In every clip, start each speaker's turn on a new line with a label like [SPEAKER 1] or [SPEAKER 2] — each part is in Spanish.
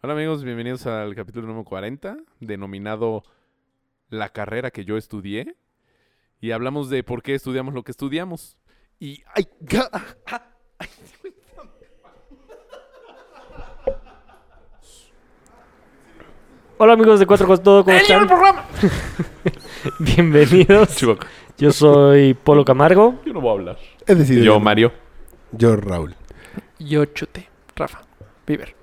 [SPEAKER 1] Hola amigos, bienvenidos al capítulo número 40, denominado La carrera que yo estudié. Y hablamos de por qué estudiamos lo que estudiamos. Y... ¡Ay! ga- ah, ay, güey.
[SPEAKER 2] Hola amigos de Cuatro con Todo, ¿cómo están? Bienvenidos.
[SPEAKER 1] Chihuahua,
[SPEAKER 2] Yo soy Polo Camargo.
[SPEAKER 1] yo no voy a hablar.
[SPEAKER 3] He decidido.
[SPEAKER 1] Yo, Mario.
[SPEAKER 3] Yo, Raúl.
[SPEAKER 4] Yo chute, Rafa, Bieber.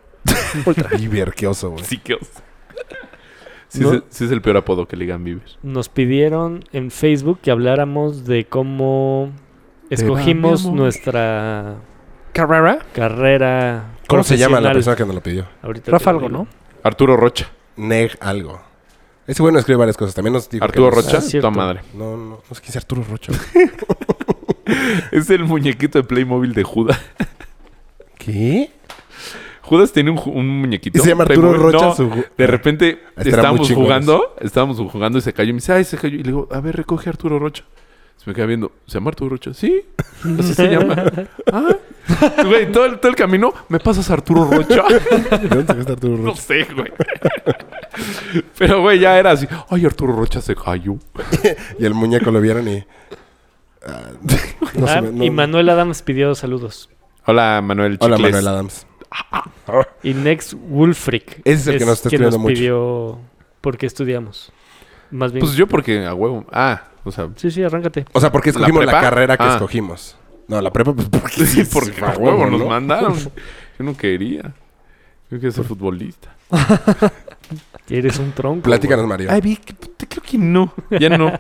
[SPEAKER 3] Viver, qué oso, güey.
[SPEAKER 1] Sí, que os- Sí,
[SPEAKER 2] ¿No?
[SPEAKER 1] es, sí es el peor apodo que le digan Bieber.
[SPEAKER 2] Nos pidieron en Facebook que habláramos de cómo escogimos
[SPEAKER 4] va, mi amor.
[SPEAKER 2] nuestra
[SPEAKER 4] Carrera.
[SPEAKER 2] carrera.
[SPEAKER 3] ¿Cómo se llama la
[SPEAKER 2] profesional.
[SPEAKER 3] persona que nos lo pidió?
[SPEAKER 2] Ahorita te
[SPEAKER 4] Rafa
[SPEAKER 2] lo
[SPEAKER 4] algo,
[SPEAKER 2] digo.
[SPEAKER 4] ¿no?
[SPEAKER 1] Arturo Rocha.
[SPEAKER 3] Neg algo. Ese güey nos escribe varias cosas. También nos dijo que
[SPEAKER 1] Arturo
[SPEAKER 3] nos-
[SPEAKER 1] Rocha,
[SPEAKER 2] Ah,
[SPEAKER 1] tu
[SPEAKER 2] cierto.
[SPEAKER 1] madre.
[SPEAKER 3] No, no, no sé quién es Arturo Rocha. güey.
[SPEAKER 1] Es el muñequito de Playmobil de Judas.
[SPEAKER 3] ¿Qué?
[SPEAKER 1] Judas tiene un, ju- un muñequito.
[SPEAKER 3] Y se llama Arturo
[SPEAKER 1] Playmobil.
[SPEAKER 3] Rocha
[SPEAKER 1] No,
[SPEAKER 3] su ju-
[SPEAKER 1] De repente
[SPEAKER 3] muy
[SPEAKER 1] estábamos
[SPEAKER 3] chingón
[SPEAKER 1] jugando, estábamos jugando y se cayó. Y me dice, ay, se cayó. Y le digo, a ver, recoge a Arturo Rocha. Se me queda viendo, ¿se llama Arturo Rocha? Sí, así se llama. ah, güey, todo el, todo el camino, ¿me pasas a Arturo Rocha?
[SPEAKER 3] ¿De dónde sacaste Arturo
[SPEAKER 1] no
[SPEAKER 3] Rocha?
[SPEAKER 1] sé, güey. Pero, güey, ya era así, ay, Arturo Rocha se cayó.
[SPEAKER 3] Y el muñeco lo vieron y. ah, no
[SPEAKER 2] Ah,
[SPEAKER 3] se ve- no-
[SPEAKER 2] Y Manuel Adams pidió saludos.
[SPEAKER 1] Hola, Manuel Chicles.
[SPEAKER 3] Hola, Manuel Adams.
[SPEAKER 2] Y Next Wolfrick.
[SPEAKER 3] Ese es el que nos está
[SPEAKER 2] quien
[SPEAKER 3] escribiendo mucho.
[SPEAKER 2] pidió por qué estudiamos. Más bien.
[SPEAKER 1] Pues yo porque, a huevo, ah, o sea...
[SPEAKER 2] Sí, sí, arráncate.
[SPEAKER 3] O sea, ¿por qué
[SPEAKER 1] ¿La
[SPEAKER 3] escogimos la,
[SPEAKER 1] prepa?
[SPEAKER 3] carrera que
[SPEAKER 1] Ah.
[SPEAKER 3] escogimos? No, la prepa, pues porque.
[SPEAKER 1] Sí, porque a huevo nos
[SPEAKER 3] ¿no?
[SPEAKER 1] mandaron. Yo no quería. Yo quería ser futbolista.
[SPEAKER 2] Eres un tronco.
[SPEAKER 3] Platícanos, Mario.
[SPEAKER 1] Ay, vi, que- te- creo que no. Ya no.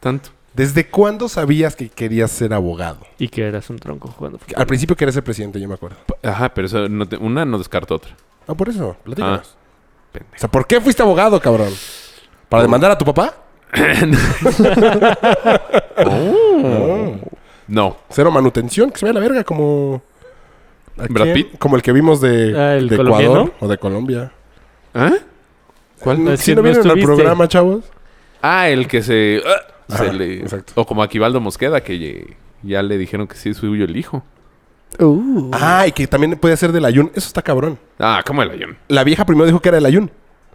[SPEAKER 1] Tanto.
[SPEAKER 3] ¿Desde cuándo sabías que querías ser abogado?
[SPEAKER 2] güey. Y que eras un tronco jugando. fútbol.
[SPEAKER 3] Al principio querías ser presidente, yo me acuerdo.
[SPEAKER 1] Ajá, pero eso no te- una no descarta otra.
[SPEAKER 3] Ah, por eso. Platícanos.
[SPEAKER 1] pendejo.
[SPEAKER 3] o sea, ¿por qué fuiste abogado, cabrón? ¿Para demandar a tu papá? No.
[SPEAKER 1] No.
[SPEAKER 3] Cero manutención, que se vea la verga como... ¿a
[SPEAKER 1] ¿Brad
[SPEAKER 3] quién?
[SPEAKER 1] Pitt?
[SPEAKER 3] Como el que vimos de,
[SPEAKER 2] Ah, el
[SPEAKER 3] de Ecuador
[SPEAKER 2] colombiano.
[SPEAKER 3] o de Colombia.
[SPEAKER 1] ¿Ah?
[SPEAKER 3] ¿Cuál?
[SPEAKER 2] Es
[SPEAKER 3] si
[SPEAKER 2] que
[SPEAKER 3] no
[SPEAKER 2] Ah, no
[SPEAKER 3] vienen al
[SPEAKER 2] estuviste.
[SPEAKER 3] programa, chavos.
[SPEAKER 1] Ah, el que se. ah,
[SPEAKER 3] Ajá,
[SPEAKER 1] se le-
[SPEAKER 3] exacto.
[SPEAKER 1] O como Aquivaldo Mosqueda, que ye- ya le dijeron que sí es suyo el hijo.
[SPEAKER 4] Uh.
[SPEAKER 3] Ah, y que también puede ser del ayun. Eso está cabrón.
[SPEAKER 1] Ah, ¿cómo el ayón?
[SPEAKER 3] La vieja primero dijo que era del ayun.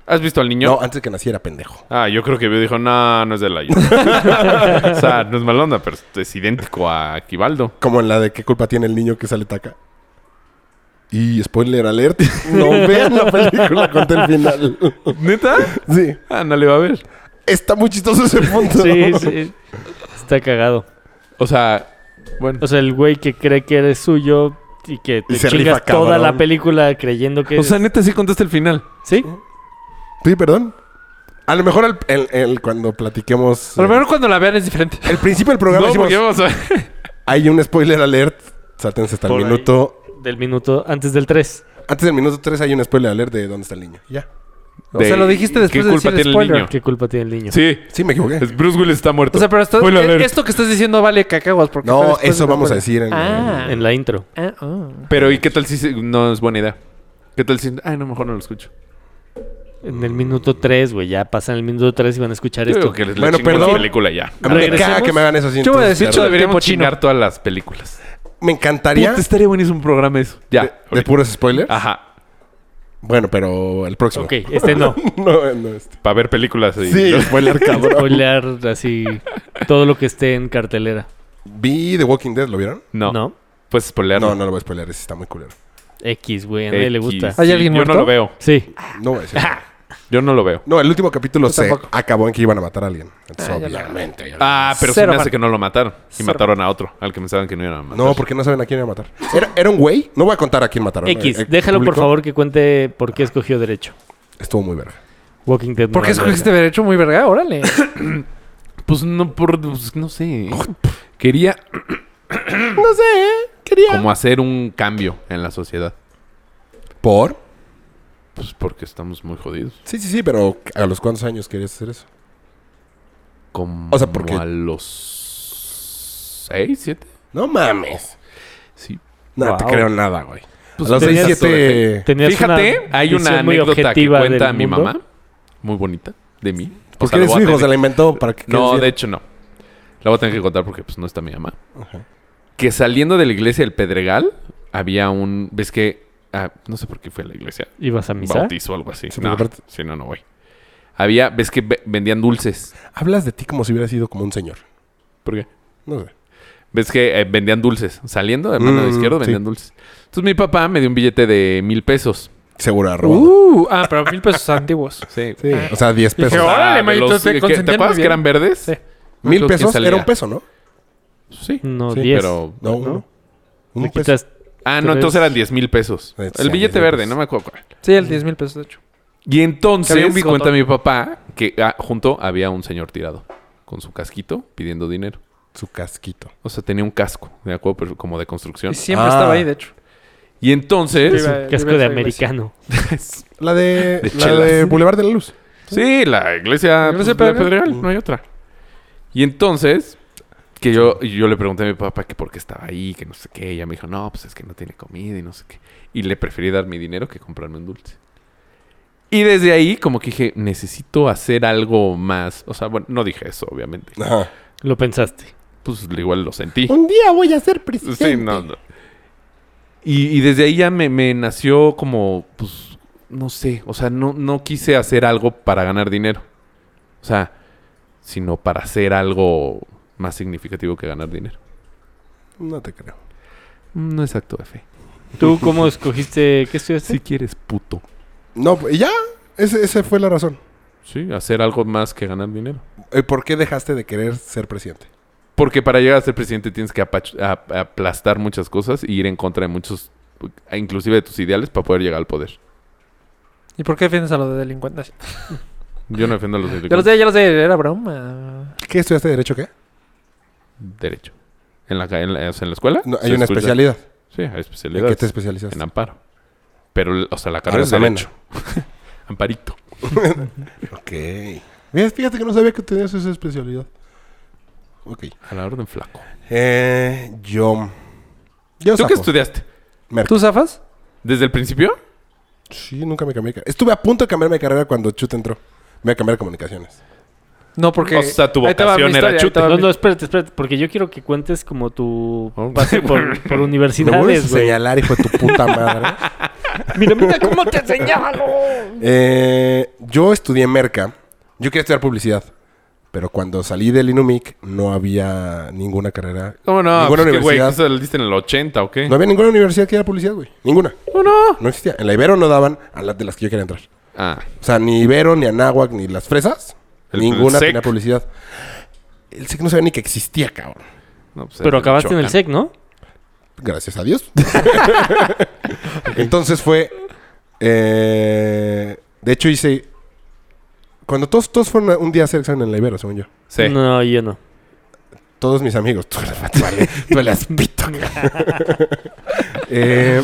[SPEAKER 1] ¿Has visto al niño?
[SPEAKER 3] No, antes que naciera, pendejo.
[SPEAKER 1] Ah, yo creo que vio y dijo, no, no es del ayón. o sea, no es mal onda, pero es idéntico a Aquivaldo.
[SPEAKER 3] Como en la de qué culpa tiene el niño que sale taca. Y spoiler alert, no vean la película contra el final.
[SPEAKER 1] ¿Neta?
[SPEAKER 3] Sí.
[SPEAKER 1] Ah, no le va a ver.
[SPEAKER 3] Está muy chistoso ese punto.
[SPEAKER 2] Sí, sí. Está cagado.
[SPEAKER 1] O sea, bueno.
[SPEAKER 2] O sea, el güey que cree que eres suyo y que te
[SPEAKER 3] Y se
[SPEAKER 2] chingas
[SPEAKER 3] rifa,
[SPEAKER 2] toda
[SPEAKER 3] cabrón.
[SPEAKER 2] la película creyendo que
[SPEAKER 1] O sea, neta sí contaste el final.
[SPEAKER 2] sí.
[SPEAKER 3] Sí, perdón. A lo mejor al- el, el- cuando platiquemos...
[SPEAKER 4] A lo
[SPEAKER 3] eh,
[SPEAKER 4] mejor cuando la vean es diferente.
[SPEAKER 3] Al principio del programa
[SPEAKER 1] No,
[SPEAKER 3] hicimos,
[SPEAKER 1] porque vamos a ver.
[SPEAKER 3] hay un spoiler alert. Sáltense hasta el
[SPEAKER 2] Por ahí.
[SPEAKER 3] minuto...
[SPEAKER 2] Del minuto antes del 3.
[SPEAKER 3] Antes del minuto 3 hay un spoiler alert de dónde está el niño. Ya.
[SPEAKER 4] O sea, lo dijiste después de
[SPEAKER 1] ¿Qué culpa
[SPEAKER 4] decir
[SPEAKER 1] tiene
[SPEAKER 4] spoiler?
[SPEAKER 1] el niño?
[SPEAKER 2] ¿Qué culpa tiene el niño?
[SPEAKER 1] Sí,
[SPEAKER 3] Sí, me equivoqué.
[SPEAKER 1] es- Bruce Willis está muerto.
[SPEAKER 4] O sea, pero estás-
[SPEAKER 1] Spoiler
[SPEAKER 4] eh,
[SPEAKER 1] alert.
[SPEAKER 4] esto que estás diciendo vale cacahuas. Porque fue
[SPEAKER 3] No,
[SPEAKER 4] después
[SPEAKER 3] eso
[SPEAKER 4] de la
[SPEAKER 3] vamos a
[SPEAKER 4] peli.
[SPEAKER 3] decir en...
[SPEAKER 4] Ah.
[SPEAKER 2] En la intro.
[SPEAKER 4] Ah, oh.
[SPEAKER 1] Pero ¿y qué tal si se- no es buena idea? ¿Qué tal si... Ay, no, mejor no lo escucho.
[SPEAKER 2] En el minuto 3, güey. Ya pasan el minuto 3 y van a escuchar
[SPEAKER 1] Yo
[SPEAKER 2] esto.
[SPEAKER 1] digo que les
[SPEAKER 3] Bueno,
[SPEAKER 1] bueno, perdón.
[SPEAKER 3] perdón.
[SPEAKER 1] película ya.
[SPEAKER 3] A mí me
[SPEAKER 2] ¿Regresemos?
[SPEAKER 3] caga que me hagan eso así.
[SPEAKER 4] Yo voy a
[SPEAKER 3] entonces,
[SPEAKER 4] decir
[SPEAKER 3] ya,
[SPEAKER 1] De hecho,
[SPEAKER 3] re-
[SPEAKER 1] deberíamos
[SPEAKER 4] Pochino.
[SPEAKER 1] chingar todas las películas.
[SPEAKER 3] Me encantaría...
[SPEAKER 1] Puta, estaría buenísimo un programa eso. Ya. Ah.
[SPEAKER 3] De, de
[SPEAKER 1] ahorita.
[SPEAKER 3] puros spoilers.
[SPEAKER 1] Ajá.
[SPEAKER 3] Bueno, pero el próximo.
[SPEAKER 2] Ok, este no.
[SPEAKER 3] no, no este.
[SPEAKER 1] Para ver películas. y-
[SPEAKER 3] Sí, spoiler cabrón.
[SPEAKER 2] Spoilear así todo lo que esté en cartelera.
[SPEAKER 3] Vi The Walking Dead, ¿lo vieron?
[SPEAKER 1] No.
[SPEAKER 2] No.
[SPEAKER 1] Puedes spoilearlo.
[SPEAKER 3] No, no lo voy a spoiler, ese está muy culero.
[SPEAKER 2] X, güey. A nadie le
[SPEAKER 1] X.
[SPEAKER 2] gusta.
[SPEAKER 4] ¿Hay alguien
[SPEAKER 1] Yo
[SPEAKER 4] muerto?
[SPEAKER 1] no lo veo.
[SPEAKER 2] Sí.
[SPEAKER 3] No voy a decir.
[SPEAKER 1] Yo no lo veo.
[SPEAKER 3] No, el último capítulo se
[SPEAKER 4] tampoco.
[SPEAKER 3] acabó en que iban a matar a alguien. Entonces,
[SPEAKER 4] Ah, ya la-
[SPEAKER 3] obviamente. ya la-
[SPEAKER 1] Ah, pero se
[SPEAKER 4] Cero
[SPEAKER 1] me hace
[SPEAKER 4] van.
[SPEAKER 1] que no lo mataron. Y
[SPEAKER 4] Cero.
[SPEAKER 1] mataron a otro, al que pensaban que no iban a matar.
[SPEAKER 3] No, porque no saben a quién iban a matar. Era, era un güey. No voy a contar a quién mataron.
[SPEAKER 2] X.
[SPEAKER 3] Eh, eh,
[SPEAKER 2] Déjalo, por
[SPEAKER 3] público.
[SPEAKER 2] favor, que cuente por qué escogió derecho.
[SPEAKER 3] Estuvo muy verga.
[SPEAKER 2] Walking Dead. no
[SPEAKER 4] ¿Por qué
[SPEAKER 2] es verga.
[SPEAKER 4] escogiste derecho muy verga? Órale.
[SPEAKER 1] Pues no, por... pues, no sé. Quería
[SPEAKER 4] no sé, quería.
[SPEAKER 1] como hacer un cambio en la sociedad.
[SPEAKER 3] ¿Por?
[SPEAKER 1] Pues porque estamos muy jodidos.
[SPEAKER 3] Sí, sí, sí, pero ¿a los cuántos años querías hacer eso?
[SPEAKER 1] Como
[SPEAKER 3] O sea, porque-
[SPEAKER 1] a los seis, siete.
[SPEAKER 3] No mames.
[SPEAKER 1] Sí.
[SPEAKER 3] No te
[SPEAKER 2] Wow.
[SPEAKER 3] creo nada, güey.
[SPEAKER 1] Pues
[SPEAKER 3] a los pues, seis,
[SPEAKER 2] tenías-
[SPEAKER 3] siete...
[SPEAKER 2] Tenías
[SPEAKER 1] Fíjate,
[SPEAKER 2] una
[SPEAKER 1] hay una
[SPEAKER 2] visión muy
[SPEAKER 1] anécdota que
[SPEAKER 2] objetiva del
[SPEAKER 1] cuenta mi
[SPEAKER 2] mundo.
[SPEAKER 1] mamá, muy bonita, de mí. O
[SPEAKER 3] Porque
[SPEAKER 1] sea, la
[SPEAKER 3] eres su
[SPEAKER 1] voy a
[SPEAKER 3] hijo, se
[SPEAKER 1] tener-
[SPEAKER 3] la inventó para que...
[SPEAKER 1] No,
[SPEAKER 3] quieres
[SPEAKER 1] de
[SPEAKER 3] ir.
[SPEAKER 1] hecho no. La voy a tener que contar porque pues no está mi mamá.
[SPEAKER 3] Ajá.
[SPEAKER 1] Que saliendo de la iglesia del Pedregal, había un... ¿Ves que Ah, no sé por qué fue a la iglesia.
[SPEAKER 2] ¿Ibas a misa?
[SPEAKER 1] Bautizo o algo así.
[SPEAKER 3] Sí,
[SPEAKER 1] no,
[SPEAKER 3] porque aparte-
[SPEAKER 1] si no, no voy. Había, ves que ve- vendían dulces.
[SPEAKER 3] Hablas de ti como si hubieras sido como un señor.
[SPEAKER 1] ¿Por qué?
[SPEAKER 3] No sé.
[SPEAKER 1] Ves que eh, vendían dulces. Saliendo del mano
[SPEAKER 3] Mm,
[SPEAKER 1] izquierdo vendían
[SPEAKER 3] sí.
[SPEAKER 1] dulces. Entonces mi papá me dio un billete de mil pesos.
[SPEAKER 3] Seguro ha robado.
[SPEAKER 4] Uh, ah, pero mil pesos antiguos.
[SPEAKER 1] Sí.
[SPEAKER 2] Ah,
[SPEAKER 3] Sí, O sea, 10
[SPEAKER 4] Dije,
[SPEAKER 3] pesos.
[SPEAKER 1] O sea,
[SPEAKER 4] Órale,
[SPEAKER 1] de
[SPEAKER 4] manito, te
[SPEAKER 1] que- ¿Te
[SPEAKER 4] consentían
[SPEAKER 1] acuerdas
[SPEAKER 4] muy
[SPEAKER 1] que
[SPEAKER 4] bien.
[SPEAKER 1] eran verdes?
[SPEAKER 4] Sí.
[SPEAKER 3] Mil
[SPEAKER 1] "Oh, Creo que
[SPEAKER 3] pesos
[SPEAKER 1] salía.
[SPEAKER 3] era un peso, ¿no?
[SPEAKER 1] Sí.
[SPEAKER 2] No,
[SPEAKER 3] Sí,
[SPEAKER 2] 10.
[SPEAKER 1] Pero.
[SPEAKER 3] No, uno.
[SPEAKER 2] ¿No?
[SPEAKER 3] Un
[SPEAKER 2] Le
[SPEAKER 3] peso.
[SPEAKER 2] quitas
[SPEAKER 1] Ah, no,
[SPEAKER 2] Tres.
[SPEAKER 1] entonces eran 10 mil pesos.
[SPEAKER 3] Eh,
[SPEAKER 1] El
[SPEAKER 3] sí,
[SPEAKER 1] billete
[SPEAKER 3] 10,000
[SPEAKER 1] verde,
[SPEAKER 3] pesos.
[SPEAKER 1] no me acuerdo cuál.
[SPEAKER 4] Sí, el 10 mil pesos, de hecho.
[SPEAKER 1] Y
[SPEAKER 4] Que había un
[SPEAKER 1] entonces
[SPEAKER 4] bigotón.
[SPEAKER 1] cuenta mi papá que ah, junto había un señor tirado con su casquito pidiendo dinero.
[SPEAKER 3] Su casquito.
[SPEAKER 1] O sea, tenía un casco, me acuerdo, pero como de construcción.
[SPEAKER 4] Y siempre
[SPEAKER 3] Ah.
[SPEAKER 4] estaba ahí, de hecho.
[SPEAKER 1] Y entonces,
[SPEAKER 4] Iba-
[SPEAKER 2] casco
[SPEAKER 4] iba a esa
[SPEAKER 2] de
[SPEAKER 4] iglesia.
[SPEAKER 2] americano.
[SPEAKER 3] La de,
[SPEAKER 1] De
[SPEAKER 3] la de
[SPEAKER 1] chelas.
[SPEAKER 3] Boulevard de la Luz.
[SPEAKER 1] sí, la iglesia,
[SPEAKER 4] La iglesia
[SPEAKER 1] pues, de
[SPEAKER 4] Pedregal.
[SPEAKER 1] Pedregal, no hay otra. Y entonces, que yo, yo le pregunté a mi papá que por qué estaba ahí, que no sé qué. Y ella me dijo, no, pues es que no tiene comida y no sé qué. Y le preferí dar mi dinero que comprarme un dulce. Y desde ahí, como que dije, necesito hacer algo más. O sea, bueno, no dije eso, obviamente.
[SPEAKER 3] Ajá.
[SPEAKER 2] Lo pensaste.
[SPEAKER 1] Pues igual lo sentí.
[SPEAKER 3] Un día voy a ser presidente.
[SPEAKER 1] Sí, no, no. Y, y desde ahí ya me, me nació como, pues, no sé, o sea, no, no quise hacer algo para ganar dinero. O sea, sino para hacer algo más significativo que ganar dinero.
[SPEAKER 3] No te creo.
[SPEAKER 1] No exacto, F.
[SPEAKER 2] ¿Tú cómo escogiste? ¿Qué estudiaste?
[SPEAKER 1] Si quieres, puto.
[SPEAKER 3] No, y ya. Ese- Esa fue la razón.
[SPEAKER 1] Sí, hacer algo más que ganar dinero.
[SPEAKER 3] Eh, ¿Por qué dejaste de querer ser presidente?
[SPEAKER 1] Porque para llegar a ser presidente tienes que apach- a- aplastar muchas cosas y ir en contra de muchos, inclusive de tus ideales, para poder llegar al poder.
[SPEAKER 4] ¿Y por qué defiendes a los de delincuentes?
[SPEAKER 1] Yo no defiendo a los
[SPEAKER 4] Ya lo
[SPEAKER 1] delincuentes.
[SPEAKER 4] sé, ya lo sé, era broma.
[SPEAKER 3] ¿Qué estudiaste derecho qué?
[SPEAKER 1] Derecho. En la, ca- en la, o sea, en la escuela.
[SPEAKER 3] No, hay
[SPEAKER 1] se
[SPEAKER 3] una
[SPEAKER 1] escucha-
[SPEAKER 3] especialidad.
[SPEAKER 1] Sí, hay
[SPEAKER 3] ¿En qué te Ah,
[SPEAKER 1] especialidades.
[SPEAKER 3] especializaste?
[SPEAKER 1] En amparo. Pero, o sea, la
[SPEAKER 3] Ahora
[SPEAKER 1] carrera es
[SPEAKER 3] es amena.
[SPEAKER 1] derecho. Amparito.
[SPEAKER 3] Ok. Mira, Fíjate que no sabía que tenías esa especialidad. Ok.
[SPEAKER 1] A la orden flaco.
[SPEAKER 3] Eh, yo. Yo
[SPEAKER 1] ¿Tú
[SPEAKER 3] zafo.
[SPEAKER 1] qué estudiaste?
[SPEAKER 3] Merca.
[SPEAKER 4] ¿Tú zafas?
[SPEAKER 1] ¿Desde el principio?
[SPEAKER 3] Sí, nunca me cambié de carrera. Estuve a punto de cambiarme de carrera cuando Chute entró. Me voy a cambiar de comunicaciones.
[SPEAKER 4] No, porque.
[SPEAKER 1] O sea, tu
[SPEAKER 4] Ahí te va mi
[SPEAKER 1] vocación era
[SPEAKER 4] historia, ahí
[SPEAKER 1] chute.
[SPEAKER 4] te va
[SPEAKER 2] No,
[SPEAKER 4] mi-
[SPEAKER 2] no, espérate, espérate, porque yo quiero que cuentes como tu
[SPEAKER 1] Oh.
[SPEAKER 2] pase por, por
[SPEAKER 3] Me vuelves a
[SPEAKER 2] universidades, güey.
[SPEAKER 3] señalar, hijo de tu puta madre.
[SPEAKER 2] Mira, mira cómo te señalo.
[SPEAKER 3] Eh, yo estudié merca. Yo quería estudiar publicidad. Pero cuando salí del Inumic no había ninguna carrera.
[SPEAKER 1] ¿Cómo no?
[SPEAKER 3] Ninguna
[SPEAKER 1] Pues que, güey,
[SPEAKER 3] universidad.
[SPEAKER 1] eso lo diste en el 80 o qué?
[SPEAKER 3] No había ninguna universidad que diera publicidad, güey. Ninguna.
[SPEAKER 1] ¿Cómo no?
[SPEAKER 3] No existía. En la Ibero no daban a las de las que yo quería entrar.
[SPEAKER 1] Ah,
[SPEAKER 3] O sea, ni Ibero, ni Anáhuac, ni las fresas.
[SPEAKER 1] El-
[SPEAKER 3] ninguna
[SPEAKER 1] el SEC.
[SPEAKER 3] tenía publicidad. El SEC no sabía ni que existía, cabrón.
[SPEAKER 1] no, pues,
[SPEAKER 2] Pero
[SPEAKER 1] era
[SPEAKER 2] acabaste en el
[SPEAKER 1] Michoacán.
[SPEAKER 2] SEC, ¿no?
[SPEAKER 3] Gracias a Dios. Entonces fue. eh, de hecho, hice. Cuando todos, todos fueron a- un día a hacer examen en la Ibero, según yo.
[SPEAKER 1] Sí.
[SPEAKER 2] No, yo no.
[SPEAKER 3] Todos mis amigos. Tú eres- tú eres- tú eres pito. Eh,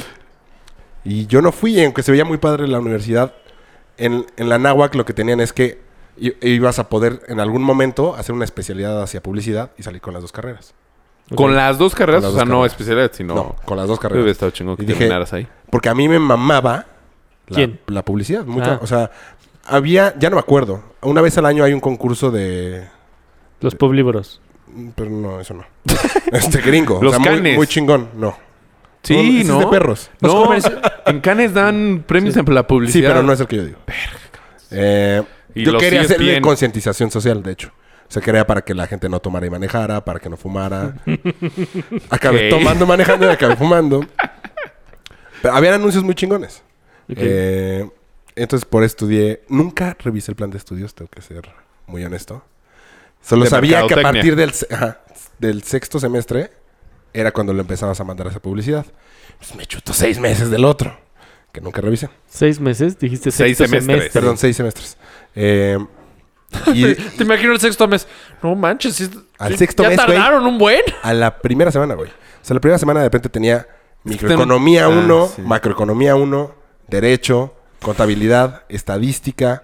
[SPEAKER 3] y yo no fui, y aunque se veía muy padre la universidad. En, en la Náhuac lo que tenían es que i- ibas a poder en algún momento hacer una especialidad hacia publicidad y salir con las dos carreras.
[SPEAKER 1] Con las dos carreras,
[SPEAKER 3] Con las
[SPEAKER 1] o sea,
[SPEAKER 3] dos
[SPEAKER 1] no
[SPEAKER 3] carreras.
[SPEAKER 1] especialidad,
[SPEAKER 3] No,
[SPEAKER 1] sino...
[SPEAKER 3] con las dos
[SPEAKER 1] Hubiera
[SPEAKER 3] carreras.
[SPEAKER 1] estado chingón que
[SPEAKER 3] Y dije-
[SPEAKER 1] terminaras ahí.
[SPEAKER 3] Porque a mí me mamaba la,
[SPEAKER 2] ¿Quién?
[SPEAKER 3] la publicidad. mucha-
[SPEAKER 2] Ah.
[SPEAKER 3] O sea, había, ya no me acuerdo. Una vez al año hay un concurso de.
[SPEAKER 2] Los publívoros.
[SPEAKER 3] Pero no, eso no. este gringo.
[SPEAKER 1] Los
[SPEAKER 3] o sea, muy-
[SPEAKER 1] canes.
[SPEAKER 3] Muy, chingón. No. No, ese
[SPEAKER 1] Sí,
[SPEAKER 3] es
[SPEAKER 1] ¿no?
[SPEAKER 3] de perros.
[SPEAKER 1] No,
[SPEAKER 4] Los comerci-
[SPEAKER 1] en Canes dan premios
[SPEAKER 2] Sí.
[SPEAKER 1] en la publicidad.
[SPEAKER 3] Sí, pero no es el que yo digo. Eh,
[SPEAKER 1] Y
[SPEAKER 3] yo
[SPEAKER 1] los
[SPEAKER 3] quería
[SPEAKER 1] sigues
[SPEAKER 3] hacerle
[SPEAKER 1] bien.
[SPEAKER 3] concientización social, de hecho. O sea, quería para que la gente no tomara y manejara, para que no fumara. acabé
[SPEAKER 1] Ok.
[SPEAKER 3] tomando, manejando y acabé fumando. Pero habían anuncios muy chingones.
[SPEAKER 2] Ok.
[SPEAKER 3] Eh, entonces, por eso estudié. Nunca revisé el plan de estudios, tengo que ser muy honesto. Solo
[SPEAKER 1] De
[SPEAKER 3] sabía que a
[SPEAKER 1] mercadotecnia.
[SPEAKER 3] partir del, se- ajá, del sexto semestre era cuando lo empezabas a mandar a esa publicidad. Pues me chuto seis meses del otro, que nunca revisé.
[SPEAKER 2] ¿Seis meses? Dijiste
[SPEAKER 1] Seis
[SPEAKER 2] sexto
[SPEAKER 1] semestres.
[SPEAKER 2] semestre.
[SPEAKER 3] Perdón, seis semestres. Eh, y
[SPEAKER 4] Te imagino el sexto mes. No manches. sí-
[SPEAKER 3] Al
[SPEAKER 4] sí,
[SPEAKER 3] sexto
[SPEAKER 4] ya
[SPEAKER 3] mes, güey.
[SPEAKER 4] tardaron un buen.
[SPEAKER 3] a la primera semana, güey. O sea, la primera semana de repente tenía microeconomía
[SPEAKER 1] Ah,
[SPEAKER 3] 1,
[SPEAKER 1] sí.
[SPEAKER 3] macroeconomía 1, derecho, contabilidad, estadística.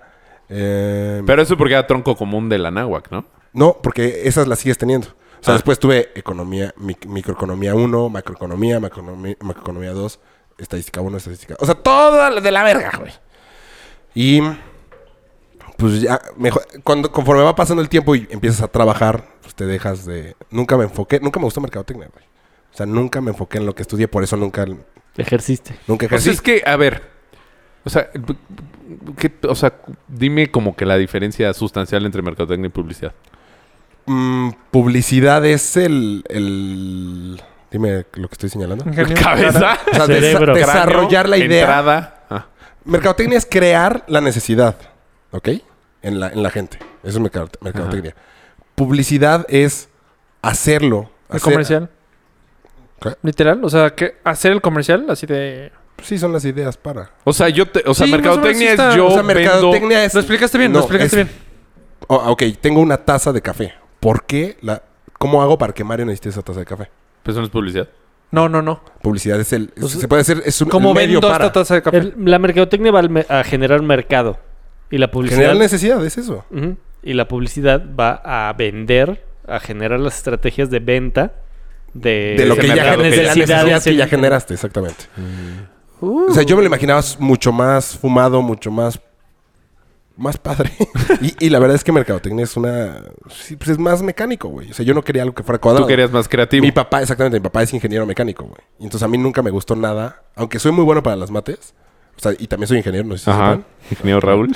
[SPEAKER 3] eh,
[SPEAKER 1] Pero eso porque era tronco común de la náhuac, ¿no?
[SPEAKER 3] No, porque esas las sigues teniendo. O sea,
[SPEAKER 1] Ah.
[SPEAKER 3] después tuve economía, mic- microeconomía 1, macroeconomía, macroeconomía, macroeconomía 2, estadística 1, estadística. O sea, todas las de la verga, güey. Y pues ya, mejor, cuando, conforme va pasando el tiempo y empiezas a trabajar, pues te dejas de... Nunca me enfoqué, nunca me gustó mercadotecnia, güey. O sea, nunca me enfoqué en lo que estudié, por eso nunca
[SPEAKER 2] Ejerciste.
[SPEAKER 3] Nunca
[SPEAKER 1] Pues
[SPEAKER 3] ejercí.
[SPEAKER 1] es que, a ver. O sea, b- b- ¿qué- o sea, dime como que la diferencia sustancial entre mercadotecnia y publicidad.
[SPEAKER 3] Mm, publicidad es el, el- Dime lo que estoy señalando.
[SPEAKER 4] Ingenio.
[SPEAKER 1] Cabeza,
[SPEAKER 3] O sea, desa-
[SPEAKER 2] Cerebro.
[SPEAKER 3] desarrollar la idea.
[SPEAKER 1] entrada. Ah,
[SPEAKER 3] Mercadotecnia es crear la necesidad, ¿ok? En la, en la gente. Eso es mercado- mercadotecnia. Publicidad es hacerlo.
[SPEAKER 4] El
[SPEAKER 3] hacer-
[SPEAKER 4] comercial.
[SPEAKER 3] ¿Qué?
[SPEAKER 4] Literal, o sea, que hacer el comercial así de...
[SPEAKER 3] Sí, son las ideas para.
[SPEAKER 1] O sea, yo te- o sea,
[SPEAKER 4] Sí, más o menos sí
[SPEAKER 1] mercadotecnia
[SPEAKER 4] está.
[SPEAKER 1] es yo
[SPEAKER 4] O
[SPEAKER 3] o sea,
[SPEAKER 1] vendo
[SPEAKER 3] mercadotecnia es.
[SPEAKER 4] Lo explicaste bien, lo
[SPEAKER 3] No,
[SPEAKER 4] explicaste
[SPEAKER 3] es-
[SPEAKER 4] bien.
[SPEAKER 3] Oh, ok, tengo una taza de café. ¿Por qué? La... ¿Cómo hago para que Mario necesite esa taza de café?
[SPEAKER 1] Pues eso no es publicidad.
[SPEAKER 4] No, no, no.
[SPEAKER 3] Publicidad es el.
[SPEAKER 4] Pues,
[SPEAKER 3] se puede hacer. Es un
[SPEAKER 4] Como
[SPEAKER 3] el medio
[SPEAKER 4] vendo
[SPEAKER 3] para.
[SPEAKER 4] esta taza de café.
[SPEAKER 2] El- la mercadotecnia va al me- a generar mercado. Y la publicidad.
[SPEAKER 3] Generar necesidad, es eso.
[SPEAKER 2] Ujú. Y la publicidad va a vender, a generar las estrategias de venta de,
[SPEAKER 3] De lo
[SPEAKER 1] ese
[SPEAKER 3] que ya
[SPEAKER 1] mercado
[SPEAKER 2] las
[SPEAKER 1] que
[SPEAKER 3] de la
[SPEAKER 2] necesidades
[SPEAKER 3] necesidad que
[SPEAKER 2] en-
[SPEAKER 3] ya generaste, exactamente.
[SPEAKER 1] Mm.
[SPEAKER 3] O
[SPEAKER 1] Uh.
[SPEAKER 3] sea, yo me lo imaginaba s- mucho más fumado, mucho más. Más padre. y, y la verdad es que mercadotecnia es una. Sí, pues es más mecánico, güey. O sea, yo no quería algo que fuera cuadrado.
[SPEAKER 1] Tú querías más creativo.
[SPEAKER 3] Mi papá, exactamente, mi papá es ingeniero mecánico, güey. Y Entonces a mí nunca me gustó nada. Aunque soy muy bueno para las mates. O sea, y también soy ingeniero, no sé si
[SPEAKER 1] Ajá.
[SPEAKER 3] sepan.
[SPEAKER 1] Ingeniero Raúl.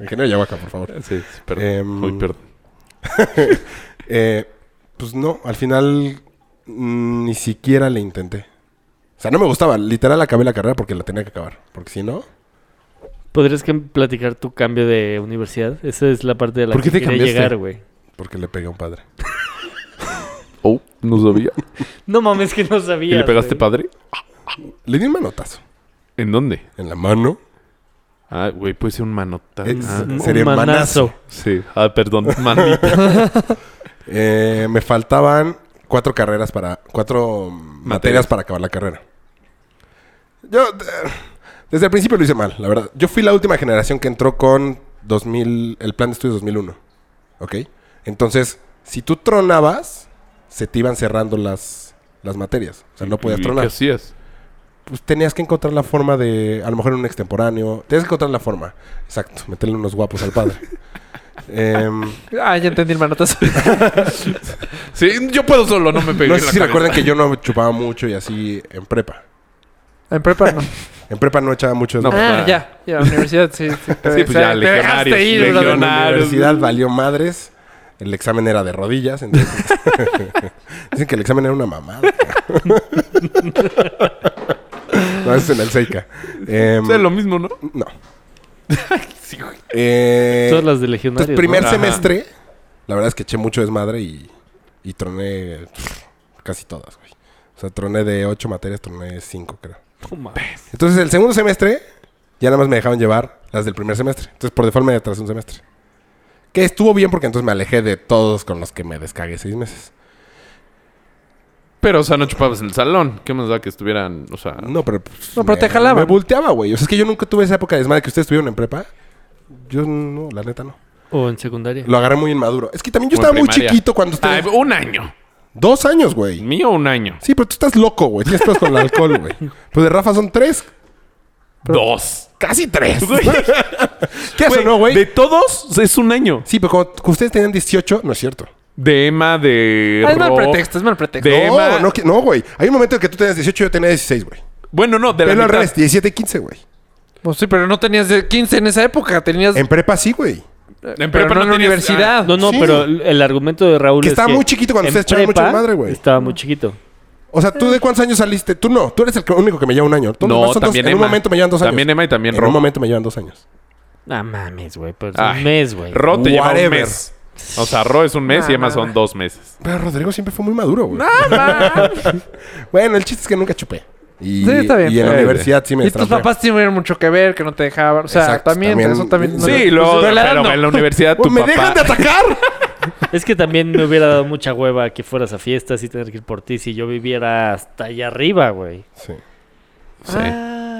[SPEAKER 3] Ingeniero de Yahuaca, por favor.
[SPEAKER 1] Sí, sí, perdón.
[SPEAKER 3] Em,
[SPEAKER 1] Uy, perdón.
[SPEAKER 3] Eh, pues no, al final mm, ni siquiera le intenté. O sea, no me gustaba. Literal acabé la carrera porque la tenía que acabar. Porque si no,
[SPEAKER 2] ¿Podrías que platicar tu cambio de universidad? Esa es la parte de la
[SPEAKER 1] ¿Por
[SPEAKER 2] que
[SPEAKER 1] qué te
[SPEAKER 2] quería
[SPEAKER 1] cambiaste?
[SPEAKER 2] llegar, güey.
[SPEAKER 3] porque le pegué a un padre.
[SPEAKER 1] Oh, no sabía.
[SPEAKER 2] No mames, que no sabía.
[SPEAKER 1] ¿Y le pegaste padre?
[SPEAKER 3] Le di un manotazo
[SPEAKER 1] ¿En dónde?
[SPEAKER 3] en la mano.
[SPEAKER 1] Ah, güey, puede ser un manota.
[SPEAKER 3] Es-
[SPEAKER 1] Ah,
[SPEAKER 3] Un Sería manazo.
[SPEAKER 1] sí. Ah, perdón. Manita.
[SPEAKER 3] Eh, me faltaban cuatro carreras para. cuatro materias,
[SPEAKER 1] Materias.
[SPEAKER 3] para acabar la carrera. Yo. eh, Desde el principio lo hice mal, la verdad. Yo fui la última generación que entró con 2000, el plan de estudios 2001. ¿Ok? Entonces, si tú tronabas, se te iban cerrando las, las materias. O sea, no podías
[SPEAKER 1] ¿Y
[SPEAKER 3] tronar.
[SPEAKER 1] ¿Qué hacías?
[SPEAKER 3] pues tenías que encontrar la forma de, a lo mejor en un extemporáneo, tenías que encontrar la forma, exacto, meterle unos guapos al padre. Em,
[SPEAKER 4] Ah, ya entendí el manotazo.
[SPEAKER 1] Sí, yo puedo solo, no me pegué.
[SPEAKER 3] no
[SPEAKER 1] en
[SPEAKER 3] sé
[SPEAKER 1] la
[SPEAKER 3] si
[SPEAKER 1] cabeza.
[SPEAKER 3] recuerdan que yo no chupaba mucho y así en prepa.
[SPEAKER 4] En prepa no.
[SPEAKER 3] En prepa no echaba mucho.
[SPEAKER 1] No,
[SPEAKER 3] en
[SPEAKER 4] ah,
[SPEAKER 1] Ah.
[SPEAKER 4] ya. Ya, universidad, sí. Sí, te-
[SPEAKER 1] Sí, pues
[SPEAKER 4] te-
[SPEAKER 1] ya,
[SPEAKER 4] te dejaste
[SPEAKER 1] legionarios,
[SPEAKER 4] ir, brother.
[SPEAKER 1] legionarios.
[SPEAKER 3] la
[SPEAKER 1] Leonardo.
[SPEAKER 3] universidad valió madres, el examen era de rodillas, entonces... Dicen que el examen era una mamada. no, eso es en el Seika. Em,
[SPEAKER 1] O sea, lo mismo, ¿no?
[SPEAKER 3] No. Eh,
[SPEAKER 2] Todas las de legionarios.
[SPEAKER 3] Entonces, primer
[SPEAKER 1] ¿no? Ajá.
[SPEAKER 3] semestre, la verdad es que eché mucho desmadre y, y troné pff, casi todas, güey. O sea, troné de ocho materias, troné cinco, creo.
[SPEAKER 2] ¿no? No mames.
[SPEAKER 3] Entonces, el segundo semestre, ya nada más me dejaban llevar las del primer semestre. Entonces, por default me detrasé un semestre. Que estuvo bien porque entonces me alejé de todos con los que me descagué seis meses.
[SPEAKER 1] Pero, o sea, no chupabas en el salón. ¿Qué más da que estuvieran, o sea...
[SPEAKER 3] No, pero... pues,
[SPEAKER 4] No, pero
[SPEAKER 3] me-
[SPEAKER 4] te jalaban.
[SPEAKER 3] Me volteaba, güey. O sea, es que yo nunca tuve esa época de desmadre que ustedes tuvieron en prepa. Yo no, la neta no.
[SPEAKER 2] O en secundaria.
[SPEAKER 3] Lo agarré muy inmaduro. Es que también yo
[SPEAKER 1] Como en
[SPEAKER 3] estaba muy
[SPEAKER 1] primaria.
[SPEAKER 3] chiquito cuando ustedes...
[SPEAKER 1] Ah, un año.
[SPEAKER 3] Dos años, güey.
[SPEAKER 1] Mío, un año.
[SPEAKER 3] Sí, pero tú estás loco, güey. Tienes pedos con el alcohol, güey. Pues de Rafa son tres.
[SPEAKER 1] Dos.
[SPEAKER 3] Casi tres. ¿Qué eso, no,
[SPEAKER 1] De
[SPEAKER 3] güey?
[SPEAKER 1] todos, es un año.
[SPEAKER 3] Sí, pero cuando ustedes tenían 18, no es cierto.
[SPEAKER 1] De Emma, de...
[SPEAKER 4] Ah, es mal
[SPEAKER 1] Ro-
[SPEAKER 4] pretexto, es mal pretexto.
[SPEAKER 1] De- Emma-
[SPEAKER 3] No, no, que- no, güey. Hay un momento en que tú tenías 18 y yo tenía 16, güey.
[SPEAKER 1] Bueno, no, de la
[SPEAKER 3] Pero al
[SPEAKER 1] mitad.
[SPEAKER 3] revés, 17 y 15, güey.
[SPEAKER 4] Pues sí, pero no tenías de 15 en esa época. Tenías... eh,
[SPEAKER 3] En prepa sí, güey.
[SPEAKER 1] En
[SPEAKER 4] pero
[SPEAKER 1] tenías-
[SPEAKER 4] no en la
[SPEAKER 1] Ah,
[SPEAKER 4] universidad.
[SPEAKER 2] No, no,
[SPEAKER 3] Sí.
[SPEAKER 2] pero el argumento de Raúl
[SPEAKER 3] Que
[SPEAKER 2] es
[SPEAKER 3] estaba muy chiquito
[SPEAKER 2] en
[SPEAKER 3] cuando ustedes echaban mucho
[SPEAKER 2] prepa
[SPEAKER 3] madre, güey.
[SPEAKER 2] Estaba muy chiquito.
[SPEAKER 3] O sea, ¿tú de cuántos años saliste? Tú no. Tú eres el único que me lleva un año.
[SPEAKER 1] Ah,
[SPEAKER 3] Todos los demás
[SPEAKER 1] No,
[SPEAKER 3] son dos-
[SPEAKER 1] también
[SPEAKER 3] En
[SPEAKER 1] Emma.
[SPEAKER 3] un momento me llevan dos años.
[SPEAKER 1] También Emma y también
[SPEAKER 3] En un
[SPEAKER 1] Ro.
[SPEAKER 3] momento me llevan dos años.
[SPEAKER 2] Ah, mames, güey. Pero es
[SPEAKER 1] Ay.
[SPEAKER 2] un mes, güey.
[SPEAKER 1] Ro te lleva un
[SPEAKER 3] Whatever.
[SPEAKER 1] mes. O sea, Ro es un mes y
[SPEAKER 4] Nah,
[SPEAKER 1] Emma
[SPEAKER 4] nah,
[SPEAKER 1] son
[SPEAKER 4] nah.
[SPEAKER 1] dos meses.
[SPEAKER 3] Pero Rodrigo siempre fue muy maduro, güey.
[SPEAKER 4] Ah,
[SPEAKER 3] bueno, el chiste es que nunca chupé. Y,
[SPEAKER 4] Sí, está bien.
[SPEAKER 3] y en la
[SPEAKER 1] Eh,
[SPEAKER 3] universidad sí me
[SPEAKER 4] Y tus
[SPEAKER 3] destrampé.
[SPEAKER 4] papás tuvieron mucho que ver, que no te dejaban. O sea,
[SPEAKER 3] Exacto,
[SPEAKER 4] también,
[SPEAKER 3] también-
[SPEAKER 4] eso también.
[SPEAKER 3] No,
[SPEAKER 1] sí,
[SPEAKER 3] yo-
[SPEAKER 1] luego...
[SPEAKER 4] pero la edad
[SPEAKER 1] Pero
[SPEAKER 4] no.
[SPEAKER 1] en la universidad tu
[SPEAKER 3] Güey, ¡Me
[SPEAKER 1] papá...
[SPEAKER 3] dejan de atacar!
[SPEAKER 2] Es que también me hubiera dado mucha hueva que fueras a fiestas y tener que ir por ti si yo viviera hasta allá arriba, güey.
[SPEAKER 3] Sí.
[SPEAKER 1] Sí.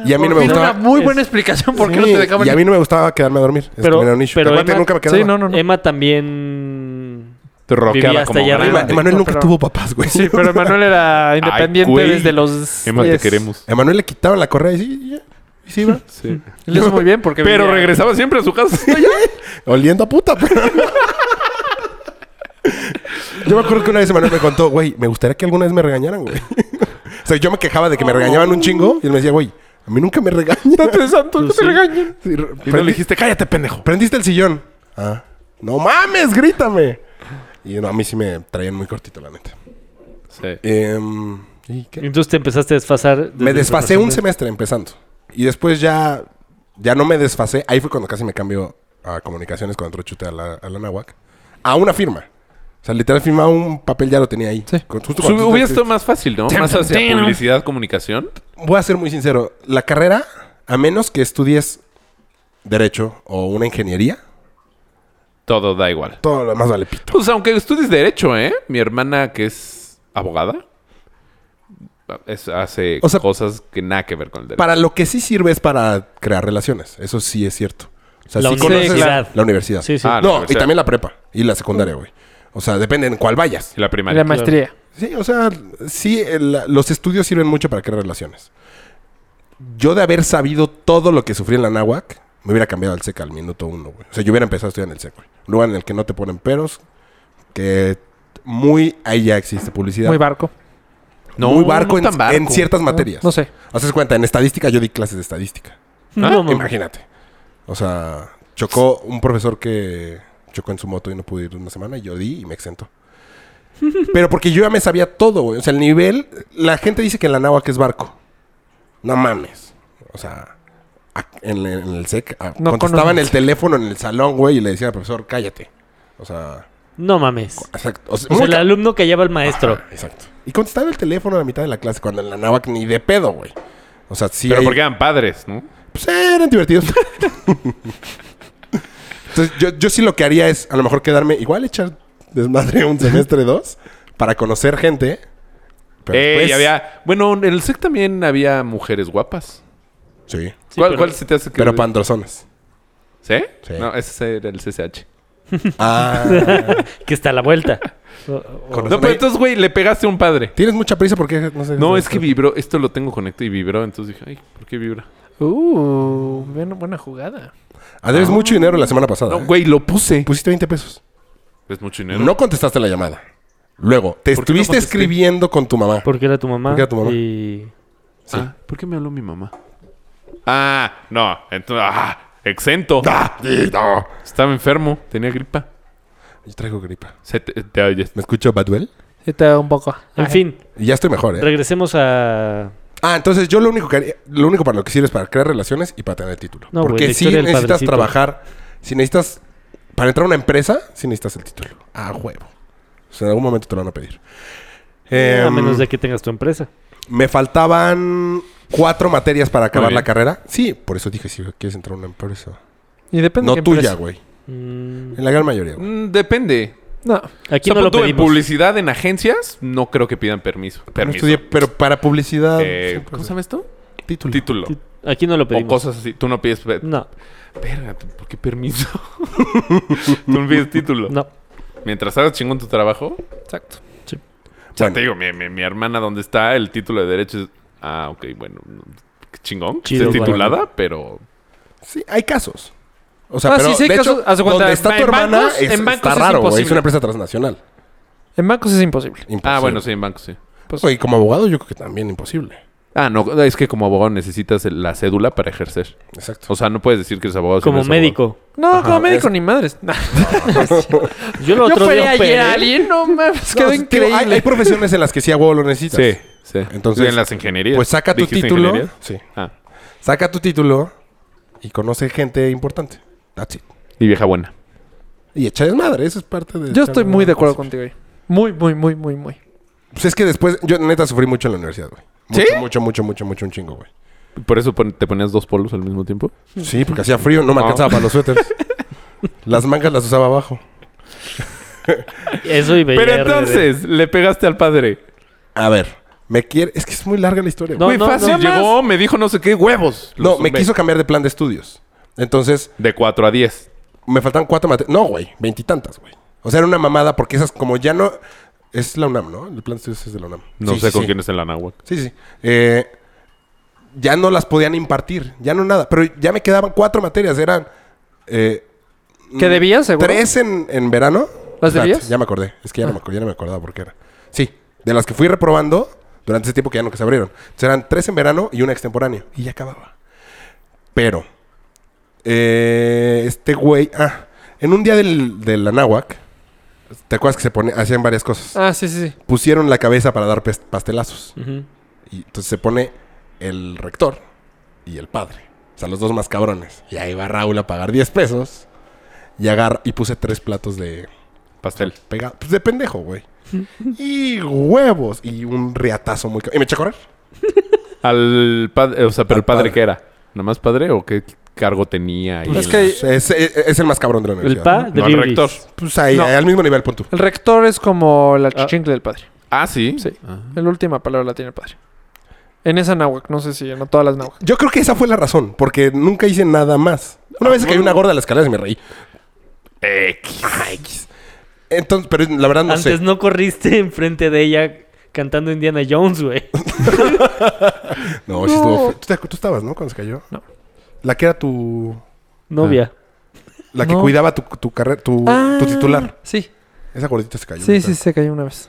[SPEAKER 3] Y a mí no me
[SPEAKER 4] Tiene
[SPEAKER 3] gustaba.
[SPEAKER 4] una muy
[SPEAKER 2] Es-
[SPEAKER 4] buena explicación por qué
[SPEAKER 3] Sí,
[SPEAKER 4] no te dejaban.
[SPEAKER 3] Y a mí no me gustaba quedarme a dormir. Eso
[SPEAKER 2] Pero-
[SPEAKER 3] también era un issue.
[SPEAKER 2] pero
[SPEAKER 3] ¿Te acuerdas que
[SPEAKER 2] Emma-
[SPEAKER 3] nunca me quedaba.
[SPEAKER 4] Sí, no, no, no.
[SPEAKER 2] Emma también.
[SPEAKER 1] Te
[SPEAKER 2] Vivía
[SPEAKER 1] roqueaba
[SPEAKER 2] hasta
[SPEAKER 1] como
[SPEAKER 2] allá
[SPEAKER 1] grande.
[SPEAKER 2] arriba.
[SPEAKER 3] Ema- Emanuel
[SPEAKER 4] No,
[SPEAKER 3] nunca
[SPEAKER 4] pero-
[SPEAKER 3] tuvo papás, güey.
[SPEAKER 4] Sí, pero Emanuel era independiente
[SPEAKER 1] güey.
[SPEAKER 4] desde los.
[SPEAKER 1] Emma, te
[SPEAKER 4] diez.
[SPEAKER 1] queremos.
[SPEAKER 3] A Emanuel le quitaban la correa y sí, ya. Y sí, iba.
[SPEAKER 1] Sí.
[SPEAKER 4] Y Lo hizo muy bien porque.
[SPEAKER 1] Pero
[SPEAKER 4] vivía-
[SPEAKER 1] regresaba siempre a su casa.
[SPEAKER 3] Oliendo a puta, pues. pero... Yo me acuerdo que una vez Emanuel me contó, güey, me gustaría que alguna vez me regañaran, güey. sea, yo me quejaba de que me regañaban un chingo y él me decía, güey, a mí nunca me regañan.
[SPEAKER 4] Santo, santo, que
[SPEAKER 2] Pues
[SPEAKER 4] te
[SPEAKER 2] sí.
[SPEAKER 4] regañen.
[SPEAKER 3] Sí, re-
[SPEAKER 1] Y no le
[SPEAKER 3] prendi-
[SPEAKER 1] dijiste, cállate, pendejo.
[SPEAKER 3] Prendiste el sillón. Ah. No mames, grítame. Y no, a mí sí me traían muy cortito, la neta.
[SPEAKER 1] Sí.
[SPEAKER 3] Em, ¿y qué?
[SPEAKER 2] Entonces te empezaste a desfasar. desde
[SPEAKER 3] Me
[SPEAKER 2] el
[SPEAKER 3] desfasé un
[SPEAKER 2] profesional.
[SPEAKER 3] semestre empezando. Y después ya, ya no me desfasé. Ahí fue cuando casi me cambio a comunicaciones cuando entró chute a la, a la Nahuac. A una firma. O sea, literal firmaba un papel, ya lo tenía ahí.
[SPEAKER 4] Sí.
[SPEAKER 3] Con- justo
[SPEAKER 1] Pues,
[SPEAKER 3] cuando tú
[SPEAKER 1] hubiera
[SPEAKER 3] te-
[SPEAKER 1] estado más fácil, ¿no? Más hacia publicidad, comunicación.
[SPEAKER 3] Voy a ser muy sincero. La carrera, a menos que estudies Derecho o una ingeniería,
[SPEAKER 1] Todo da igual.
[SPEAKER 3] todo lo demás vale pito.
[SPEAKER 1] Pues aunque estudies derecho, ¿eh? Mi hermana que es abogada es- hace
[SPEAKER 3] O sea,
[SPEAKER 1] cosas que nada que ver con el derecho.
[SPEAKER 3] Para lo que sí sirve es para crear relaciones. Eso sí es cierto. O sea,
[SPEAKER 2] La
[SPEAKER 3] sí
[SPEAKER 2] universidad.
[SPEAKER 3] conoces La, la universidad.
[SPEAKER 2] Sí, sí.
[SPEAKER 1] Ah, la
[SPEAKER 3] no, y
[SPEAKER 1] universidad.
[SPEAKER 3] también la prepa y la secundaria, güey. O sea, depende en cuál vayas.
[SPEAKER 1] Y la
[SPEAKER 4] Y
[SPEAKER 1] primaria.
[SPEAKER 4] la maestría.
[SPEAKER 3] Sí, o sea, sí, el- la- los estudios sirven mucho para crear relaciones. Yo de haber sabido todo lo que sufrí en la náhuac, me hubiera cambiado al SEC al minuto uno, güey. O sea, yo hubiera empezado a estudiar en el SEC, güey. Un lugar en el que no te ponen peros, que muy... Ahí ya existe publicidad.
[SPEAKER 4] Muy barco.
[SPEAKER 1] No,
[SPEAKER 3] Muy barco,
[SPEAKER 1] no
[SPEAKER 3] en,
[SPEAKER 1] tan barco.
[SPEAKER 3] en ciertas materias.
[SPEAKER 4] No sé.
[SPEAKER 3] Haces cuenta, en estadística yo di clases de estadística.
[SPEAKER 1] Ah,
[SPEAKER 2] No, no.
[SPEAKER 3] Imagínate. O sea, chocó un profesor que chocó en su moto y no pude ir una semana y yo di y me exento. Pero porque yo ya me sabía todo, güey. O sea, el nivel... La gente dice que en la náhuatl es barco. No mames. O sea, a- en, el- en el SEC a-
[SPEAKER 4] No
[SPEAKER 3] contestaban
[SPEAKER 4] conoces.
[SPEAKER 3] el teléfono en el salón, güey, y le decían al profesor, cállate. O sea,
[SPEAKER 2] No mames.
[SPEAKER 3] exacto. O sea,
[SPEAKER 2] O sea,
[SPEAKER 3] muy
[SPEAKER 2] el
[SPEAKER 3] ca-
[SPEAKER 2] alumno callaba al maestro.
[SPEAKER 3] Ajá, exacto. Y contestaban el teléfono a la mitad de la clase cuando en la náhuatl ni de pedo, güey. O sea, sí
[SPEAKER 1] Pero
[SPEAKER 3] hay-
[SPEAKER 1] porque eran padres, ¿no?
[SPEAKER 3] pues eran divertidos. Entonces, yo, yo sí lo que haría es a lo mejor quedarme igual echar desmadre un semestre dos para conocer gente. Pero
[SPEAKER 1] Eh,
[SPEAKER 3] después-
[SPEAKER 1] y había... Bueno, en el SEC también había mujeres guapas.
[SPEAKER 3] Sí.
[SPEAKER 2] Sí,
[SPEAKER 1] ¿Cuál,
[SPEAKER 2] pero-
[SPEAKER 1] cuál se te hace que...?
[SPEAKER 3] Pero pandrozones.
[SPEAKER 1] ¿Sí?
[SPEAKER 3] Sí.
[SPEAKER 1] No, ese era el CCH.
[SPEAKER 3] Ah.
[SPEAKER 2] Que está a la vuelta.
[SPEAKER 3] con razón.
[SPEAKER 1] No, pero entonces, güey, le pegaste a un padre.
[SPEAKER 3] Tienes mucha prisa porque no sé.
[SPEAKER 1] No, es que vibró. Esto lo tengo conectado y vibró. Entonces dije, ay, ¿por qué vibra?
[SPEAKER 4] Uh, bien- buena jugada.
[SPEAKER 3] Ah, debes mucho dinero la semana pasada.
[SPEAKER 1] No,
[SPEAKER 3] ¿eh?
[SPEAKER 1] güey, lo puse.
[SPEAKER 3] Pusiste 20 pesos.
[SPEAKER 1] Es mucho dinero.
[SPEAKER 3] No contestaste la llamada. Luego, te
[SPEAKER 1] ¿Por qué no
[SPEAKER 3] estuviste
[SPEAKER 1] contesté?
[SPEAKER 3] escribiendo con tu mamá.
[SPEAKER 2] Porque era tu mamá.
[SPEAKER 3] Porque era tu mamá.
[SPEAKER 2] Y...
[SPEAKER 1] Ah, ¿Por qué me habló mi mamá? Ah, no. Entonces, ah, exento.
[SPEAKER 3] ¡Maldito!
[SPEAKER 1] Estaba enfermo. Tenía gripa.
[SPEAKER 3] Yo traigo gripa.
[SPEAKER 1] Se te, te oyes.
[SPEAKER 3] ¿Me escucho Baduel?
[SPEAKER 4] Sí, te da un poco.
[SPEAKER 2] En
[SPEAKER 4] Ajá.
[SPEAKER 2] fin,
[SPEAKER 3] Y ya estoy mejor, ¿eh?
[SPEAKER 2] regresemos a...
[SPEAKER 3] Ah, entonces yo lo único que haría- lo único para lo que sirve es para crear relaciones y para tener título.
[SPEAKER 2] No, güey,
[SPEAKER 3] Porque
[SPEAKER 2] la
[SPEAKER 3] si
[SPEAKER 2] historia del
[SPEAKER 3] necesitas
[SPEAKER 2] padrecito.
[SPEAKER 3] trabajar, si necesitas para entrar a una empresa, si necesitas el título. A huevo. O sea, en algún momento te lo van a pedir.
[SPEAKER 2] Eh, a
[SPEAKER 3] Em,
[SPEAKER 2] menos de que tengas tu empresa.
[SPEAKER 3] Me faltaban cuatro materias para acabar
[SPEAKER 1] bien.
[SPEAKER 3] la carrera. Sí, por eso dije si quieres entrar a una empresa.
[SPEAKER 4] Y depende
[SPEAKER 3] no
[SPEAKER 4] de qué
[SPEAKER 3] tuya,
[SPEAKER 4] empresa.
[SPEAKER 3] güey.
[SPEAKER 2] Mm,
[SPEAKER 3] En la gran mayoría, güey.
[SPEAKER 1] Mm, depende.
[SPEAKER 4] No.
[SPEAKER 2] Aquí
[SPEAKER 1] O sea,
[SPEAKER 2] no
[SPEAKER 1] pon
[SPEAKER 2] lo
[SPEAKER 1] tú, en
[SPEAKER 2] pedimos.
[SPEAKER 1] publicidad, en agencias, no creo que pidan permiso.
[SPEAKER 3] No
[SPEAKER 1] Permiso.
[SPEAKER 3] estudié, pero para publicidad.
[SPEAKER 1] Eh,
[SPEAKER 3] sí, pues,
[SPEAKER 1] ¿Cómo se llama esto?
[SPEAKER 3] Título.
[SPEAKER 1] Título.
[SPEAKER 2] Aquí no lo
[SPEAKER 1] O
[SPEAKER 2] pedimos. Mm.
[SPEAKER 1] cosas así. Tú no pides... pe-
[SPEAKER 2] No,
[SPEAKER 1] Verga, ¿tú- ¿por qué permiso? Tú no pides título.
[SPEAKER 2] no.
[SPEAKER 1] Mientras hagas chingón tu trabajo...
[SPEAKER 4] Exacto.
[SPEAKER 1] O sea,
[SPEAKER 3] Bueno.
[SPEAKER 1] te digo, mi, mi- mi hermana, ¿dónde está el título de derecho? Es- Ah, ok, bueno, no, qué chingón. que
[SPEAKER 2] Chido, Pues
[SPEAKER 1] estés
[SPEAKER 2] güey.
[SPEAKER 1] titulada, pero.
[SPEAKER 3] Sí, hay casos. O sea,
[SPEAKER 4] Ah,
[SPEAKER 3] pero
[SPEAKER 4] sí, sí hay
[SPEAKER 3] de hecho,
[SPEAKER 4] casos. Haz de cuenta,
[SPEAKER 3] donde está tu
[SPEAKER 4] en
[SPEAKER 3] hermana
[SPEAKER 4] bancos-
[SPEAKER 3] es-
[SPEAKER 4] en bancos
[SPEAKER 3] está
[SPEAKER 4] es
[SPEAKER 3] raro, güey. Es
[SPEAKER 4] imposible.
[SPEAKER 3] una empresa transnacional.
[SPEAKER 4] En bancos es imposible.
[SPEAKER 1] Ah,
[SPEAKER 3] Imposible.
[SPEAKER 1] bueno, sí, en banco, sí.
[SPEAKER 3] Pues, y como abogado yo creo que también imposible.
[SPEAKER 1] Ah, no, es que como abogado necesitas el- la cédula para ejercer.
[SPEAKER 3] Exacto.
[SPEAKER 1] O sea, no puedes decir que eres abogado. si no
[SPEAKER 2] Como
[SPEAKER 1] eres abogado.
[SPEAKER 2] médico.
[SPEAKER 4] No, como médico
[SPEAKER 3] es-
[SPEAKER 4] ni madres. Nah.
[SPEAKER 2] Yo lo
[SPEAKER 4] Yo
[SPEAKER 2] otro
[SPEAKER 4] operé
[SPEAKER 2] día
[SPEAKER 4] ayer a
[SPEAKER 2] operé.
[SPEAKER 4] alguien, no mames, quedó
[SPEAKER 3] No, sí, digo,
[SPEAKER 4] increíble.
[SPEAKER 3] Hay, hay profesiones en las que sí a huevo lo necesitas.
[SPEAKER 1] Sí, sí.
[SPEAKER 3] Entonces,
[SPEAKER 1] Entonces. En las ingenierías.
[SPEAKER 3] Pues saca tu
[SPEAKER 1] ¿Dijiste
[SPEAKER 3] título.
[SPEAKER 1] ingenierías?
[SPEAKER 3] Sí.
[SPEAKER 1] Ah,
[SPEAKER 3] Saca tu título y conoce gente importante. That's it.
[SPEAKER 1] y vieja buena.
[SPEAKER 3] Y echa desmadre, eso es parte de...
[SPEAKER 4] Yo
[SPEAKER 3] echar
[SPEAKER 4] estoy muy de acuerdo
[SPEAKER 3] desmadre.
[SPEAKER 4] contigo. ahí. Muy, muy, muy, muy, muy.
[SPEAKER 3] Pues es que después, yo neta sufrí mucho en la universidad, güey. Mucho,
[SPEAKER 1] ¿Sí?
[SPEAKER 3] mucho, mucho, mucho, mucho, un chingo, güey.
[SPEAKER 1] ¿Por eso pon- te ponías dos polos al mismo tiempo?
[SPEAKER 3] Sí, porque hacía frío, no me
[SPEAKER 1] Ah.
[SPEAKER 3] alcanzaba para los suéteres. las mangas las usaba abajo.
[SPEAKER 2] Eso y veía
[SPEAKER 1] Pero
[SPEAKER 2] RBD.
[SPEAKER 1] entonces, le pegaste al padre.
[SPEAKER 3] A ver, me quiere... Es que es muy larga la historia,
[SPEAKER 2] No,
[SPEAKER 3] güey.
[SPEAKER 1] Muy fácil.
[SPEAKER 2] nada más.
[SPEAKER 1] Llegó, me dijo no sé qué, huevos.
[SPEAKER 3] No,
[SPEAKER 1] Los
[SPEAKER 3] me
[SPEAKER 1] sumé.
[SPEAKER 3] quiso cambiar de plan de estudios. Entonces,
[SPEAKER 1] De 4 a 10.
[SPEAKER 3] me faltan cuatro materias. No, güey, veintitantas, güey. O sea, era una mamada porque esas como ya no... Es la UNAM, ¿no? El plan de estudios es de la UNAM.
[SPEAKER 1] No
[SPEAKER 3] Sí,
[SPEAKER 1] sé
[SPEAKER 3] sí,
[SPEAKER 1] con
[SPEAKER 3] sí.
[SPEAKER 1] quién es el Anahuac.
[SPEAKER 3] Sí, sí. Eh, ya no las podían impartir, ya no nada. Pero ya me quedaban cuatro materias, eran... eh,
[SPEAKER 4] ¿Qué debías, seguro?
[SPEAKER 3] Tres en, en verano.
[SPEAKER 4] ¿Las
[SPEAKER 3] Espérate,
[SPEAKER 4] debías? Ah.
[SPEAKER 3] Ya me acordé. Es que ya, no me, acu- ya no me acordaba por qué era. Sí, de las que fui reprobando, durante ese tiempo que ya no que se abrieron. Entonces eran tres en verano y una extemporánea. Y ya acababa. Pero, eh, este güey, ah, en un día del, del Anáhuac, ¿te acuerdas que se pone, hacían varias cosas?
[SPEAKER 4] Ah, sí, sí, sí.
[SPEAKER 3] Pusieron la cabeza para dar pes- pastelazos.
[SPEAKER 2] Ujú.
[SPEAKER 3] Y entonces se pone el rector y el padre. O sea, los dos más cabrones. Y ahí va Raúl a pagar 10 pesos. Y agarra. Y puse tres platos de
[SPEAKER 1] Pastel.
[SPEAKER 3] pegado. Pues de pendejo, güey. y huevos. Y un riatazo muy. ca- Y me eché a correr.
[SPEAKER 1] Al padre, o sea, pero
[SPEAKER 3] Al
[SPEAKER 1] el padre,
[SPEAKER 3] padre.
[SPEAKER 1] que era? ¿Nada más padre o qué cargo tenía? y
[SPEAKER 4] Pues
[SPEAKER 1] el-
[SPEAKER 4] que-
[SPEAKER 3] Es, es- es el más cabrón de la
[SPEAKER 2] El
[SPEAKER 3] universidad.
[SPEAKER 2] pa de
[SPEAKER 1] No, el rector.
[SPEAKER 2] Libris.
[SPEAKER 3] Pues ahí,
[SPEAKER 4] No.
[SPEAKER 3] ahí al mismo nivel, pon tú.
[SPEAKER 4] El rector es como la chichincle del padre.
[SPEAKER 1] Ah, sí.
[SPEAKER 4] Sí.
[SPEAKER 1] Ah.
[SPEAKER 4] La última palabra la tiene el padre. En esa náhuac, no sé si en todas las náhuac.
[SPEAKER 3] Yo creo que esa fue la razón. Porque nunca hice nada más. Una vez que hay una gorda a la escalera y me reí.
[SPEAKER 1] X.
[SPEAKER 3] Entonces, pero la verdad no
[SPEAKER 2] Antes
[SPEAKER 3] sé.
[SPEAKER 2] no corriste enfrente de ella cantando Indiana Jones, güey.
[SPEAKER 3] No, sí estuvo. fe- ¿Tú, te acu- tú estabas, ¿no? Cuando se cayó.
[SPEAKER 4] No.
[SPEAKER 3] La que era tu.
[SPEAKER 2] Novia.
[SPEAKER 3] La que
[SPEAKER 4] No.
[SPEAKER 3] cuidaba tu, tu carrera, tu, tu titular.
[SPEAKER 4] Ah, Sí,
[SPEAKER 3] Esa gordita se cayó.
[SPEAKER 4] sí,
[SPEAKER 3] neta.
[SPEAKER 4] sí, se cayó una vez.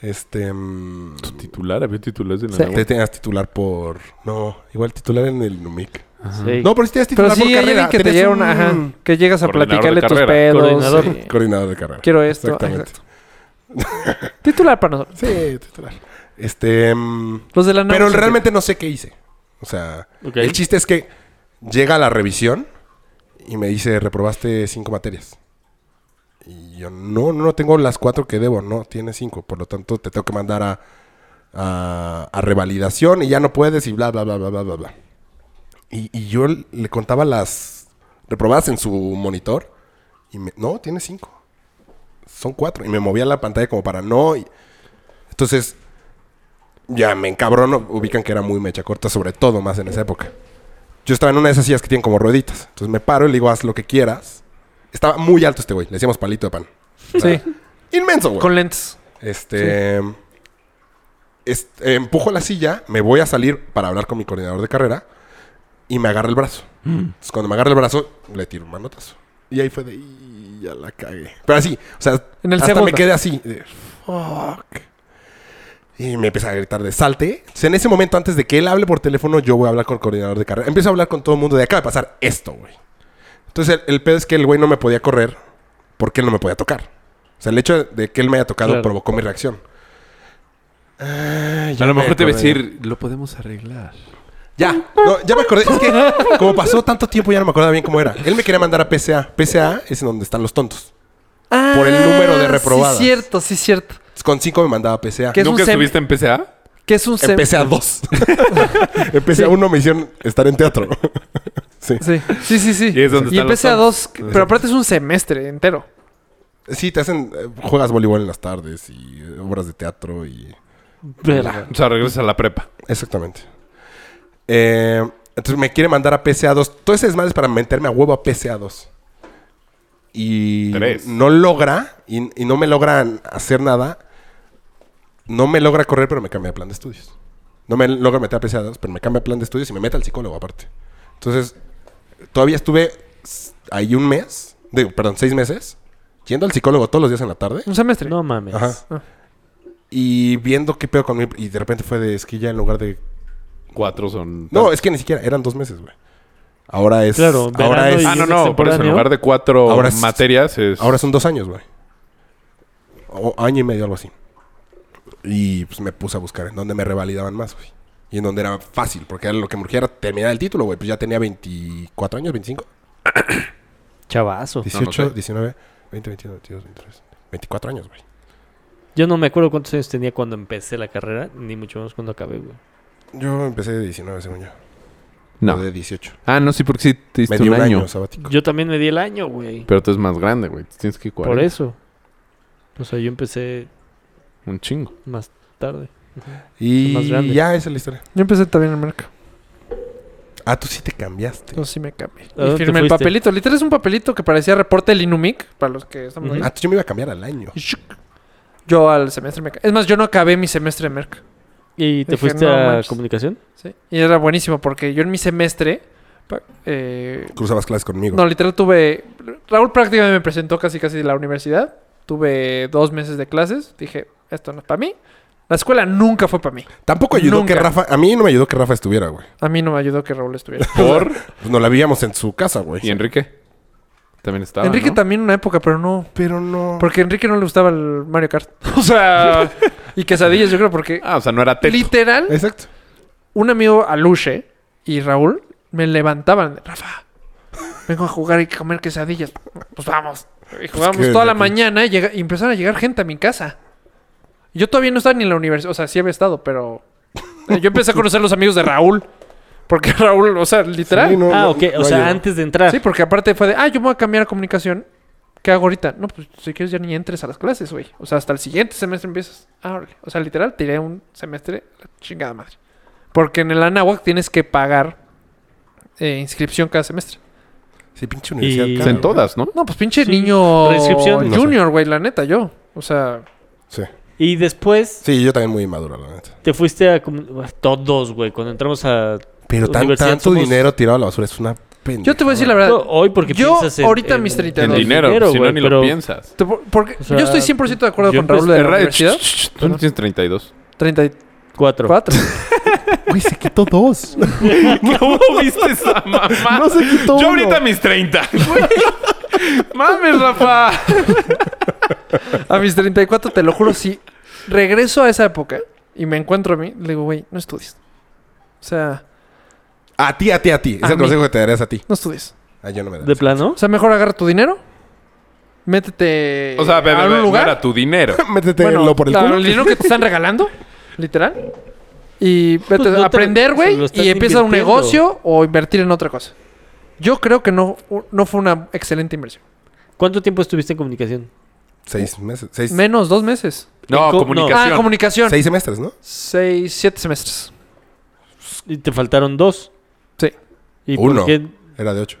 [SPEAKER 3] Este. mm,
[SPEAKER 1] ¿Tu titular? ¿Había titulares en la
[SPEAKER 4] Sí.
[SPEAKER 1] Nahua?
[SPEAKER 3] te tenías titular por. No, igual titular en el NUMIC.
[SPEAKER 1] Ajá.
[SPEAKER 2] Sí.
[SPEAKER 3] No, pero sí
[SPEAKER 4] Pero
[SPEAKER 3] tenías titular por
[SPEAKER 4] sí, hay alguien
[SPEAKER 3] carrera.
[SPEAKER 4] que te
[SPEAKER 3] tenías
[SPEAKER 4] llega
[SPEAKER 3] un
[SPEAKER 4] una, ajá, que llegas a
[SPEAKER 1] Coordinador de
[SPEAKER 4] platicarle tus
[SPEAKER 1] carrera.
[SPEAKER 4] pedos.
[SPEAKER 2] Coordinador.
[SPEAKER 4] sí.
[SPEAKER 3] Coordinador de carrera.
[SPEAKER 4] Quiero esto.
[SPEAKER 3] Exactamente.
[SPEAKER 4] exacto. Titular para nosotros.
[SPEAKER 3] Sí, titular. Este. mm,
[SPEAKER 4] Los de la náhuac.
[SPEAKER 3] pero
[SPEAKER 4] se-
[SPEAKER 3] realmente no sé qué hice. O sea,
[SPEAKER 2] Ok.
[SPEAKER 3] el chiste es que llega la revisión y me dice, reprobaste cinco materias. Y yo, no, no tengo las cuatro que debo, no, tienes cinco. Por lo tanto, te tengo que mandar a, a, a revalidación y ya no puedes y bla, bla, bla, bla, bla, bla, bla. Y, y yo le contaba las reprobadas en su monitor y me, no, tiene cinco. Son cuatro. Y me movía la pantalla como para no. y- Entonces, ya me encabrono. Ubican que era muy mecha corta, sobre todo más en esa época. Yo estaba en una de esas sillas que tienen como rueditas. Entonces me paro y le digo, haz lo que quieras. Estaba muy alto este güey. Le decíamos palito de pan. O sea,
[SPEAKER 4] Sí,
[SPEAKER 3] Inmenso, güey.
[SPEAKER 4] con lentes.
[SPEAKER 3] Este, es- eh, empujo la silla, me voy a salir para hablar con mi coordinador de carrera y me agarra el brazo. Entonces, cuando me agarra el brazo, le tiro un manotazo. Mm. Y ahí fue de, "Y, ya la cagué. Pero así, o sea,
[SPEAKER 4] En el
[SPEAKER 3] hasta
[SPEAKER 4] segundo.
[SPEAKER 3] me quedé así. de, fuck. Y me empieza a gritar de salte. Entonces, en ese momento, antes de que él hable por teléfono, yo voy a hablar con el coordinador de carrera. Empiezo a hablar con todo el mundo de acaba de pasar esto, güey. Entonces, el, el pedo es que el güey no me podía correr porque él no me podía tocar. O sea, el hecho de que él me haya tocado
[SPEAKER 2] Claro.
[SPEAKER 3] provocó mi reacción. Ah, ya
[SPEAKER 1] A lo
[SPEAKER 3] me
[SPEAKER 1] mejor te iba a
[SPEAKER 3] acordé.
[SPEAKER 1] decir, lo podemos arreglar.
[SPEAKER 3] Ya, no, ya me acordé. Es que como pasó tanto tiempo, ya no me acordaba bien cómo era. Él me quería mandar a PCA. PCA es en donde están los tontos. Por el número de reprobadas.
[SPEAKER 4] Ah, Sí, cierto, sí, cierto.
[SPEAKER 3] Entonces, Con 5 me mandaba a PCA.
[SPEAKER 4] ¿Qué es
[SPEAKER 1] ¿Nunca
[SPEAKER 4] un sem-
[SPEAKER 1] estuviste en PCA?
[SPEAKER 4] Que es un sem-
[SPEAKER 3] Empecé a 2. Empecé a 1 me hicieron estar en teatro. sí.
[SPEAKER 4] Sí, sí, sí. sí.
[SPEAKER 1] Y es donde están los
[SPEAKER 4] y empecé a dos, pero aparte es un semestre entero.
[SPEAKER 3] Sí, te hacen... eh, Juegas voleibol en las tardes y eh, obras de teatro y...
[SPEAKER 2] Verga.
[SPEAKER 1] O sea, regresas a la prepa.
[SPEAKER 3] Exactamente. Eh, entonces me quiere mandar a PCA2. Todo ese desmadre es para meterme a huevo a PCA2. Y
[SPEAKER 1] Tres.
[SPEAKER 3] no logra, y, y no me logran hacer nada. No me logra correr, pero me cambia de plan de estudios. No me logra meter a PCA2, pero me cambia de plan de estudios y me mete al psicólogo aparte. Entonces, todavía estuve s- ahí un mes, digo, perdón, seis meses, yendo al psicólogo todos los días en la tarde.
[SPEAKER 4] Un semestre.
[SPEAKER 2] No mames.
[SPEAKER 3] Ajá. Y viendo qué pedo con mi... Y de repente fue de, es que ya en lugar de
[SPEAKER 1] Cuatro son.
[SPEAKER 3] No, es que ni siquiera eran dos meses, güey. Ahora es.
[SPEAKER 2] Claro,
[SPEAKER 3] ahora
[SPEAKER 2] verano
[SPEAKER 3] es.
[SPEAKER 2] y-
[SPEAKER 1] Ah, no, no. Por eso, en
[SPEAKER 2] extemporáneo.
[SPEAKER 1] lugar de cuatro
[SPEAKER 3] Ahora es-
[SPEAKER 1] materias es.
[SPEAKER 3] Ahora son dos años, güey. O año y medio, algo así. Y pues me puse a buscar en dónde me revalidaban más, güey. Y en donde era fácil, porque era lo que me urgía era terminar el título, güey. Pues ya tenía 24 años, 25,
[SPEAKER 2] Chavazo.
[SPEAKER 3] 18,
[SPEAKER 1] sé.
[SPEAKER 3] 19, 20, 21, 22, 23. 24 años, güey.
[SPEAKER 2] Yo no me acuerdo cuántos años tenía cuando empecé la carrera, ni mucho menos cuando acabé, güey.
[SPEAKER 3] Yo empecé de 19, según yo. O
[SPEAKER 1] No.
[SPEAKER 3] de 18.
[SPEAKER 1] Ah, no, sí, porque sí te
[SPEAKER 3] Me
[SPEAKER 1] diste
[SPEAKER 3] di
[SPEAKER 1] un,
[SPEAKER 3] un
[SPEAKER 1] año.
[SPEAKER 3] año sabático.
[SPEAKER 2] Yo también me di el año, güey.
[SPEAKER 1] Pero tú es más grande, güey. Tienes que ir
[SPEAKER 2] Por
[SPEAKER 1] 40.
[SPEAKER 2] eso. O sea, yo empecé
[SPEAKER 1] Un chingo.
[SPEAKER 2] más tarde.
[SPEAKER 3] Y
[SPEAKER 2] más grande.
[SPEAKER 3] ya esa es la historia.
[SPEAKER 4] Yo empecé también en merca.
[SPEAKER 3] Ah, tú sí te cambiaste.
[SPEAKER 4] Yo sí me cambié.
[SPEAKER 2] dónde
[SPEAKER 4] Y
[SPEAKER 2] te
[SPEAKER 4] firmé el
[SPEAKER 2] fuiste?
[SPEAKER 4] papelito. Literal es un papelito que parecía reporte del Inumic, para los que estamos
[SPEAKER 2] Ujú.
[SPEAKER 4] ahí.
[SPEAKER 3] Ah, tú yo me iba a cambiar al año.
[SPEAKER 4] Y shuk. Yo al semestre me ca- Es más, yo no acabé mi semestre en merca.
[SPEAKER 2] ¿Y te
[SPEAKER 4] Dije,
[SPEAKER 2] fuiste
[SPEAKER 4] "No
[SPEAKER 2] a
[SPEAKER 4] manches".
[SPEAKER 2] comunicación?
[SPEAKER 4] ¿sí? Y era buenísimo porque yo en mi semestre... pa- eh,
[SPEAKER 3] Cruzabas clases conmigo.
[SPEAKER 4] No, literal tuve. Raúl prácticamente me presentó casi casi la universidad. Tuve dos meses de clases. Dije, esto no es para mí. La escuela nunca fue para mí.
[SPEAKER 3] Tampoco ayudó
[SPEAKER 4] Nunca.
[SPEAKER 3] que Rafa. A mí no me ayudó que Rafa estuviera, güey.
[SPEAKER 4] A mí no me ayudó que Raúl estuviera.
[SPEAKER 1] Por.
[SPEAKER 3] Pues nos la vivíamos en su casa, güey.
[SPEAKER 1] ¿Y Enrique? También estaba.
[SPEAKER 4] Enrique
[SPEAKER 1] ¿no?
[SPEAKER 4] también una época, pero no.
[SPEAKER 3] Pero no.
[SPEAKER 4] Porque a Enrique no le gustaba el Mario Kart. O sea, y quesadillas, yo creo, porque
[SPEAKER 1] Ah, o sea, no era teto.
[SPEAKER 4] literal,
[SPEAKER 3] Exacto.
[SPEAKER 4] un amigo Aluche y Raúl me levantaban. Rafa, vengo a jugar y comer quesadillas. Pues vamos. Y jugábamos
[SPEAKER 3] que-
[SPEAKER 4] toda la
[SPEAKER 3] que-
[SPEAKER 4] mañana y, llega- y empezaron a llegar gente a mi casa. Yo todavía no estaba ni en la universidad. O sea, sí había estado, pero... eh, Yo empecé a conocer los amigos de Raúl. Porque Raúl, o sea, literal.
[SPEAKER 3] Sí, no,
[SPEAKER 2] ah,
[SPEAKER 3] no,
[SPEAKER 2] ok.
[SPEAKER 3] no
[SPEAKER 2] o sea,
[SPEAKER 3] ayudó.
[SPEAKER 2] antes de entrar.
[SPEAKER 4] Sí, porque aparte fue de, ah, yo me voy a cambiar a comunicación. ¿Qué hago ahorita? No, pues si quieres ya ni entres a las clases, güey. O sea, hasta el siguiente semestre empiezas. Ah, órale. O sea, literal, tiré un semestre a la chingada madre. Porque en el Anáhuac tienes que pagar eh, inscripción cada semestre.
[SPEAKER 3] Sí, pinche universidad.
[SPEAKER 1] O
[SPEAKER 2] Y-
[SPEAKER 3] cara,
[SPEAKER 1] sea, en
[SPEAKER 3] güey.
[SPEAKER 1] todas, ¿no?
[SPEAKER 4] No, pues pinche
[SPEAKER 2] Sí,
[SPEAKER 4] niño
[SPEAKER 2] reinscripción.
[SPEAKER 3] No sé.
[SPEAKER 4] junior, güey, la neta, yo. O sea,
[SPEAKER 3] Sí.
[SPEAKER 2] Y después
[SPEAKER 3] Sí, yo también muy inmaduro, la neta.
[SPEAKER 2] te fuiste a... comu- Todos, güey. Cuando entramos a...
[SPEAKER 4] Pues,
[SPEAKER 3] Pero tan-
[SPEAKER 2] Universidad
[SPEAKER 3] tanto
[SPEAKER 2] somos-
[SPEAKER 3] dinero tirado a la basura es una pena.
[SPEAKER 4] yo te voy a decir la verdad.
[SPEAKER 2] Hoy porque
[SPEAKER 4] yo
[SPEAKER 2] piensas en...
[SPEAKER 4] ahorita
[SPEAKER 2] en-
[SPEAKER 4] mis
[SPEAKER 2] en
[SPEAKER 4] 32.
[SPEAKER 1] En
[SPEAKER 4] Pero-
[SPEAKER 1] dinero, si no
[SPEAKER 2] güey,
[SPEAKER 1] ni
[SPEAKER 2] pero-
[SPEAKER 1] lo piensas.
[SPEAKER 4] te- porque
[SPEAKER 2] O sea,
[SPEAKER 4] yo estoy 100% de acuerdo
[SPEAKER 2] yo
[SPEAKER 4] con Raúl de la
[SPEAKER 1] Erra-
[SPEAKER 4] universidad.
[SPEAKER 1] Shh, shh, shh, Tú no tienes 32.
[SPEAKER 4] 34.
[SPEAKER 2] Cuatro.
[SPEAKER 3] Güey, se quitó dos.
[SPEAKER 1] ¿Cómo viste esa mamá?
[SPEAKER 3] No se quitó uno.
[SPEAKER 1] Yo ahorita mis 30.
[SPEAKER 4] ¡Mames, Rafa! a mis 34, te lo juro, si regreso a esa época y me encuentro a mí, le digo, güey, no estudies. O sea,
[SPEAKER 3] A ti, a ti, a ti. Es
[SPEAKER 4] A
[SPEAKER 3] el
[SPEAKER 4] mí.
[SPEAKER 3] consejo que te darías a ti.
[SPEAKER 4] no estudies.
[SPEAKER 3] A yo no me
[SPEAKER 2] ¿De
[SPEAKER 3] darías.
[SPEAKER 2] plano?
[SPEAKER 4] O sea, mejor agarra tu dinero, métete
[SPEAKER 1] O sea, bebé,
[SPEAKER 4] a un
[SPEAKER 1] no
[SPEAKER 4] lugar.
[SPEAKER 1] era tu dinero.
[SPEAKER 3] Métete
[SPEAKER 4] Bueno,
[SPEAKER 3] lo por el
[SPEAKER 4] la-
[SPEAKER 3] culo.
[SPEAKER 4] dinero que te están regalando, literal. Y vete
[SPEAKER 2] Pues no
[SPEAKER 4] a
[SPEAKER 2] te-
[SPEAKER 4] aprender,
[SPEAKER 2] se
[SPEAKER 4] güey,
[SPEAKER 2] lo estás
[SPEAKER 4] y empieza un
[SPEAKER 2] invirtiendo.
[SPEAKER 4] negocio o invertir en otra cosa. Yo creo que no, no fue una excelente inversión.
[SPEAKER 2] ¿Cuánto tiempo estuviste en comunicación?
[SPEAKER 3] Seis meses. Seis,
[SPEAKER 4] Menos dos meses.
[SPEAKER 1] No,
[SPEAKER 2] co-
[SPEAKER 1] comunicación.
[SPEAKER 4] Ah, comunicación.
[SPEAKER 3] seis semestres, ¿no?
[SPEAKER 4] Seis, siete semestres.
[SPEAKER 2] Y te faltaron dos.
[SPEAKER 4] Sí.
[SPEAKER 2] ¿Y por
[SPEAKER 3] Uno.
[SPEAKER 2] qué-
[SPEAKER 3] Era de ocho.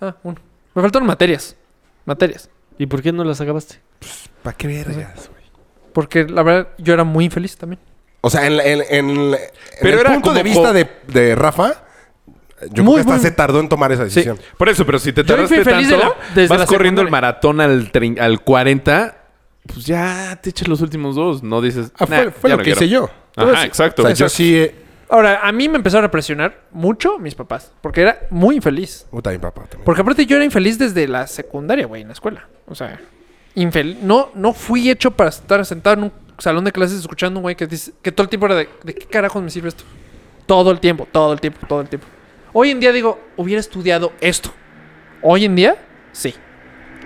[SPEAKER 4] Ah, uno. Me faltaron materias. Materias.
[SPEAKER 2] ¿Y por qué no las acabaste?
[SPEAKER 3] ¿Para qué vergas, güey?
[SPEAKER 4] Porque la verdad, yo era muy infeliz también.
[SPEAKER 3] O sea, en, la- en, en, la- en
[SPEAKER 1] Pero
[SPEAKER 3] el
[SPEAKER 1] era
[SPEAKER 3] punto de
[SPEAKER 1] como
[SPEAKER 3] vista
[SPEAKER 1] co-
[SPEAKER 3] de, de Rafa, yo
[SPEAKER 4] Muy,
[SPEAKER 3] creo que hasta
[SPEAKER 4] muy-
[SPEAKER 3] se tardó en tomar esa decisión.
[SPEAKER 1] Por eso, pero si te
[SPEAKER 4] Yo fui
[SPEAKER 1] tardaste
[SPEAKER 4] feliz
[SPEAKER 1] tanto,
[SPEAKER 4] de la- desde
[SPEAKER 1] vas
[SPEAKER 4] la
[SPEAKER 1] corriendo
[SPEAKER 4] secundaria.
[SPEAKER 1] el maratón al, trein- al 40, pues ya te echas los últimos dos. No dices.
[SPEAKER 3] Ah, fue
[SPEAKER 1] "Nah,
[SPEAKER 3] fue
[SPEAKER 1] ya no
[SPEAKER 3] lo que
[SPEAKER 1] quiero".
[SPEAKER 3] hice yo.
[SPEAKER 1] Ajá, exacto.
[SPEAKER 3] O sea, yo sí... eh,
[SPEAKER 4] Ahora, a mí me empezaron a presionar mucho mis papás. Porque era muy infeliz.
[SPEAKER 3] Puta, mi papá también.
[SPEAKER 4] Porque aparte yo era infeliz desde la secundaria, güey, en la escuela. O sea, infeliz. No, no fui hecho para estar sentado en un salón de clases escuchando a un güey que dice que todo el tiempo era de, ¿de qué carajos me sirve esto? Todo el tiempo, todo el tiempo, todo el tiempo. Hoy en día digo, hubiera estudiado esto. Hoy en día, sí.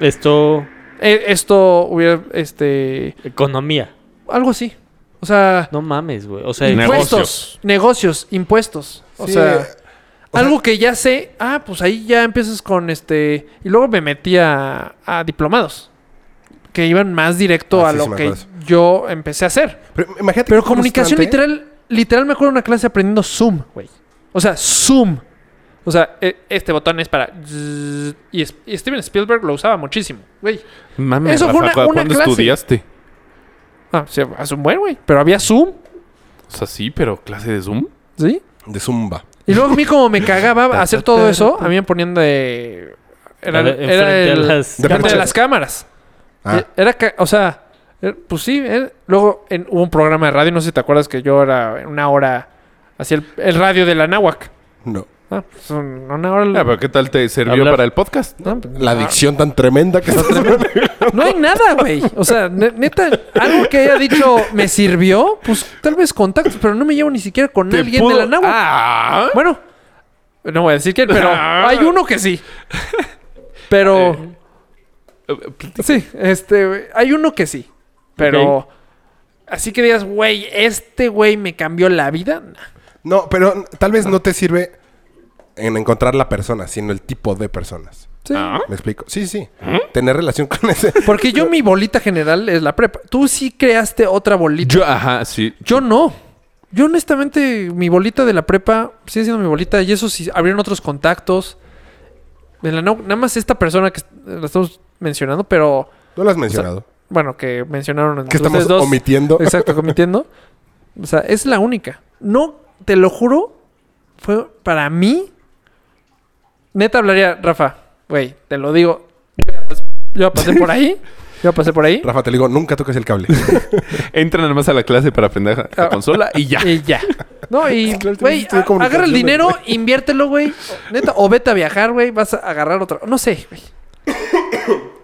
[SPEAKER 2] Esto,
[SPEAKER 4] Eh, Esto hubiera, este,
[SPEAKER 2] economía.
[SPEAKER 4] Algo así. O sea,
[SPEAKER 2] No mames, güey. O sea, pues,
[SPEAKER 1] Negocio.
[SPEAKER 4] impuestos. Negocios. impuestos. O
[SPEAKER 3] Sí. eh,
[SPEAKER 4] sea,
[SPEAKER 3] sea-
[SPEAKER 4] algo que ya sé. Ah, pues ahí ya empiezas con este. Y luego me metí a, a diplomados. Que iban más directo
[SPEAKER 3] Ah,
[SPEAKER 4] a
[SPEAKER 3] sí, sí
[SPEAKER 4] lo
[SPEAKER 3] me
[SPEAKER 4] que
[SPEAKER 3] acuerdo.
[SPEAKER 4] yo empecé a hacer.
[SPEAKER 3] Pero imagínate
[SPEAKER 4] Pero
[SPEAKER 3] qué
[SPEAKER 4] comunicación
[SPEAKER 3] frustrante. ¿eh?
[SPEAKER 4] literal, literal me acuerdo de una clase aprendiendo Zoom, güey. O sea, Zoom. O sea, e- este botón es para... zzzz, Y es- y Steven Spielberg lo usaba muchísimo, güey.
[SPEAKER 1] Mames,
[SPEAKER 4] Eso fue
[SPEAKER 1] Rafa,
[SPEAKER 4] una- una
[SPEAKER 1] ¿cuándo
[SPEAKER 4] clase.
[SPEAKER 1] estudiaste?
[SPEAKER 4] Ah, sí, hace un buen, güey. Pero había Zoom,
[SPEAKER 1] O sea, sí, pero clase de Zoom.
[SPEAKER 4] ¿sí?
[SPEAKER 3] De Zumba.
[SPEAKER 4] Y luego a mí como me cagaba hacer todo eso, a mí me ponían de... Era,
[SPEAKER 2] A ver, enfrente
[SPEAKER 4] era
[SPEAKER 2] a
[SPEAKER 4] el...
[SPEAKER 2] las
[SPEAKER 4] de
[SPEAKER 3] cámaras.
[SPEAKER 4] las cámaras.
[SPEAKER 3] Ah,
[SPEAKER 4] Eh, Era... ca- O sea, eh, pues sí. eh, Luego en- hubo un programa de radio, no sé si te acuerdas que yo era en una hora... Hacía el, el radio de la náhuac.
[SPEAKER 3] no.
[SPEAKER 4] Ah, pues en una hora...
[SPEAKER 1] Ah, pero ¿qué tal te sirvió
[SPEAKER 2] Hablar.
[SPEAKER 1] para el podcast?
[SPEAKER 4] No, pues,
[SPEAKER 3] La adicción tan tremenda que estás teniendo.
[SPEAKER 4] no hay nada, güey. O sea, ne- neta, algo que haya dicho me sirvió, pues tal vez contactos, pero no me llevo ni siquiera con
[SPEAKER 1] ¿Te
[SPEAKER 4] alguien
[SPEAKER 1] pudo-
[SPEAKER 4] de la náhuac.
[SPEAKER 1] Ah,
[SPEAKER 4] Bueno, no voy a decir quién, pero
[SPEAKER 1] Ah.
[SPEAKER 4] hay uno que sí. Pero
[SPEAKER 1] Eh,
[SPEAKER 4] eh, sí, este, hay uno que sí. Pero así que digas, güey, este güey me cambió la vida. nah.
[SPEAKER 3] No, pero tal vez no te sirve en encontrar la persona, sino el tipo de personas.
[SPEAKER 4] Sí.
[SPEAKER 1] Ah.
[SPEAKER 3] ¿Me explico? Sí, sí.
[SPEAKER 1] ¿Mm?
[SPEAKER 3] Tener relación con ese.
[SPEAKER 4] Porque yo mi bolita general es la prepa. Tú sí creaste otra bolita. Yo,
[SPEAKER 1] Yo, ajá, sí.
[SPEAKER 4] no. Yo honestamente mi bolita de la prepa sigue siendo mi bolita y eso sí abrieron otros contactos. De la nau- nada más esta persona que est- la estamos mencionando, pero
[SPEAKER 3] No lo has mencionado.
[SPEAKER 4] bueno, que mencionaron entre
[SPEAKER 3] que estamos
[SPEAKER 4] ustedes dos.
[SPEAKER 3] omitiendo.
[SPEAKER 4] Exacto, cometiendo. O sea, es la única. No, te lo juro, fue para mí. Neta hablaría, Rafa, güey, te lo digo. Yo ya pas- Yo ya pasé por ahí. Yo pasé por ahí
[SPEAKER 3] Rafa, te digo, nada toques el cable.
[SPEAKER 1] Entra nada más a la clase para aprender a- la
[SPEAKER 4] Ah.
[SPEAKER 1] consola y ya.
[SPEAKER 4] y ya. No, y,
[SPEAKER 3] Claro,
[SPEAKER 4] güey,
[SPEAKER 3] tienes que
[SPEAKER 4] a-
[SPEAKER 3] comunicación,
[SPEAKER 4] agarra el dinero,
[SPEAKER 3] güey.
[SPEAKER 4] inviértelo, güey. o- Neta, o vete a viajar, güey. Vas a agarrar otra. No sé, güey.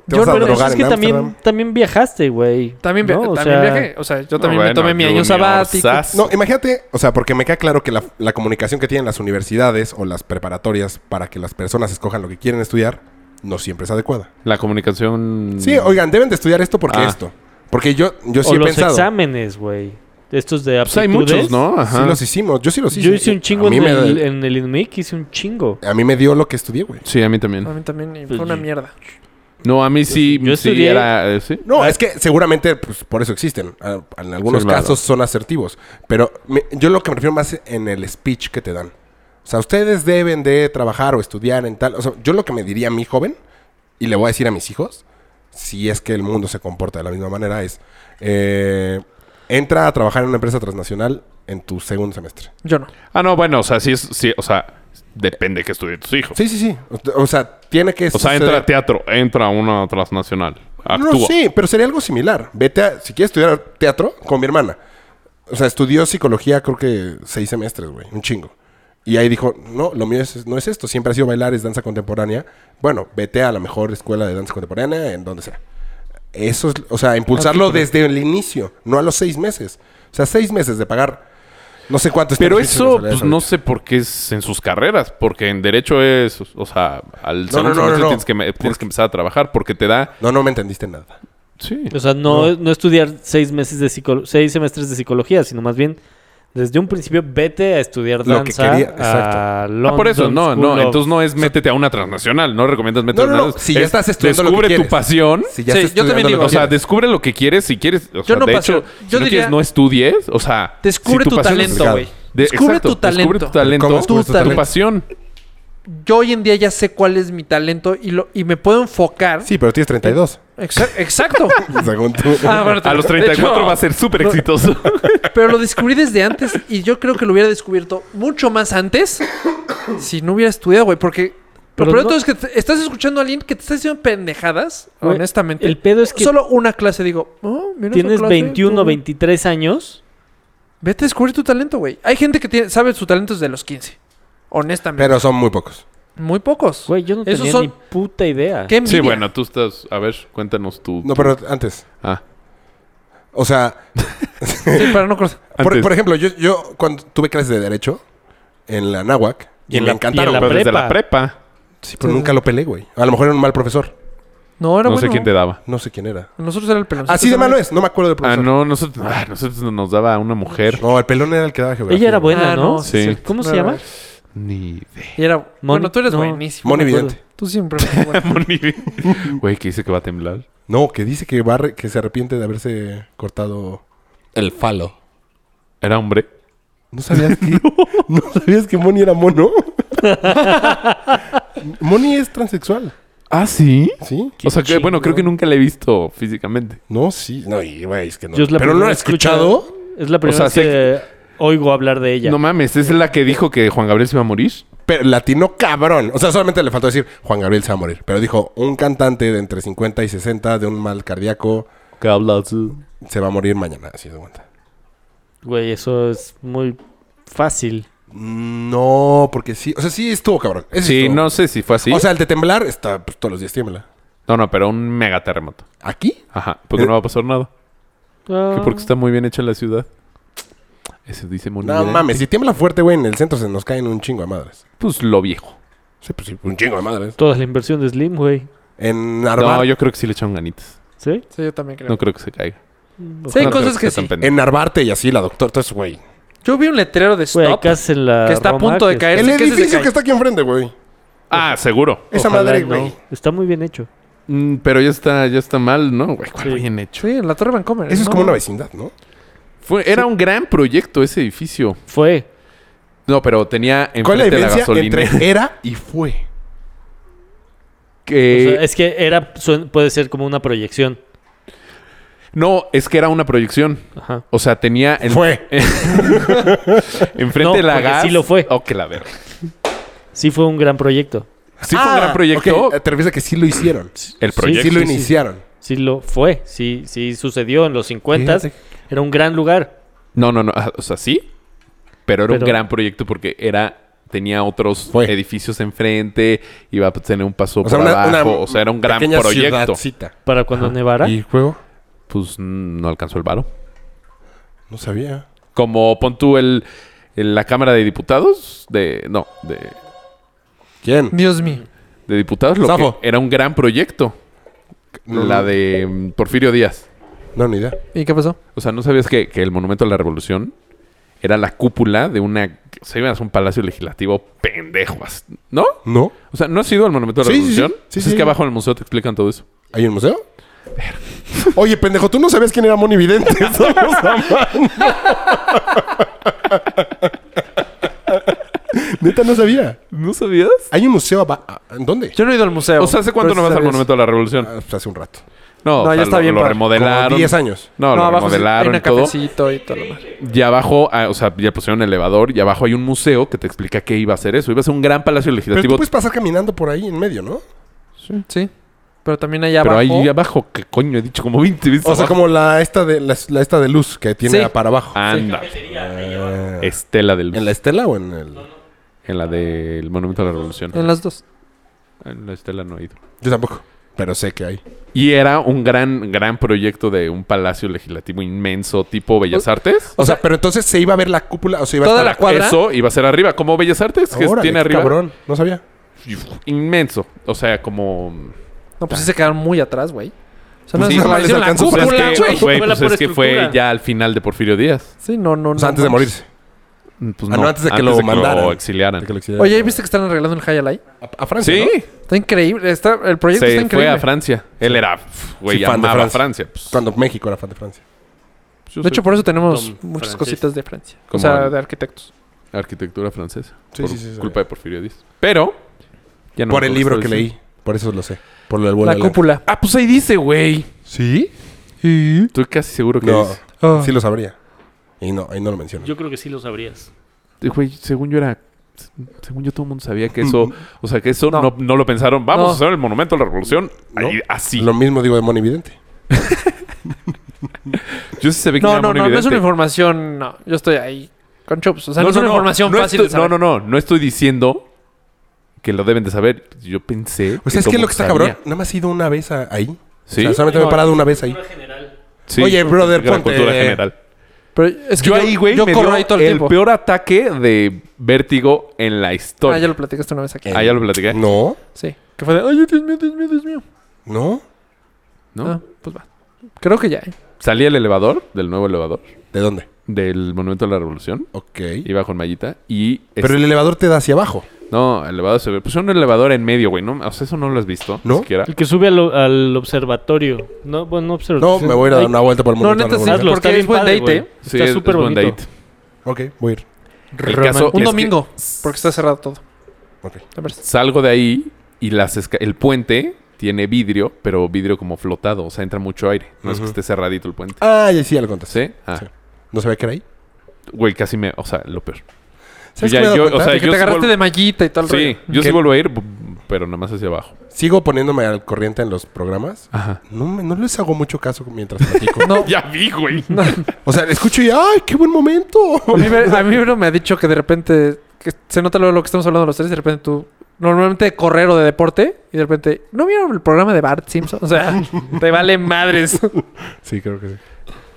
[SPEAKER 3] Te
[SPEAKER 4] Yo
[SPEAKER 3] vas a
[SPEAKER 2] Pero
[SPEAKER 3] drogar
[SPEAKER 2] pues, es
[SPEAKER 3] en
[SPEAKER 2] que también,
[SPEAKER 3] Ámsterdam.
[SPEAKER 2] también viajaste, güey.
[SPEAKER 4] También, via-
[SPEAKER 2] ¿no? O
[SPEAKER 4] también
[SPEAKER 2] sea,
[SPEAKER 4] viajé. O sea, Ah, yo también
[SPEAKER 1] No,
[SPEAKER 4] me tomé
[SPEAKER 1] bueno,
[SPEAKER 4] mi año
[SPEAKER 1] Junior,
[SPEAKER 4] sabático.
[SPEAKER 1] sas.
[SPEAKER 3] No, imagínate, o sea, porque me queda claro que la, la comunicación que tienen las universidades o las preparatorias para que las personas escojan lo que quieren estudiar no siempre es adecuada.
[SPEAKER 1] La comunicación.
[SPEAKER 3] Sí, oigan, deben de estudiar esto porque
[SPEAKER 1] Mm. Ah.
[SPEAKER 3] esto. Porque yo, yo sí
[SPEAKER 2] o
[SPEAKER 3] he
[SPEAKER 2] los
[SPEAKER 3] pensado.
[SPEAKER 2] exámenes, güey. Estos de
[SPEAKER 1] Pues hay muchos,
[SPEAKER 2] aptitudes.
[SPEAKER 1] ¿no?
[SPEAKER 3] Sí
[SPEAKER 1] Ajá.
[SPEAKER 3] los hicimos, yo sí los hice.
[SPEAKER 2] Yo hice un chingo
[SPEAKER 3] a mí,
[SPEAKER 2] en
[SPEAKER 3] me,
[SPEAKER 2] el, en el INMIC, hice un chingo.
[SPEAKER 3] a mí me dio lo que estudié, güey.
[SPEAKER 1] Sí, a mí también.
[SPEAKER 4] A
[SPEAKER 3] Ah,
[SPEAKER 4] mí también y
[SPEAKER 2] Pues
[SPEAKER 4] fue una
[SPEAKER 2] yo-
[SPEAKER 4] mierda.
[SPEAKER 1] No, a mí sí,
[SPEAKER 2] Yo
[SPEAKER 1] sí
[SPEAKER 2] estudié-
[SPEAKER 1] era, eh, sí.
[SPEAKER 3] No, es que seguramente pues, por eso existen. Ah, En algunos
[SPEAKER 1] Sí, claro.
[SPEAKER 3] casos son asertivos. Pero me- yo lo que me refiero más en el speech que te dan. O sea, ustedes deben de trabajar o estudiar en tal. O sea, yo lo que me diría a mi joven, y le voy a decir a mis hijos, si es que el mundo se comporta de la misma manera, es: eh, entra a trabajar en una empresa transnacional en tu segundo semestre.
[SPEAKER 4] Yo no.
[SPEAKER 1] Ah, no, bueno, o sea, sí es, sí, o sea, depende que estudien tus hijos.
[SPEAKER 3] Sí, sí, sí. O, o sea, tiene que
[SPEAKER 1] o sea,
[SPEAKER 3] suceder-
[SPEAKER 1] entra a teatro, entra a una transnacional, actúa.
[SPEAKER 3] No, sí, pero sería algo similar. Vete a, si quieres estudiar teatro, con mi hermana. O sea, estudió psicología creo que seis semestres, güey, un chingo. Y ahí dijo, no, lo mío es- no es esto, siempre ha sido bailar, es danza contemporánea. Bueno, vete a la mejor escuela de danza contemporánea, en donde sea. Eso es, o sea, impulsarlo
[SPEAKER 4] Ah,
[SPEAKER 3] desde el inicio, no a los seis meses. O sea, seis meses de pagar no sé cuánto.
[SPEAKER 1] Pero eso, pues no sé por qué es en sus carreras, porque en derecho es, o sea, al segundo
[SPEAKER 3] no, no,
[SPEAKER 1] semestre
[SPEAKER 3] no.
[SPEAKER 1] tienes, que, me- tienes que empezar a trabajar porque te da,
[SPEAKER 3] No, no me entendiste nada.
[SPEAKER 1] sí,
[SPEAKER 2] O sea, no, no estudiar seis meses de psico- seis semestres de psicología, sino más bien desde un principio vete a estudiar
[SPEAKER 3] Lo que
[SPEAKER 2] danza
[SPEAKER 3] quería, exacto.
[SPEAKER 2] a
[SPEAKER 1] Ah, por eso,
[SPEAKER 2] London
[SPEAKER 1] no,
[SPEAKER 2] School
[SPEAKER 1] no,
[SPEAKER 2] of-
[SPEAKER 1] entonces no es métete a una transnacional, no recomiendas métete
[SPEAKER 3] No, no,
[SPEAKER 1] a
[SPEAKER 3] no,
[SPEAKER 1] una
[SPEAKER 3] si ya
[SPEAKER 1] es
[SPEAKER 3] estás estudiando lo que
[SPEAKER 1] Descubre tu
[SPEAKER 3] quieres.
[SPEAKER 1] pasión.
[SPEAKER 3] Si
[SPEAKER 4] Sí,
[SPEAKER 3] estás
[SPEAKER 4] yo también
[SPEAKER 3] estudiando lo
[SPEAKER 4] digo,
[SPEAKER 3] que
[SPEAKER 1] O sea,
[SPEAKER 3] quieres.
[SPEAKER 1] descubre lo que quieres si quieres. o sea,
[SPEAKER 4] no
[SPEAKER 1] de
[SPEAKER 4] pasé.
[SPEAKER 1] hecho,
[SPEAKER 4] Yo
[SPEAKER 1] si no
[SPEAKER 4] diría-
[SPEAKER 1] quieres, no estudies. O sea,
[SPEAKER 4] Descubre
[SPEAKER 1] si
[SPEAKER 4] tu
[SPEAKER 1] pasión es-
[SPEAKER 4] talento, güey.
[SPEAKER 1] De-
[SPEAKER 4] Descubre
[SPEAKER 1] exacto,
[SPEAKER 4] tu talento.
[SPEAKER 1] Descubre tu talento.
[SPEAKER 3] ¿Cómo descubres
[SPEAKER 1] tu,
[SPEAKER 3] tu talento?
[SPEAKER 1] pasión.
[SPEAKER 4] Yo hoy en día ya sé cuál es mi talento y, lo, y me puedo enfocar.
[SPEAKER 3] Sí, pero tienes 32.
[SPEAKER 4] Exa- exacto.
[SPEAKER 3] Según tú.
[SPEAKER 4] Ah, bueno,
[SPEAKER 1] A los
[SPEAKER 4] de hecho,
[SPEAKER 1] 34 va a ser súper exitoso.
[SPEAKER 4] Pero lo descubrí desde antes y yo creo que lo hubiera descubierto mucho más antes si no hubiera estudiado, güey. Porque
[SPEAKER 2] Pero
[SPEAKER 4] lo peor de
[SPEAKER 2] no-
[SPEAKER 4] todo es que te- estás escuchando a alguien que te está diciendo pendejadas,
[SPEAKER 2] Güey,
[SPEAKER 4] honestamente.
[SPEAKER 2] el pedo es que-
[SPEAKER 4] Solo una clase digo, "Oh, mira esa
[SPEAKER 2] Tienes
[SPEAKER 4] clase,
[SPEAKER 2] 21,
[SPEAKER 4] tú,
[SPEAKER 2] 23 años.
[SPEAKER 4] Vete a descubrir tu talento, güey. Hay gente que tiene, sabe su talento desde los 15. Honestamente.
[SPEAKER 3] Pero son muy pocos.
[SPEAKER 4] Muy pocos.
[SPEAKER 2] Güey, yo no
[SPEAKER 4] Esos
[SPEAKER 2] tenía
[SPEAKER 4] son-
[SPEAKER 2] ni puta idea.
[SPEAKER 4] Qué envidia.
[SPEAKER 1] Sí, bueno, tú estás. A ver, cuéntanos tú.
[SPEAKER 3] No, pero antes.
[SPEAKER 1] Ah,
[SPEAKER 3] O sea,
[SPEAKER 4] Sí, para no cortar.
[SPEAKER 3] por,
[SPEAKER 1] Antes.
[SPEAKER 3] por ejemplo, yo, yo cuando tuve clases de Derecho en la Náhuac, y, me
[SPEAKER 2] la-
[SPEAKER 3] encantaron.
[SPEAKER 2] y en
[SPEAKER 1] pero
[SPEAKER 2] la
[SPEAKER 1] desde
[SPEAKER 2] prepa.
[SPEAKER 1] la prepa.
[SPEAKER 3] Sí, pero nunca lo pelé, güey. A lo mejor era un mal profesor.
[SPEAKER 4] No, era
[SPEAKER 1] No sé
[SPEAKER 4] bueno.
[SPEAKER 1] quién te daba.
[SPEAKER 3] No sé quién era.
[SPEAKER 4] Nosotros era el pelón.
[SPEAKER 2] Pues
[SPEAKER 3] Así de malo es, no me acuerdo del
[SPEAKER 1] Ah,
[SPEAKER 3] profesor.
[SPEAKER 1] no, nosotros, ah, nosotros nos daba una mujer.
[SPEAKER 3] no. el pelón era el que daba geografía.
[SPEAKER 2] Ella era buena,
[SPEAKER 4] Ah,
[SPEAKER 2] ¿no?
[SPEAKER 4] no,
[SPEAKER 1] sí, Sí. sí.
[SPEAKER 2] ¿Cómo
[SPEAKER 4] No
[SPEAKER 2] se
[SPEAKER 4] era
[SPEAKER 2] llama?
[SPEAKER 1] Ni idea.
[SPEAKER 4] Y era... Bueno, tú eres
[SPEAKER 2] no.
[SPEAKER 4] buenísimo.
[SPEAKER 3] Moni
[SPEAKER 4] me acuerdo.
[SPEAKER 3] Vidente.
[SPEAKER 4] Tú siempre eres bueno.
[SPEAKER 1] Ni idea. Güey, que dice que va a temblar.
[SPEAKER 3] No, que dice que, va a re- que se arrepiente de haberse cortado el falo.
[SPEAKER 1] Era hombre.
[SPEAKER 3] ¿No sabías que, no. sabías que Moni era mono? Moni es transexual.
[SPEAKER 1] Ah, sí.
[SPEAKER 3] ¿Sí?
[SPEAKER 1] O sea, que, bueno, creo que nunca la he visto físicamente.
[SPEAKER 3] No, sí. No, y, güey, es que no.
[SPEAKER 2] Yo es la
[SPEAKER 3] Pero no
[SPEAKER 2] primera
[SPEAKER 3] lo he
[SPEAKER 2] que escucho-
[SPEAKER 3] escuchado.
[SPEAKER 2] Es la primera
[SPEAKER 1] sea,
[SPEAKER 2] vez que oigo hablar de ella.
[SPEAKER 1] No mames, es la que dijo que Juan Gabriel se iba a morir.
[SPEAKER 3] Pero latino cabrón. O sea, solamente le faltó decir Juan Gabriel se va a morir. Pero dijo, un cantante de entre 50 y 60 de un mal cardíaco
[SPEAKER 1] Que habla tú.
[SPEAKER 3] se va a morir mañana, así de cuenta.
[SPEAKER 2] Güey, eso es muy fácil.
[SPEAKER 3] No, porque sí. O sea, sí estuvo cabrón. Ese
[SPEAKER 1] Sí,
[SPEAKER 3] estuvo.
[SPEAKER 1] no sé si fue así.
[SPEAKER 3] O sea, el de temblar está pues, todos los días tiembla.
[SPEAKER 1] no, no, pero un mega terremoto.
[SPEAKER 3] ¿Aquí?
[SPEAKER 1] Ajá, porque
[SPEAKER 3] Eh.
[SPEAKER 1] no va a pasar nada.
[SPEAKER 2] Ah.
[SPEAKER 1] Que porque está muy bien hecha la ciudad. Eso dice Moni
[SPEAKER 3] No
[SPEAKER 1] Vidente.
[SPEAKER 3] mames, si tiembla fuerte, güey, en el centro se nos caen un chingo de madres.
[SPEAKER 1] Pues lo viejo.
[SPEAKER 3] Sí, pues sí, un chingo de madres.
[SPEAKER 2] Ah, Toda la inversión de Slim, güey.
[SPEAKER 3] En Narvar,
[SPEAKER 1] No, yo creo que sí le echaron ganitas.
[SPEAKER 2] ¿Sí?
[SPEAKER 4] Sí, yo también creo.
[SPEAKER 1] No creo que se caiga.
[SPEAKER 4] Sí, hay
[SPEAKER 1] No creo
[SPEAKER 4] cosas
[SPEAKER 1] sea
[SPEAKER 4] que sí.
[SPEAKER 1] tan pendejo.
[SPEAKER 3] en Narvarte y así, la doctora. Entonces, güey.
[SPEAKER 4] Yo vi un letrero de
[SPEAKER 2] Güey, hay
[SPEAKER 4] stop.
[SPEAKER 2] casas en la
[SPEAKER 4] que está a
[SPEAKER 2] Roma
[SPEAKER 4] punto de
[SPEAKER 2] que-
[SPEAKER 4] caer.
[SPEAKER 3] El
[SPEAKER 4] Ese que se
[SPEAKER 3] edificio
[SPEAKER 4] cae.
[SPEAKER 3] que está aquí enfrente, güey.
[SPEAKER 1] Ah, seguro.
[SPEAKER 3] Esa
[SPEAKER 2] Ojalá
[SPEAKER 3] madre,
[SPEAKER 2] y no.
[SPEAKER 3] güey.
[SPEAKER 2] Está muy bien hecho.
[SPEAKER 1] Mm, pero ya está, ya está mal, ¿no? Güey, ¿cuál
[SPEAKER 2] Sí.
[SPEAKER 1] bien hecho?
[SPEAKER 4] Sí, en la Torre Vancomer.
[SPEAKER 3] Eso es
[SPEAKER 4] ¿no?
[SPEAKER 3] como una vecindad, ¿no?
[SPEAKER 1] Fue, era un gran proyecto ese edificio.
[SPEAKER 2] Fue.
[SPEAKER 1] No, pero tenía
[SPEAKER 3] ¿Cuál
[SPEAKER 1] enfrente la
[SPEAKER 3] es la diferencia
[SPEAKER 1] gasolina.
[SPEAKER 3] entre era y fue?
[SPEAKER 2] O
[SPEAKER 1] Que...
[SPEAKER 2] sea, es que era suen- puede ser como una proyección.
[SPEAKER 1] No, es que era una proyección.
[SPEAKER 2] Ajá.
[SPEAKER 1] O sea, tenía el-
[SPEAKER 3] Fue.
[SPEAKER 1] enfrente
[SPEAKER 2] No,
[SPEAKER 1] de la
[SPEAKER 2] porque
[SPEAKER 1] gas.
[SPEAKER 2] sí lo fue.
[SPEAKER 1] Oh, que la verga.
[SPEAKER 2] Sí fue un gran proyecto.
[SPEAKER 3] Ah,
[SPEAKER 1] Sí fue un gran proyecto.
[SPEAKER 3] ok, Te eh, refieres a que sí lo hicieron.
[SPEAKER 1] El
[SPEAKER 2] Sí,
[SPEAKER 1] proyecto.
[SPEAKER 3] Sí lo
[SPEAKER 2] sí.
[SPEAKER 3] iniciaron.
[SPEAKER 2] Sí lo fue, sí, sí sucedió en los 50.
[SPEAKER 3] Fíjate.
[SPEAKER 2] Era un gran lugar.
[SPEAKER 1] No, no, no. ah, O sea, sí. Pero era un
[SPEAKER 2] Pero-
[SPEAKER 1] gran proyecto porque era tenía otros
[SPEAKER 3] Fue.
[SPEAKER 1] edificios enfrente, iba a tener un paso
[SPEAKER 3] O sea,
[SPEAKER 1] por
[SPEAKER 3] una- una
[SPEAKER 1] abajo. o sea, era un gran
[SPEAKER 3] pequeña
[SPEAKER 1] proyecto.
[SPEAKER 3] ciudadcita.
[SPEAKER 2] Para cuando nevara.
[SPEAKER 3] ¿Y juego?
[SPEAKER 1] Pues mm, no alcanzó el varo.
[SPEAKER 3] No sabía.
[SPEAKER 1] Como pon tú el, el- la Cámara de Diputados, de. No, de,
[SPEAKER 3] ¿Quién?
[SPEAKER 4] Dios mío.
[SPEAKER 1] de diputados, lo
[SPEAKER 3] Zafo.
[SPEAKER 1] que era un gran proyecto.
[SPEAKER 3] No,
[SPEAKER 1] La de mm, Porfirio Díaz.
[SPEAKER 3] No, ni idea.
[SPEAKER 4] ¿Y qué pasó?
[SPEAKER 1] O sea, ¿no sabías que, que el Monumento a la Revolución era la cúpula de una... O sea, ibas a un palacio legislativo pendejuas, ¿no?
[SPEAKER 3] ¿No?
[SPEAKER 1] O sea, ¿no has ido al Monumento a la
[SPEAKER 3] Sí, sí, sí.
[SPEAKER 1] Revolución?
[SPEAKER 3] Sí,
[SPEAKER 1] Pues
[SPEAKER 3] sí.
[SPEAKER 1] Es que abajo en el museo te explican todo eso.
[SPEAKER 3] ¿Hay un museo? Oye, pendejo, tú no sabías quién era Moni Vidente. Estamos amando. Neta, no sabía.
[SPEAKER 1] ¿No sabías?
[SPEAKER 3] ¿Hay un museo aba- a- a- ¿Dónde?
[SPEAKER 4] Yo no he ido al museo.
[SPEAKER 1] O sea, ¿hace cuánto no
[SPEAKER 4] Pero
[SPEAKER 1] vas al
[SPEAKER 4] sí sabías.
[SPEAKER 1] Monumento a la Revolución?
[SPEAKER 3] Ah, pues hace un rato.
[SPEAKER 1] No,
[SPEAKER 4] Pues, No, ya
[SPEAKER 1] ya
[SPEAKER 4] está
[SPEAKER 1] lo,
[SPEAKER 4] bien
[SPEAKER 1] lo
[SPEAKER 4] padre.
[SPEAKER 1] remodelaron.
[SPEAKER 3] Como 10 años.
[SPEAKER 1] No,
[SPEAKER 4] No,
[SPEAKER 1] lo
[SPEAKER 4] abajo sí, hay
[SPEAKER 1] remodelaron
[SPEAKER 4] una
[SPEAKER 1] y todo.
[SPEAKER 4] cafecito y todo lo demás.
[SPEAKER 1] Y abajo, ah, o sea, ya pusieron el elevador y abajo hay un museo que te explica qué iba a ser eso. Iba a ser un gran palacio
[SPEAKER 3] Pero tú
[SPEAKER 1] legislativo.
[SPEAKER 3] puedes pasar caminando por ahí en medio, ¿no?
[SPEAKER 4] Sí. Pero también allá
[SPEAKER 1] Pero
[SPEAKER 4] abajo.
[SPEAKER 1] ahí abajo, ¿qué coño? He dicho como 20 veces.
[SPEAKER 3] O sea,
[SPEAKER 1] abajo.
[SPEAKER 3] como la esta de, la, la esta de luz que tiene
[SPEAKER 4] Sí.
[SPEAKER 3] para abajo.
[SPEAKER 1] Anda.
[SPEAKER 3] Ah.
[SPEAKER 1] Estela del...
[SPEAKER 3] ¿En la estela o en el...?
[SPEAKER 1] En la del Monumento a la Revolución.
[SPEAKER 4] En las dos.
[SPEAKER 1] En la Estela no he ido.
[SPEAKER 3] Yo tampoco. Pero sé que hay.
[SPEAKER 1] Y era un gran, gran proyecto de un palacio legislativo inmenso, tipo Bellas Artes.
[SPEAKER 3] O sea, pero entonces se iba a ver la cúpula, o se iba a
[SPEAKER 4] Toda
[SPEAKER 3] estar
[SPEAKER 4] la cuadra.
[SPEAKER 1] Eso iba a ser arriba, como Bellas Artes, que
[SPEAKER 3] Órale,
[SPEAKER 1] tiene
[SPEAKER 3] qué
[SPEAKER 1] arriba.
[SPEAKER 3] Cabrón, no sabía.
[SPEAKER 1] Y, uf, Inmenso. O sea, como.
[SPEAKER 4] No, pues sí se quedaron muy atrás, güey. O sea,
[SPEAKER 3] Pues
[SPEAKER 4] se
[SPEAKER 3] sí, nada más
[SPEAKER 4] pareció
[SPEAKER 3] les
[SPEAKER 4] la
[SPEAKER 3] alcanzó para-
[SPEAKER 4] cúpula,
[SPEAKER 1] es que,
[SPEAKER 4] güey.
[SPEAKER 1] güey,
[SPEAKER 2] Fue la
[SPEAKER 1] pues es
[SPEAKER 2] pura
[SPEAKER 1] que fue
[SPEAKER 2] estructura.
[SPEAKER 1] ya al final de Porfirio Díaz.
[SPEAKER 4] Sí, no, no,
[SPEAKER 3] O sea,
[SPEAKER 4] no,
[SPEAKER 3] antes
[SPEAKER 4] mames.
[SPEAKER 3] de morirse.
[SPEAKER 1] Mm, Pues
[SPEAKER 3] Ah, no, antes de que lo mandaran.
[SPEAKER 1] exiliaran.
[SPEAKER 3] De que lo quisiera-
[SPEAKER 4] Oye, ¿ya ¿viste que están arreglando el Hayalai?
[SPEAKER 3] A, a Francia,
[SPEAKER 1] Sí,
[SPEAKER 3] ¿no?
[SPEAKER 4] Está increíble. Está, el
[SPEAKER 3] pues
[SPEAKER 4] proyecto está
[SPEAKER 1] se fue
[SPEAKER 4] increíble.
[SPEAKER 1] a Francia. Él era, pf, güey,
[SPEAKER 3] Sí, fan de
[SPEAKER 1] amaba
[SPEAKER 3] Francia.
[SPEAKER 1] Francia. pues,
[SPEAKER 3] Cuando México era fan de Francia.
[SPEAKER 1] yo soy
[SPEAKER 4] de hecho, por eso tenemos
[SPEAKER 2] Tom
[SPEAKER 4] muchas
[SPEAKER 2] francés.
[SPEAKER 4] cositas de Francia. O
[SPEAKER 1] Como
[SPEAKER 4] sea,
[SPEAKER 1] el-
[SPEAKER 4] de arquitectos.
[SPEAKER 1] arquitectura francesa.
[SPEAKER 3] Sí,
[SPEAKER 1] por
[SPEAKER 3] sí, sí, sabía.
[SPEAKER 1] Culpa de Porfirio Díaz. Pero. ya no
[SPEAKER 3] por
[SPEAKER 1] me
[SPEAKER 3] el
[SPEAKER 1] acuerdo
[SPEAKER 3] libro
[SPEAKER 1] qué
[SPEAKER 3] que
[SPEAKER 1] estaba
[SPEAKER 3] leí. Por eso lo sé. Por lo del vuelo
[SPEAKER 4] La
[SPEAKER 3] de la-
[SPEAKER 4] cúpula.
[SPEAKER 1] Ah, pues ahí dice, güey.
[SPEAKER 3] ¿Sí?
[SPEAKER 1] Estoy casi seguro que
[SPEAKER 3] No,
[SPEAKER 1] dice.
[SPEAKER 4] Ah.
[SPEAKER 3] sí lo sabría. Y no, ahí no lo menciono.
[SPEAKER 2] Yo creo que sí lo sabrías.
[SPEAKER 1] Eh, Güey, según yo era. se- Según yo, todo el mundo sabía que eso. O sea, que eso no, no lo pensaron. Vamos
[SPEAKER 4] No.
[SPEAKER 1] a hacer el monumento a la revolución.
[SPEAKER 3] ¿No?
[SPEAKER 1] Ahí, así.
[SPEAKER 3] Lo mismo digo de Moni Vidente.
[SPEAKER 1] Yo sí sabía que
[SPEAKER 4] No,
[SPEAKER 1] era
[SPEAKER 4] no, no, no es
[SPEAKER 1] monovidente.
[SPEAKER 4] una información. No, yo estoy ahí con chups. O sea, no, es una información
[SPEAKER 1] no
[SPEAKER 4] fácil
[SPEAKER 1] estoy-
[SPEAKER 4] de saber.
[SPEAKER 1] No, no, no. No estoy diciendo que lo deben de saber. Yo pensé.
[SPEAKER 3] O sea, es
[SPEAKER 1] todo
[SPEAKER 3] que lo
[SPEAKER 1] mundo
[SPEAKER 3] que está
[SPEAKER 1] sabía.
[SPEAKER 3] cabrón, nada más he ido una vez a- ahí.
[SPEAKER 1] Sí.
[SPEAKER 3] O sea, solamente me he parado una vez ahí.
[SPEAKER 1] Sí.
[SPEAKER 3] Oye, brother,
[SPEAKER 1] Gran
[SPEAKER 3] ponte-
[SPEAKER 1] cultura general.
[SPEAKER 4] Pero es que
[SPEAKER 1] Yo, ahí, güey,
[SPEAKER 4] yo
[SPEAKER 1] me
[SPEAKER 4] corro
[SPEAKER 1] dio
[SPEAKER 4] ahí todo el,
[SPEAKER 1] el,
[SPEAKER 4] tiempo.
[SPEAKER 1] peor ataque de vértigo en la historia.
[SPEAKER 4] Ah, ya lo platicaste una vez aquí.
[SPEAKER 3] Eh.
[SPEAKER 1] Ah, ya lo platiqué.
[SPEAKER 3] No,
[SPEAKER 4] Sí. Que fue de, ay, Dios mío, Dios mío, Dios mío.
[SPEAKER 3] no.
[SPEAKER 1] ¿No?
[SPEAKER 4] Ah, pues va. Creo que ya. ¿eh?
[SPEAKER 1] Salí el elevador, del nuevo elevador,
[SPEAKER 3] ¿De dónde?
[SPEAKER 1] del monumento a la revolución.
[SPEAKER 3] Ok.
[SPEAKER 1] Iba con Mallita y...
[SPEAKER 3] Pero el elevador te da hacia abajo.
[SPEAKER 1] No, el elevador se ve. Pusieron un elevador en medio, güey. No, o sea, eso no lo has visto.
[SPEAKER 3] ¿No?
[SPEAKER 1] Siquiera.
[SPEAKER 2] El que sube al, al observatorio. No, bueno, no
[SPEAKER 3] No,
[SPEAKER 2] observatorio.
[SPEAKER 3] me voy a ir a dar
[SPEAKER 2] Ay,
[SPEAKER 3] una vuelta por el
[SPEAKER 4] No,
[SPEAKER 3] mundo.
[SPEAKER 4] neta, sí,
[SPEAKER 2] Hazlo,
[SPEAKER 4] porque
[SPEAKER 2] está
[SPEAKER 4] es
[SPEAKER 2] bien
[SPEAKER 4] buen
[SPEAKER 2] padre,
[SPEAKER 4] date,
[SPEAKER 2] güey.
[SPEAKER 4] ¿eh?
[SPEAKER 1] Sí,
[SPEAKER 2] está
[SPEAKER 1] es-
[SPEAKER 2] súper
[SPEAKER 1] es buen
[SPEAKER 2] bonito.
[SPEAKER 1] date.
[SPEAKER 3] Ok, voy a ir.
[SPEAKER 1] El caso
[SPEAKER 4] Un
[SPEAKER 1] es
[SPEAKER 4] domingo, porque está cerrado todo.
[SPEAKER 3] Ok.
[SPEAKER 4] A ver,
[SPEAKER 1] que salgo de ahí y las esca- el puente tiene vidrio, pero vidrio como flotado. O sea, entra mucho aire. No es que
[SPEAKER 3] Ujú.
[SPEAKER 1] esté cerradito el puente.
[SPEAKER 3] Ah, ya sí, ya lo contaste.
[SPEAKER 1] ¿Sí? Ah,
[SPEAKER 3] Sí. No sabía que era ahí.
[SPEAKER 1] güey, casi me... O sea, lo peor.
[SPEAKER 3] ¿Sabes
[SPEAKER 1] Ya,
[SPEAKER 3] qué me he dado
[SPEAKER 1] yo- o
[SPEAKER 3] cuenta?
[SPEAKER 1] sea,
[SPEAKER 4] De que
[SPEAKER 1] yo
[SPEAKER 4] te
[SPEAKER 1] sí
[SPEAKER 4] agarraste
[SPEAKER 1] vuelvo-
[SPEAKER 4] de mallita y todo el
[SPEAKER 1] Sí,
[SPEAKER 4] rollo.
[SPEAKER 1] yo sí
[SPEAKER 3] ¿Qué?
[SPEAKER 1] vuelvo a ir, bu- pero nada más hacia abajo.
[SPEAKER 3] Sigo poniéndome al corriente en los programas.
[SPEAKER 1] Ajá.
[SPEAKER 3] No, me- no les hago mucho caso mientras platico.
[SPEAKER 4] No,
[SPEAKER 1] Ya vi, güey.
[SPEAKER 3] O sea, escucho y ¡ay, qué buen momento!
[SPEAKER 4] a mí, me- a mí Vero me ha dicho que de repente que se nota luego lo que estamos hablando los tres. De repente tú, normalmente de correr o de deporte, y de repente, ¿no vieron el programa de Bart Simpson? O sea, te vale madres.
[SPEAKER 3] Sí, creo que sí.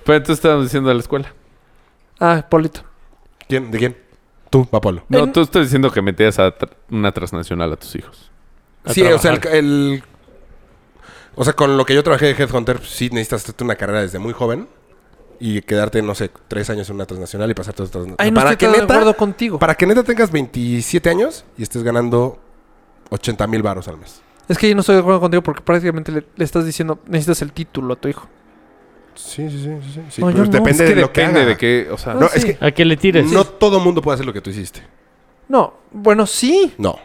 [SPEAKER 1] Pero entonces estabas diciendo de la escuela.
[SPEAKER 4] Ah, Polito.
[SPEAKER 3] ¿Quién? ¿De quién? Tú, Papolo.
[SPEAKER 1] No,
[SPEAKER 4] En-
[SPEAKER 1] tú estás diciendo que metías a tra- una transnacional a tus hijos.
[SPEAKER 2] A
[SPEAKER 3] Sí, o sea, el,
[SPEAKER 2] trabajar.
[SPEAKER 3] el- O sea, con lo que yo trabajé de Headhunter, pues, sí necesitas hacerte una carrera desde muy joven y quedarte, no sé, tres años en una transnacional y pasarte a otra
[SPEAKER 4] Ay,
[SPEAKER 3] transnacional.
[SPEAKER 4] no estoy tan de acuerdo contigo.
[SPEAKER 3] para que neta tengas 27 años y estés ganando 80 mil baros al mes.
[SPEAKER 4] Es que yo no estoy de acuerdo contigo porque prácticamente le, le estás diciendo, necesitas el título a tu hijo.
[SPEAKER 3] Sí, sí, sí. sí, sí.
[SPEAKER 4] No,
[SPEAKER 3] Pero
[SPEAKER 4] yo no.
[SPEAKER 3] depende
[SPEAKER 4] Es
[SPEAKER 3] de lo que
[SPEAKER 1] Depende
[SPEAKER 3] haga.
[SPEAKER 1] de qué, o sea...
[SPEAKER 3] No,
[SPEAKER 4] Ah,
[SPEAKER 3] es
[SPEAKER 4] sí.
[SPEAKER 3] que
[SPEAKER 2] ¿A qué le tires?
[SPEAKER 3] no todo mundo puede hacer lo que tú hiciste.
[SPEAKER 4] No, bueno, sí.
[SPEAKER 3] No.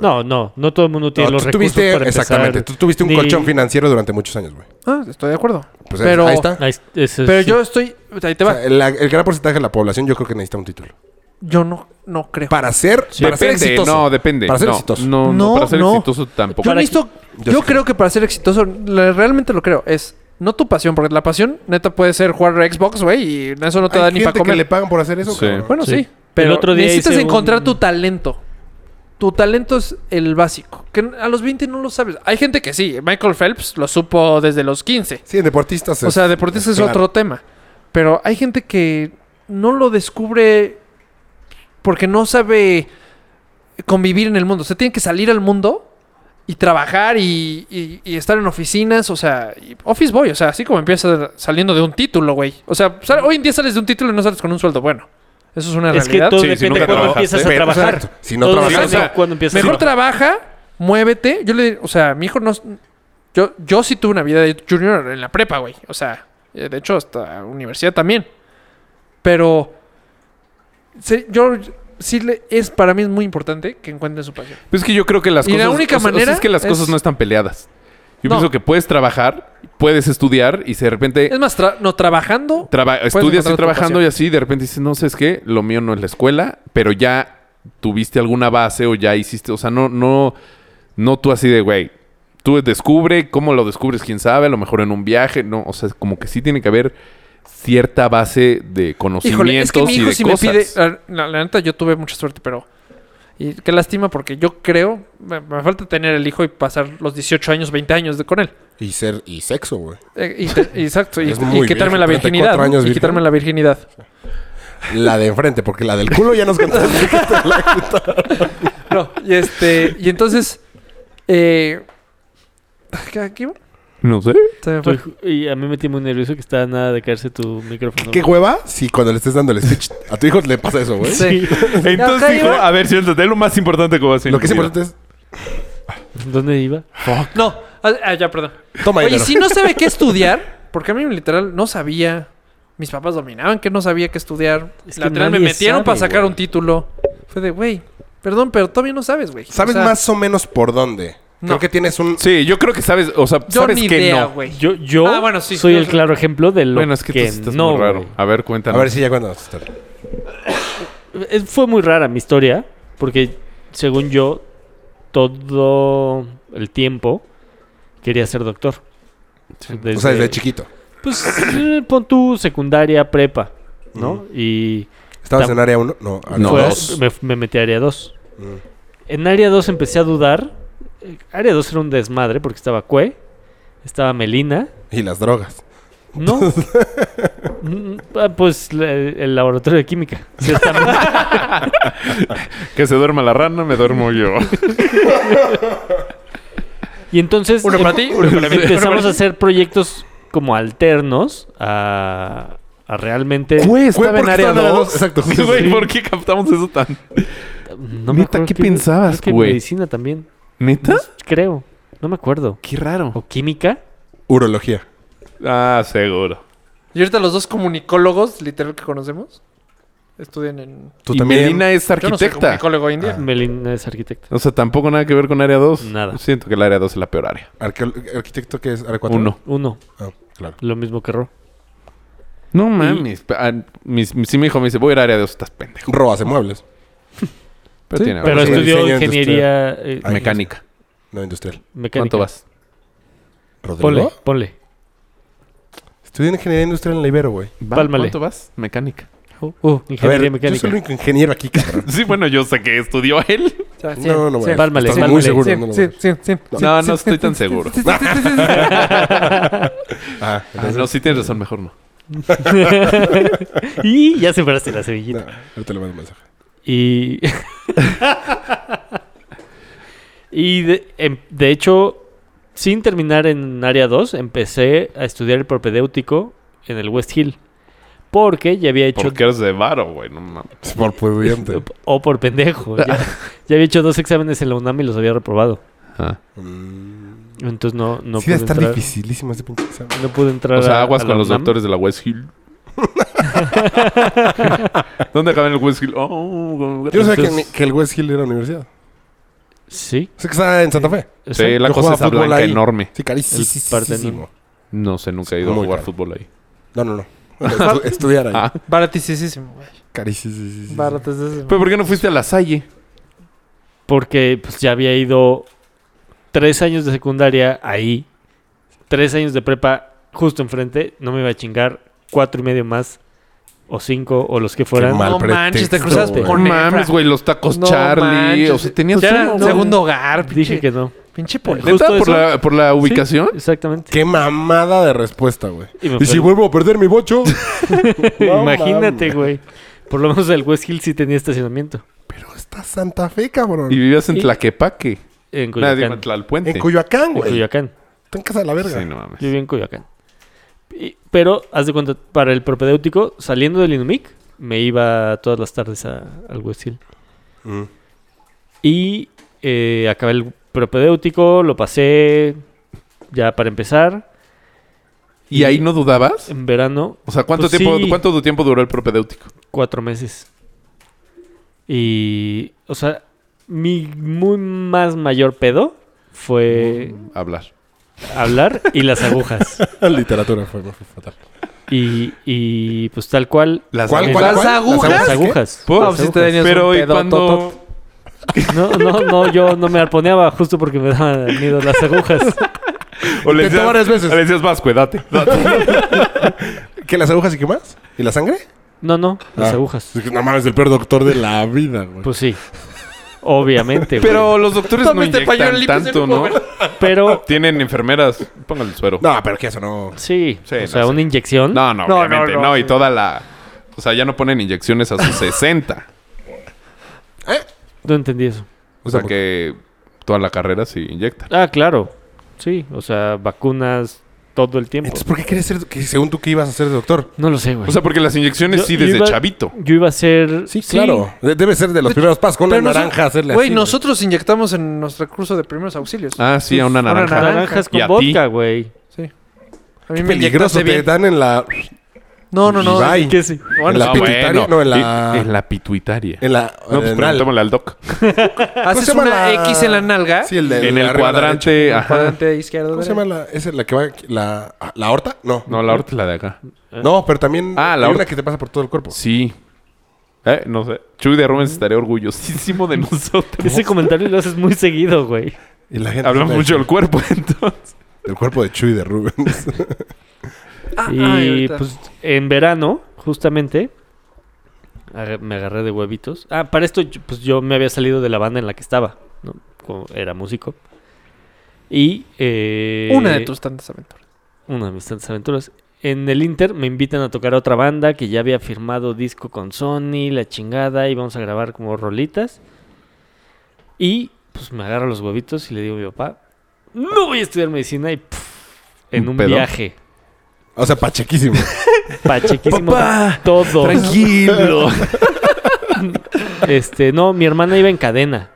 [SPEAKER 2] No, no, no todo el mundo tiene
[SPEAKER 3] No,
[SPEAKER 2] los
[SPEAKER 3] tú
[SPEAKER 2] recursos
[SPEAKER 3] tuviste,
[SPEAKER 2] para empezar.
[SPEAKER 3] exactamente, tú tuviste un
[SPEAKER 2] ni-
[SPEAKER 3] colchón financiero durante muchos años, güey.
[SPEAKER 4] Ah, estoy de acuerdo.
[SPEAKER 3] Pues
[SPEAKER 4] Pero-
[SPEAKER 3] ahí está.
[SPEAKER 2] Ahí- eso
[SPEAKER 4] Pero
[SPEAKER 2] sí.
[SPEAKER 4] yo estoy. Ahí te
[SPEAKER 3] O
[SPEAKER 4] va.
[SPEAKER 3] sea, la- el gran porcentaje de la población yo creo que necesita un título.
[SPEAKER 4] yo no, no creo.
[SPEAKER 3] Para ser, para ser
[SPEAKER 1] depende,
[SPEAKER 3] exitoso.
[SPEAKER 1] no, depende.
[SPEAKER 3] Para ser
[SPEAKER 1] no,
[SPEAKER 3] exitoso.
[SPEAKER 1] No, no,
[SPEAKER 4] No,
[SPEAKER 1] para ser
[SPEAKER 4] no.
[SPEAKER 1] exitoso tampoco.
[SPEAKER 4] yo necesito
[SPEAKER 3] Yo
[SPEAKER 4] Yo,
[SPEAKER 3] sí
[SPEAKER 4] creo que para ser exitoso, le- realmente lo creo, es no tu pasión, porque la pasión neta puede ser jugar Xbox, güey, y eso no te
[SPEAKER 3] Hay
[SPEAKER 4] da ni para
[SPEAKER 3] gente que
[SPEAKER 4] comer.
[SPEAKER 3] le pagan por hacer eso,
[SPEAKER 1] Sí.
[SPEAKER 3] cabrón.
[SPEAKER 4] Bueno, sí.
[SPEAKER 2] Sí.
[SPEAKER 4] Pero
[SPEAKER 2] El otro día
[SPEAKER 4] necesitas
[SPEAKER 2] hice un-
[SPEAKER 4] encontrar tu talento. Tu talento es el básico. Que a los 20 no lo sabes. Hay gente que sí. Michael Phelps lo supo desde los 15.
[SPEAKER 3] Sí, en deportistas.
[SPEAKER 4] O sea, deportistas es
[SPEAKER 3] claro.
[SPEAKER 4] otro tema. Pero hay gente que no lo descubre porque no sabe convivir en el mundo. O sea, tienen que salir al mundo y trabajar y, y- y estar en oficinas. O sea, y office boy. O sea, así como empieza saliendo de un título, güey. O sea, sal- hoy en día sales de un título y no sales con un sueldo bueno. Eso es una
[SPEAKER 2] Es que
[SPEAKER 4] realidad.
[SPEAKER 2] todo
[SPEAKER 1] Sí, si
[SPEAKER 2] depende
[SPEAKER 1] nunca
[SPEAKER 2] de cuándo
[SPEAKER 1] trabajaste.
[SPEAKER 2] empiezas a
[SPEAKER 1] Pero,
[SPEAKER 2] trabajar.
[SPEAKER 3] exacto. Si no
[SPEAKER 2] Todo
[SPEAKER 3] trabajas,
[SPEAKER 2] depende
[SPEAKER 4] o sea,
[SPEAKER 2] de cuándo empiezas
[SPEAKER 4] Mejor
[SPEAKER 2] a trabajar.
[SPEAKER 4] trabaja, muévete. Yo le, o sea, mi hijo no. Yo, yo sí tuve una vida de junior en la prepa, güey. O sea, eh, de hecho, hasta universidad también. Pero sí, yo sí le, es para mí es muy importante que encuentren su pasión.
[SPEAKER 1] Pues es que yo creo que las
[SPEAKER 4] Y la
[SPEAKER 1] cosas.
[SPEAKER 4] única
[SPEAKER 1] o sea, o sea,
[SPEAKER 4] manera
[SPEAKER 1] es que las cosas
[SPEAKER 4] es-
[SPEAKER 1] no están peleadas. Yo
[SPEAKER 4] No.
[SPEAKER 1] pienso que puedes trabajar, puedes estudiar y si de repente
[SPEAKER 4] Es más, tra- no trabajando.
[SPEAKER 1] traba- estudias
[SPEAKER 4] encontrar
[SPEAKER 1] y
[SPEAKER 4] tu
[SPEAKER 1] trabajando
[SPEAKER 4] pasión.
[SPEAKER 1] y así, de repente dices, no sé, es que lo mío no es la escuela, pero ya tuviste alguna base o ya hiciste. O sea, no, no, no tú así de, güey, tú descubre, cómo lo descubres, quién sabe, a lo mejor en un viaje, no. O sea, es como que sí tiene que haber cierta base de conocimientos
[SPEAKER 4] Híjole, es que mi
[SPEAKER 1] y
[SPEAKER 4] hijo
[SPEAKER 1] de
[SPEAKER 4] sí me
[SPEAKER 1] cosas.
[SPEAKER 4] pide. La, la- la neta, yo tuve mucha suerte, pero. Y qué lástima, porque yo creo. Me, me falta tener el hijo y pasar los 18 años, 20 años de, con él.
[SPEAKER 3] Y ser y sexo, güey.
[SPEAKER 4] Eh, y te- exacto, y,
[SPEAKER 3] Es muy
[SPEAKER 4] y quitarme
[SPEAKER 3] virgen,
[SPEAKER 4] la
[SPEAKER 3] 34
[SPEAKER 4] virginidad. ¿no?
[SPEAKER 3] años
[SPEAKER 4] Y
[SPEAKER 3] virgen.
[SPEAKER 4] quitarme la virginidad.
[SPEAKER 3] La de enfrente, porque la del culo ya nos contaste.
[SPEAKER 4] No, y este, y entonces, eh, ¿qué- ¿qué iba?
[SPEAKER 1] No sé.
[SPEAKER 4] Se me fue.
[SPEAKER 2] Tu- Y a mí me tiene muy nervioso que está nada de caerse tu micrófono.
[SPEAKER 3] ¿Qué hueva? Si cuando le estés dando el speech a tu hijo le pasa eso, güey.
[SPEAKER 4] Sí.
[SPEAKER 1] Entonces
[SPEAKER 4] Ajá,
[SPEAKER 1] dijo,
[SPEAKER 4] iba.
[SPEAKER 1] a ver, siéntate, es lo más importante que va a hacer.
[SPEAKER 3] Lo que es importante es.
[SPEAKER 2] ¿Dónde iba?
[SPEAKER 4] No, ah, ah, ya, perdón.
[SPEAKER 3] Toma
[SPEAKER 4] Oye,
[SPEAKER 3] dinero.
[SPEAKER 4] si no sabe qué estudiar, porque a mí literal no sabía. Mis papás dominaban que no sabía qué estudiar.
[SPEAKER 2] Es que
[SPEAKER 4] Lateral me
[SPEAKER 2] nadie
[SPEAKER 4] metieron
[SPEAKER 2] sabe,
[SPEAKER 4] para sacar
[SPEAKER 2] güey.
[SPEAKER 4] un título. Fue de, güey, perdón, pero todavía no sabes, güey. O
[SPEAKER 3] ¿Sabes
[SPEAKER 4] sea,
[SPEAKER 3] más o menos por dónde?
[SPEAKER 4] No.
[SPEAKER 3] Creo que tienes un.
[SPEAKER 1] Sí, yo creo que sabes, o sea,
[SPEAKER 4] Yo
[SPEAKER 1] sabes
[SPEAKER 4] ni
[SPEAKER 1] que
[SPEAKER 4] idea,
[SPEAKER 1] no.
[SPEAKER 4] güey.
[SPEAKER 2] Yo, yo
[SPEAKER 4] Ah, bueno, sí,
[SPEAKER 2] soy
[SPEAKER 4] yo-
[SPEAKER 2] el claro ejemplo de lo
[SPEAKER 1] Bueno, es que, tú sí estás
[SPEAKER 2] no.
[SPEAKER 1] muy raro.
[SPEAKER 2] güey.
[SPEAKER 1] A ver, cuéntanos.
[SPEAKER 3] A ver si ya cuéntanos.
[SPEAKER 2] Es- Eh, Fue muy rara mi historia, porque según yo, todo el tiempo quería ser doctor.
[SPEAKER 3] O sea, desde chiquito.
[SPEAKER 2] Pues eh, pon tu secundaria, prepa, ¿no? Y
[SPEAKER 3] ¿Estabas
[SPEAKER 2] Tam-
[SPEAKER 3] en área 1? No, área
[SPEAKER 1] No.
[SPEAKER 2] fue-
[SPEAKER 1] dos.
[SPEAKER 2] me, me metí a área 2.
[SPEAKER 3] Mm.
[SPEAKER 2] En área 2 empecé a dudar. Eh, Área 2 era un desmadre porque estaba Cue, estaba Melina.
[SPEAKER 3] Y las drogas.
[SPEAKER 2] No. Mm, ah, pues la- el laboratorio de química. Sí, está-
[SPEAKER 1] Que se duerma la rana, me duermo yo.
[SPEAKER 2] y entonces
[SPEAKER 4] Uno para
[SPEAKER 2] em-
[SPEAKER 4] ti, uno para mí.
[SPEAKER 2] empezamos
[SPEAKER 4] Uno para
[SPEAKER 2] a hacer proyectos como alternos a, a realmente...
[SPEAKER 1] Güey,
[SPEAKER 3] Güey, ¿por qué estaba en área dos? Exacto, justo
[SPEAKER 1] Güey,
[SPEAKER 2] sí.
[SPEAKER 1] ¿por qué captamos eso tan...?
[SPEAKER 2] No
[SPEAKER 1] Neta,
[SPEAKER 2] acuerdo
[SPEAKER 1] ¿qué pensabas,
[SPEAKER 2] creo que
[SPEAKER 1] güey?
[SPEAKER 2] medicina también.
[SPEAKER 1] ¿Neta?
[SPEAKER 2] Pues, Creo. No me acuerdo.
[SPEAKER 1] Qué raro.
[SPEAKER 2] ¿O química?
[SPEAKER 3] Urología.
[SPEAKER 1] Ah, seguro.
[SPEAKER 4] Y ahorita los dos comunicólogos, literal, que conocemos, estudian en...
[SPEAKER 3] Tú
[SPEAKER 1] y
[SPEAKER 3] también.
[SPEAKER 1] Melina es
[SPEAKER 4] Yo no soy
[SPEAKER 1] arquitecta.
[SPEAKER 4] comunicólogo india.
[SPEAKER 2] Melina es arquitecta.
[SPEAKER 1] o sea, tampoco nada que ver con Área 2.
[SPEAKER 2] Nada.
[SPEAKER 1] Siento que el Área 2 es la peor área.
[SPEAKER 3] Arqueo- ¿Arquitecto qué es? ¿Área 4?
[SPEAKER 1] Uno.
[SPEAKER 2] Uno,
[SPEAKER 3] Ah, claro.
[SPEAKER 2] lo mismo que Ro.
[SPEAKER 1] No mames. Ah, mis- mi- sí, mi hijo me dice, voy a ir a Área 2, estás pendejo.
[SPEAKER 3] Ro hace muebles.
[SPEAKER 1] Pero
[SPEAKER 4] Sí,
[SPEAKER 1] tiene
[SPEAKER 2] Pero
[SPEAKER 3] sí,
[SPEAKER 1] razón.
[SPEAKER 2] estudió
[SPEAKER 3] diseño
[SPEAKER 2] ingeniería eh,
[SPEAKER 3] Ay,
[SPEAKER 1] Mecánica.
[SPEAKER 3] No, industrial.
[SPEAKER 2] mecánica.
[SPEAKER 1] ¿Cuánto vas?
[SPEAKER 2] Ponle,
[SPEAKER 3] ¿Rodrigo?
[SPEAKER 2] ponle.
[SPEAKER 3] Estudié en ingeniería industrial en la Ibero, güey.
[SPEAKER 1] Va,
[SPEAKER 2] Pálmale.
[SPEAKER 1] ¿Cuánto vas? Mecánica.
[SPEAKER 2] Uh, uh,
[SPEAKER 3] A ver,
[SPEAKER 2] ingeniería
[SPEAKER 3] yo soy el
[SPEAKER 2] mecánica.
[SPEAKER 3] único ingeniero aquí, cabrón.
[SPEAKER 1] Sí, bueno, yo sé que estudió él.
[SPEAKER 4] O sea, sí.
[SPEAKER 3] No, no, güey.
[SPEAKER 2] Pálmale,
[SPEAKER 3] Estoy
[SPEAKER 2] pálmale.
[SPEAKER 3] muy seguro.
[SPEAKER 4] Sí,
[SPEAKER 3] no lo
[SPEAKER 4] sí,
[SPEAKER 3] voy
[SPEAKER 4] sí, sí.
[SPEAKER 1] No, no estoy tan seguro.
[SPEAKER 3] a- Ah,
[SPEAKER 1] Ah, no, sí tienes razón, mejor no.
[SPEAKER 2] y ya sembraste la semillita.
[SPEAKER 3] no, ahorita le mando un mensaje.
[SPEAKER 2] Y. y de, em- de hecho, sin terminar en área 2, empecé a estudiar el propedéutico en el West Hill. Porque ya había hecho.
[SPEAKER 1] Porque eres de varo, güey. No mames.
[SPEAKER 3] Es Por pudiente.
[SPEAKER 2] O por pendejo. Ya, ya había hecho dos exámenes en la UNAM y los había reprobado.
[SPEAKER 1] Ah.
[SPEAKER 3] Mm.
[SPEAKER 2] Entonces no, no
[SPEAKER 3] sí,
[SPEAKER 2] pude
[SPEAKER 3] debe estar
[SPEAKER 2] entrar.
[SPEAKER 3] dificilísimo ese pinche examen.
[SPEAKER 2] No pude entrar
[SPEAKER 1] O sea,
[SPEAKER 2] a-
[SPEAKER 1] aguas
[SPEAKER 2] a la
[SPEAKER 1] con los
[SPEAKER 2] UNAM.
[SPEAKER 1] doctores de la West Hill. ¿Dónde acaban el West Hill? Oh,
[SPEAKER 3] Yo no sabía que,
[SPEAKER 2] Entonces-
[SPEAKER 3] ni- que el West Hill era universidad.
[SPEAKER 2] Sí.
[SPEAKER 3] Sé que estaba en Santa Fe.
[SPEAKER 1] sí,
[SPEAKER 2] exacto.
[SPEAKER 1] la
[SPEAKER 3] Yo
[SPEAKER 1] cosa
[SPEAKER 3] jugaba
[SPEAKER 1] está
[SPEAKER 3] fútbol
[SPEAKER 1] blanca
[SPEAKER 3] ahí.
[SPEAKER 1] enorme.
[SPEAKER 3] Sí,
[SPEAKER 2] El
[SPEAKER 3] carísimo.
[SPEAKER 2] Partenón.
[SPEAKER 1] No sé, nunca he ido a
[SPEAKER 3] Muy
[SPEAKER 1] jugar
[SPEAKER 3] caro.
[SPEAKER 1] fútbol ahí.
[SPEAKER 3] No, no, no. Estu- Estudiar ahí.
[SPEAKER 1] Ah,
[SPEAKER 4] Baratísimo, güey.
[SPEAKER 3] Carísimo.
[SPEAKER 4] Baratísimo.
[SPEAKER 1] pero ¿por qué no fuiste a la Salle?
[SPEAKER 2] Porque pues ya había ido tres años de secundaria ahí, tres años de prepa justo enfrente, no me iba a chingar cuatro y medio más, o cinco, o los que fueran.
[SPEAKER 3] mal
[SPEAKER 4] No manches, te
[SPEAKER 3] pretexto,
[SPEAKER 4] cruzas
[SPEAKER 3] güey.
[SPEAKER 4] por
[SPEAKER 1] No mames, güey, los tacos
[SPEAKER 4] No
[SPEAKER 1] Charlie.
[SPEAKER 4] manches.
[SPEAKER 1] O sea, tenías
[SPEAKER 4] Ya era
[SPEAKER 1] uno,
[SPEAKER 4] un
[SPEAKER 1] güey.
[SPEAKER 4] segundo hogar.
[SPEAKER 2] Dije
[SPEAKER 4] Pinche,
[SPEAKER 2] que no.
[SPEAKER 4] pinche poli-
[SPEAKER 1] ¿Neta?
[SPEAKER 2] Justo
[SPEAKER 1] ¿Por
[SPEAKER 2] eso.
[SPEAKER 1] la, ¿Por la
[SPEAKER 2] Sí,
[SPEAKER 1] ubicación?
[SPEAKER 2] exactamente.
[SPEAKER 3] Qué mamada de respuesta, güey.
[SPEAKER 2] Y me
[SPEAKER 3] Y si
[SPEAKER 2] fue-
[SPEAKER 3] vuelvo a perder mi bocho. No
[SPEAKER 2] Imagínate,
[SPEAKER 3] mames.
[SPEAKER 2] güey. Por lo menos el West Hill sí tenía estacionamiento.
[SPEAKER 3] Pero está Santa Fe, cabrón.
[SPEAKER 1] Y vivías en
[SPEAKER 2] Y-
[SPEAKER 1] Tlaquepaque.
[SPEAKER 2] En
[SPEAKER 1] Nada, digo,
[SPEAKER 2] Coyoacán.
[SPEAKER 1] en Tlalpuente.
[SPEAKER 3] En Coyoacán,
[SPEAKER 2] En
[SPEAKER 3] güey.
[SPEAKER 2] Coyoacán.
[SPEAKER 3] Está en casa de la verga.
[SPEAKER 1] Sí, no mames.
[SPEAKER 2] Yo viví en Coyoacán. Y- pero, haz de cuenta, para el propedéutico, saliendo del Inumic, me iba todas las tardes a- al West Hill.
[SPEAKER 3] Mm.
[SPEAKER 2] Y eh, acabé el propedéutico, lo pasé ya para empezar,
[SPEAKER 1] ¿Y ahí no dudabas?
[SPEAKER 2] en verano,
[SPEAKER 1] O sea, ¿cuánto,
[SPEAKER 2] Pues
[SPEAKER 1] tiempo,
[SPEAKER 2] sí.
[SPEAKER 1] ¿cuánto du- tiempo duró el propedéutico?
[SPEAKER 2] cuatro meses. Y, o sea, mi muy más mayor pedo fue
[SPEAKER 1] Hablar.
[SPEAKER 2] hablar y las agujas.
[SPEAKER 3] Literatura fue, fue fatal.
[SPEAKER 2] Y, y pues tal cual,
[SPEAKER 1] Las
[SPEAKER 3] ¿Cuál,
[SPEAKER 1] agujas.
[SPEAKER 3] cuál,
[SPEAKER 4] ¿Las
[SPEAKER 3] cuál?
[SPEAKER 4] agujas?
[SPEAKER 2] las
[SPEAKER 3] qué?
[SPEAKER 2] agujas.
[SPEAKER 1] ¿Por?
[SPEAKER 4] Ah, pues sí te tenías
[SPEAKER 1] Pero
[SPEAKER 4] un
[SPEAKER 1] ¿y
[SPEAKER 4] pedo
[SPEAKER 1] cuando...
[SPEAKER 4] totot.
[SPEAKER 2] No, no, no, yo no me arponeaba justo porque me daban miedo las agujas.
[SPEAKER 1] O le decías,
[SPEAKER 3] Intentó varias veces.
[SPEAKER 1] le decías, Vasco, date. date".
[SPEAKER 3] ¿Qué, las agujas y qué más? ¿Y la sangre?
[SPEAKER 2] No, no, las
[SPEAKER 3] Ah.
[SPEAKER 2] agujas.
[SPEAKER 3] Es que, No mames, el peor doctor de la vida, güey.
[SPEAKER 2] Pues sí. Obviamente, güey.
[SPEAKER 1] Pero Ah. los doctores no
[SPEAKER 4] Toma este pañuelo
[SPEAKER 1] inyectan
[SPEAKER 4] y
[SPEAKER 1] tanto,
[SPEAKER 4] empieza a
[SPEAKER 1] ¿no?
[SPEAKER 2] Pero,
[SPEAKER 1] Tienen enfermeras. Póngale el suero.
[SPEAKER 3] No, pero que eso no.
[SPEAKER 2] sí.
[SPEAKER 1] Sí,
[SPEAKER 2] o
[SPEAKER 1] no
[SPEAKER 2] sea,
[SPEAKER 1] sé.
[SPEAKER 2] una inyección.
[SPEAKER 1] No, no,
[SPEAKER 4] No,
[SPEAKER 1] obviamente. No,
[SPEAKER 4] no, no,
[SPEAKER 1] y
[SPEAKER 4] sí.
[SPEAKER 1] toda la... O sea, ya no ponen inyecciones a sus 60.
[SPEAKER 3] ¿Eh?
[SPEAKER 2] No entendí eso.
[SPEAKER 1] O sea, que toda la carrera sí inyectan.
[SPEAKER 2] Ah, claro. Sí, o sea, vacunas todo el tiempo.
[SPEAKER 3] Entonces, ¿por qué quieres ser, que según tú, que ibas a ser doctor?
[SPEAKER 2] No lo sé, güey.
[SPEAKER 1] O sea, porque las inyecciones
[SPEAKER 2] Yo-
[SPEAKER 1] sí
[SPEAKER 2] yo
[SPEAKER 1] desde
[SPEAKER 2] iba-
[SPEAKER 1] chavito.
[SPEAKER 2] yo iba a ser...
[SPEAKER 3] De- Debe ser de los primeros pasos. Con una
[SPEAKER 4] Pero noso-
[SPEAKER 3] naranja hacerle
[SPEAKER 4] Güey,
[SPEAKER 3] así,
[SPEAKER 4] nosotros inyectamos en nuestro curso de primeros auxilios.
[SPEAKER 1] Ah, sí, a una
[SPEAKER 4] Una
[SPEAKER 1] naranja.
[SPEAKER 4] naranja.
[SPEAKER 2] Naranjas
[SPEAKER 1] ¿Y
[SPEAKER 2] con
[SPEAKER 1] a ti?
[SPEAKER 2] vodka, güey.
[SPEAKER 4] Sí. A mí
[SPEAKER 3] Qué
[SPEAKER 4] me
[SPEAKER 3] peligroso,
[SPEAKER 4] inyectaste
[SPEAKER 3] te
[SPEAKER 4] bien.
[SPEAKER 3] dan en la...
[SPEAKER 4] No, no, no.
[SPEAKER 3] Y bye.
[SPEAKER 2] ¿Qué sí?
[SPEAKER 3] en la
[SPEAKER 1] No,
[SPEAKER 3] pituitaria.
[SPEAKER 1] bueno.
[SPEAKER 3] No, en
[SPEAKER 1] Y-
[SPEAKER 3] la...
[SPEAKER 1] En la pituitaria.
[SPEAKER 3] En la...
[SPEAKER 1] No, pues
[SPEAKER 3] en la-
[SPEAKER 1] preguntémosle al doc.
[SPEAKER 3] ¿Cómo
[SPEAKER 4] Haces
[SPEAKER 3] se llama
[SPEAKER 4] una
[SPEAKER 3] la-
[SPEAKER 4] X en la nalga.
[SPEAKER 3] Sí, el de-
[SPEAKER 1] En
[SPEAKER 3] de
[SPEAKER 1] el
[SPEAKER 3] arriba a la
[SPEAKER 1] cuadrante,
[SPEAKER 4] el
[SPEAKER 1] ajá.
[SPEAKER 4] cuadrante izquierdo.
[SPEAKER 3] ¿Cómo se llama la... ¿Esa es la que va... ¿La, la horta? No.
[SPEAKER 1] No, la horta es la de acá.
[SPEAKER 3] No, pero también
[SPEAKER 1] Ah, la
[SPEAKER 3] hay
[SPEAKER 1] horta.
[SPEAKER 3] una que te pasa por todo el cuerpo.
[SPEAKER 1] Sí. Eh, no sé. Chuy de Rubens estaría orgullosísimo de nosotros.
[SPEAKER 2] Ese comentario lo haces muy seguido, güey.
[SPEAKER 3] Y la gente
[SPEAKER 1] Hablamos
[SPEAKER 3] habla
[SPEAKER 1] mucho del cuerpo, entonces.
[SPEAKER 3] del cuerpo de Chuy de Rubens.
[SPEAKER 4] Ah,
[SPEAKER 2] Y
[SPEAKER 4] ay, ahorita.
[SPEAKER 2] pues en verano, justamente, aga- me agarré de huevitos. Ah, para esto, yo- pues yo me había salido de la banda en la que estaba, ¿no? Como era músico. Y. eh,
[SPEAKER 4] Una de tus tantas aventuras.
[SPEAKER 2] Una de mis tantas aventuras. En el Inter me invitan a tocar a otra banda que ya había firmado disco con Sony, la chingada, y vamos a grabar como rolitas. Y pues me agarro los huevitos y le digo a mi papá: No voy a estudiar medicina y. pff, en
[SPEAKER 1] ¿Un
[SPEAKER 2] un
[SPEAKER 1] pedo?
[SPEAKER 2] viaje.
[SPEAKER 3] o sea, pachequísimo.
[SPEAKER 2] Pachequísimo.
[SPEAKER 1] Papá,
[SPEAKER 2] todo.
[SPEAKER 1] Tranquilo.
[SPEAKER 2] Este, no, mi hermana iba en cadena.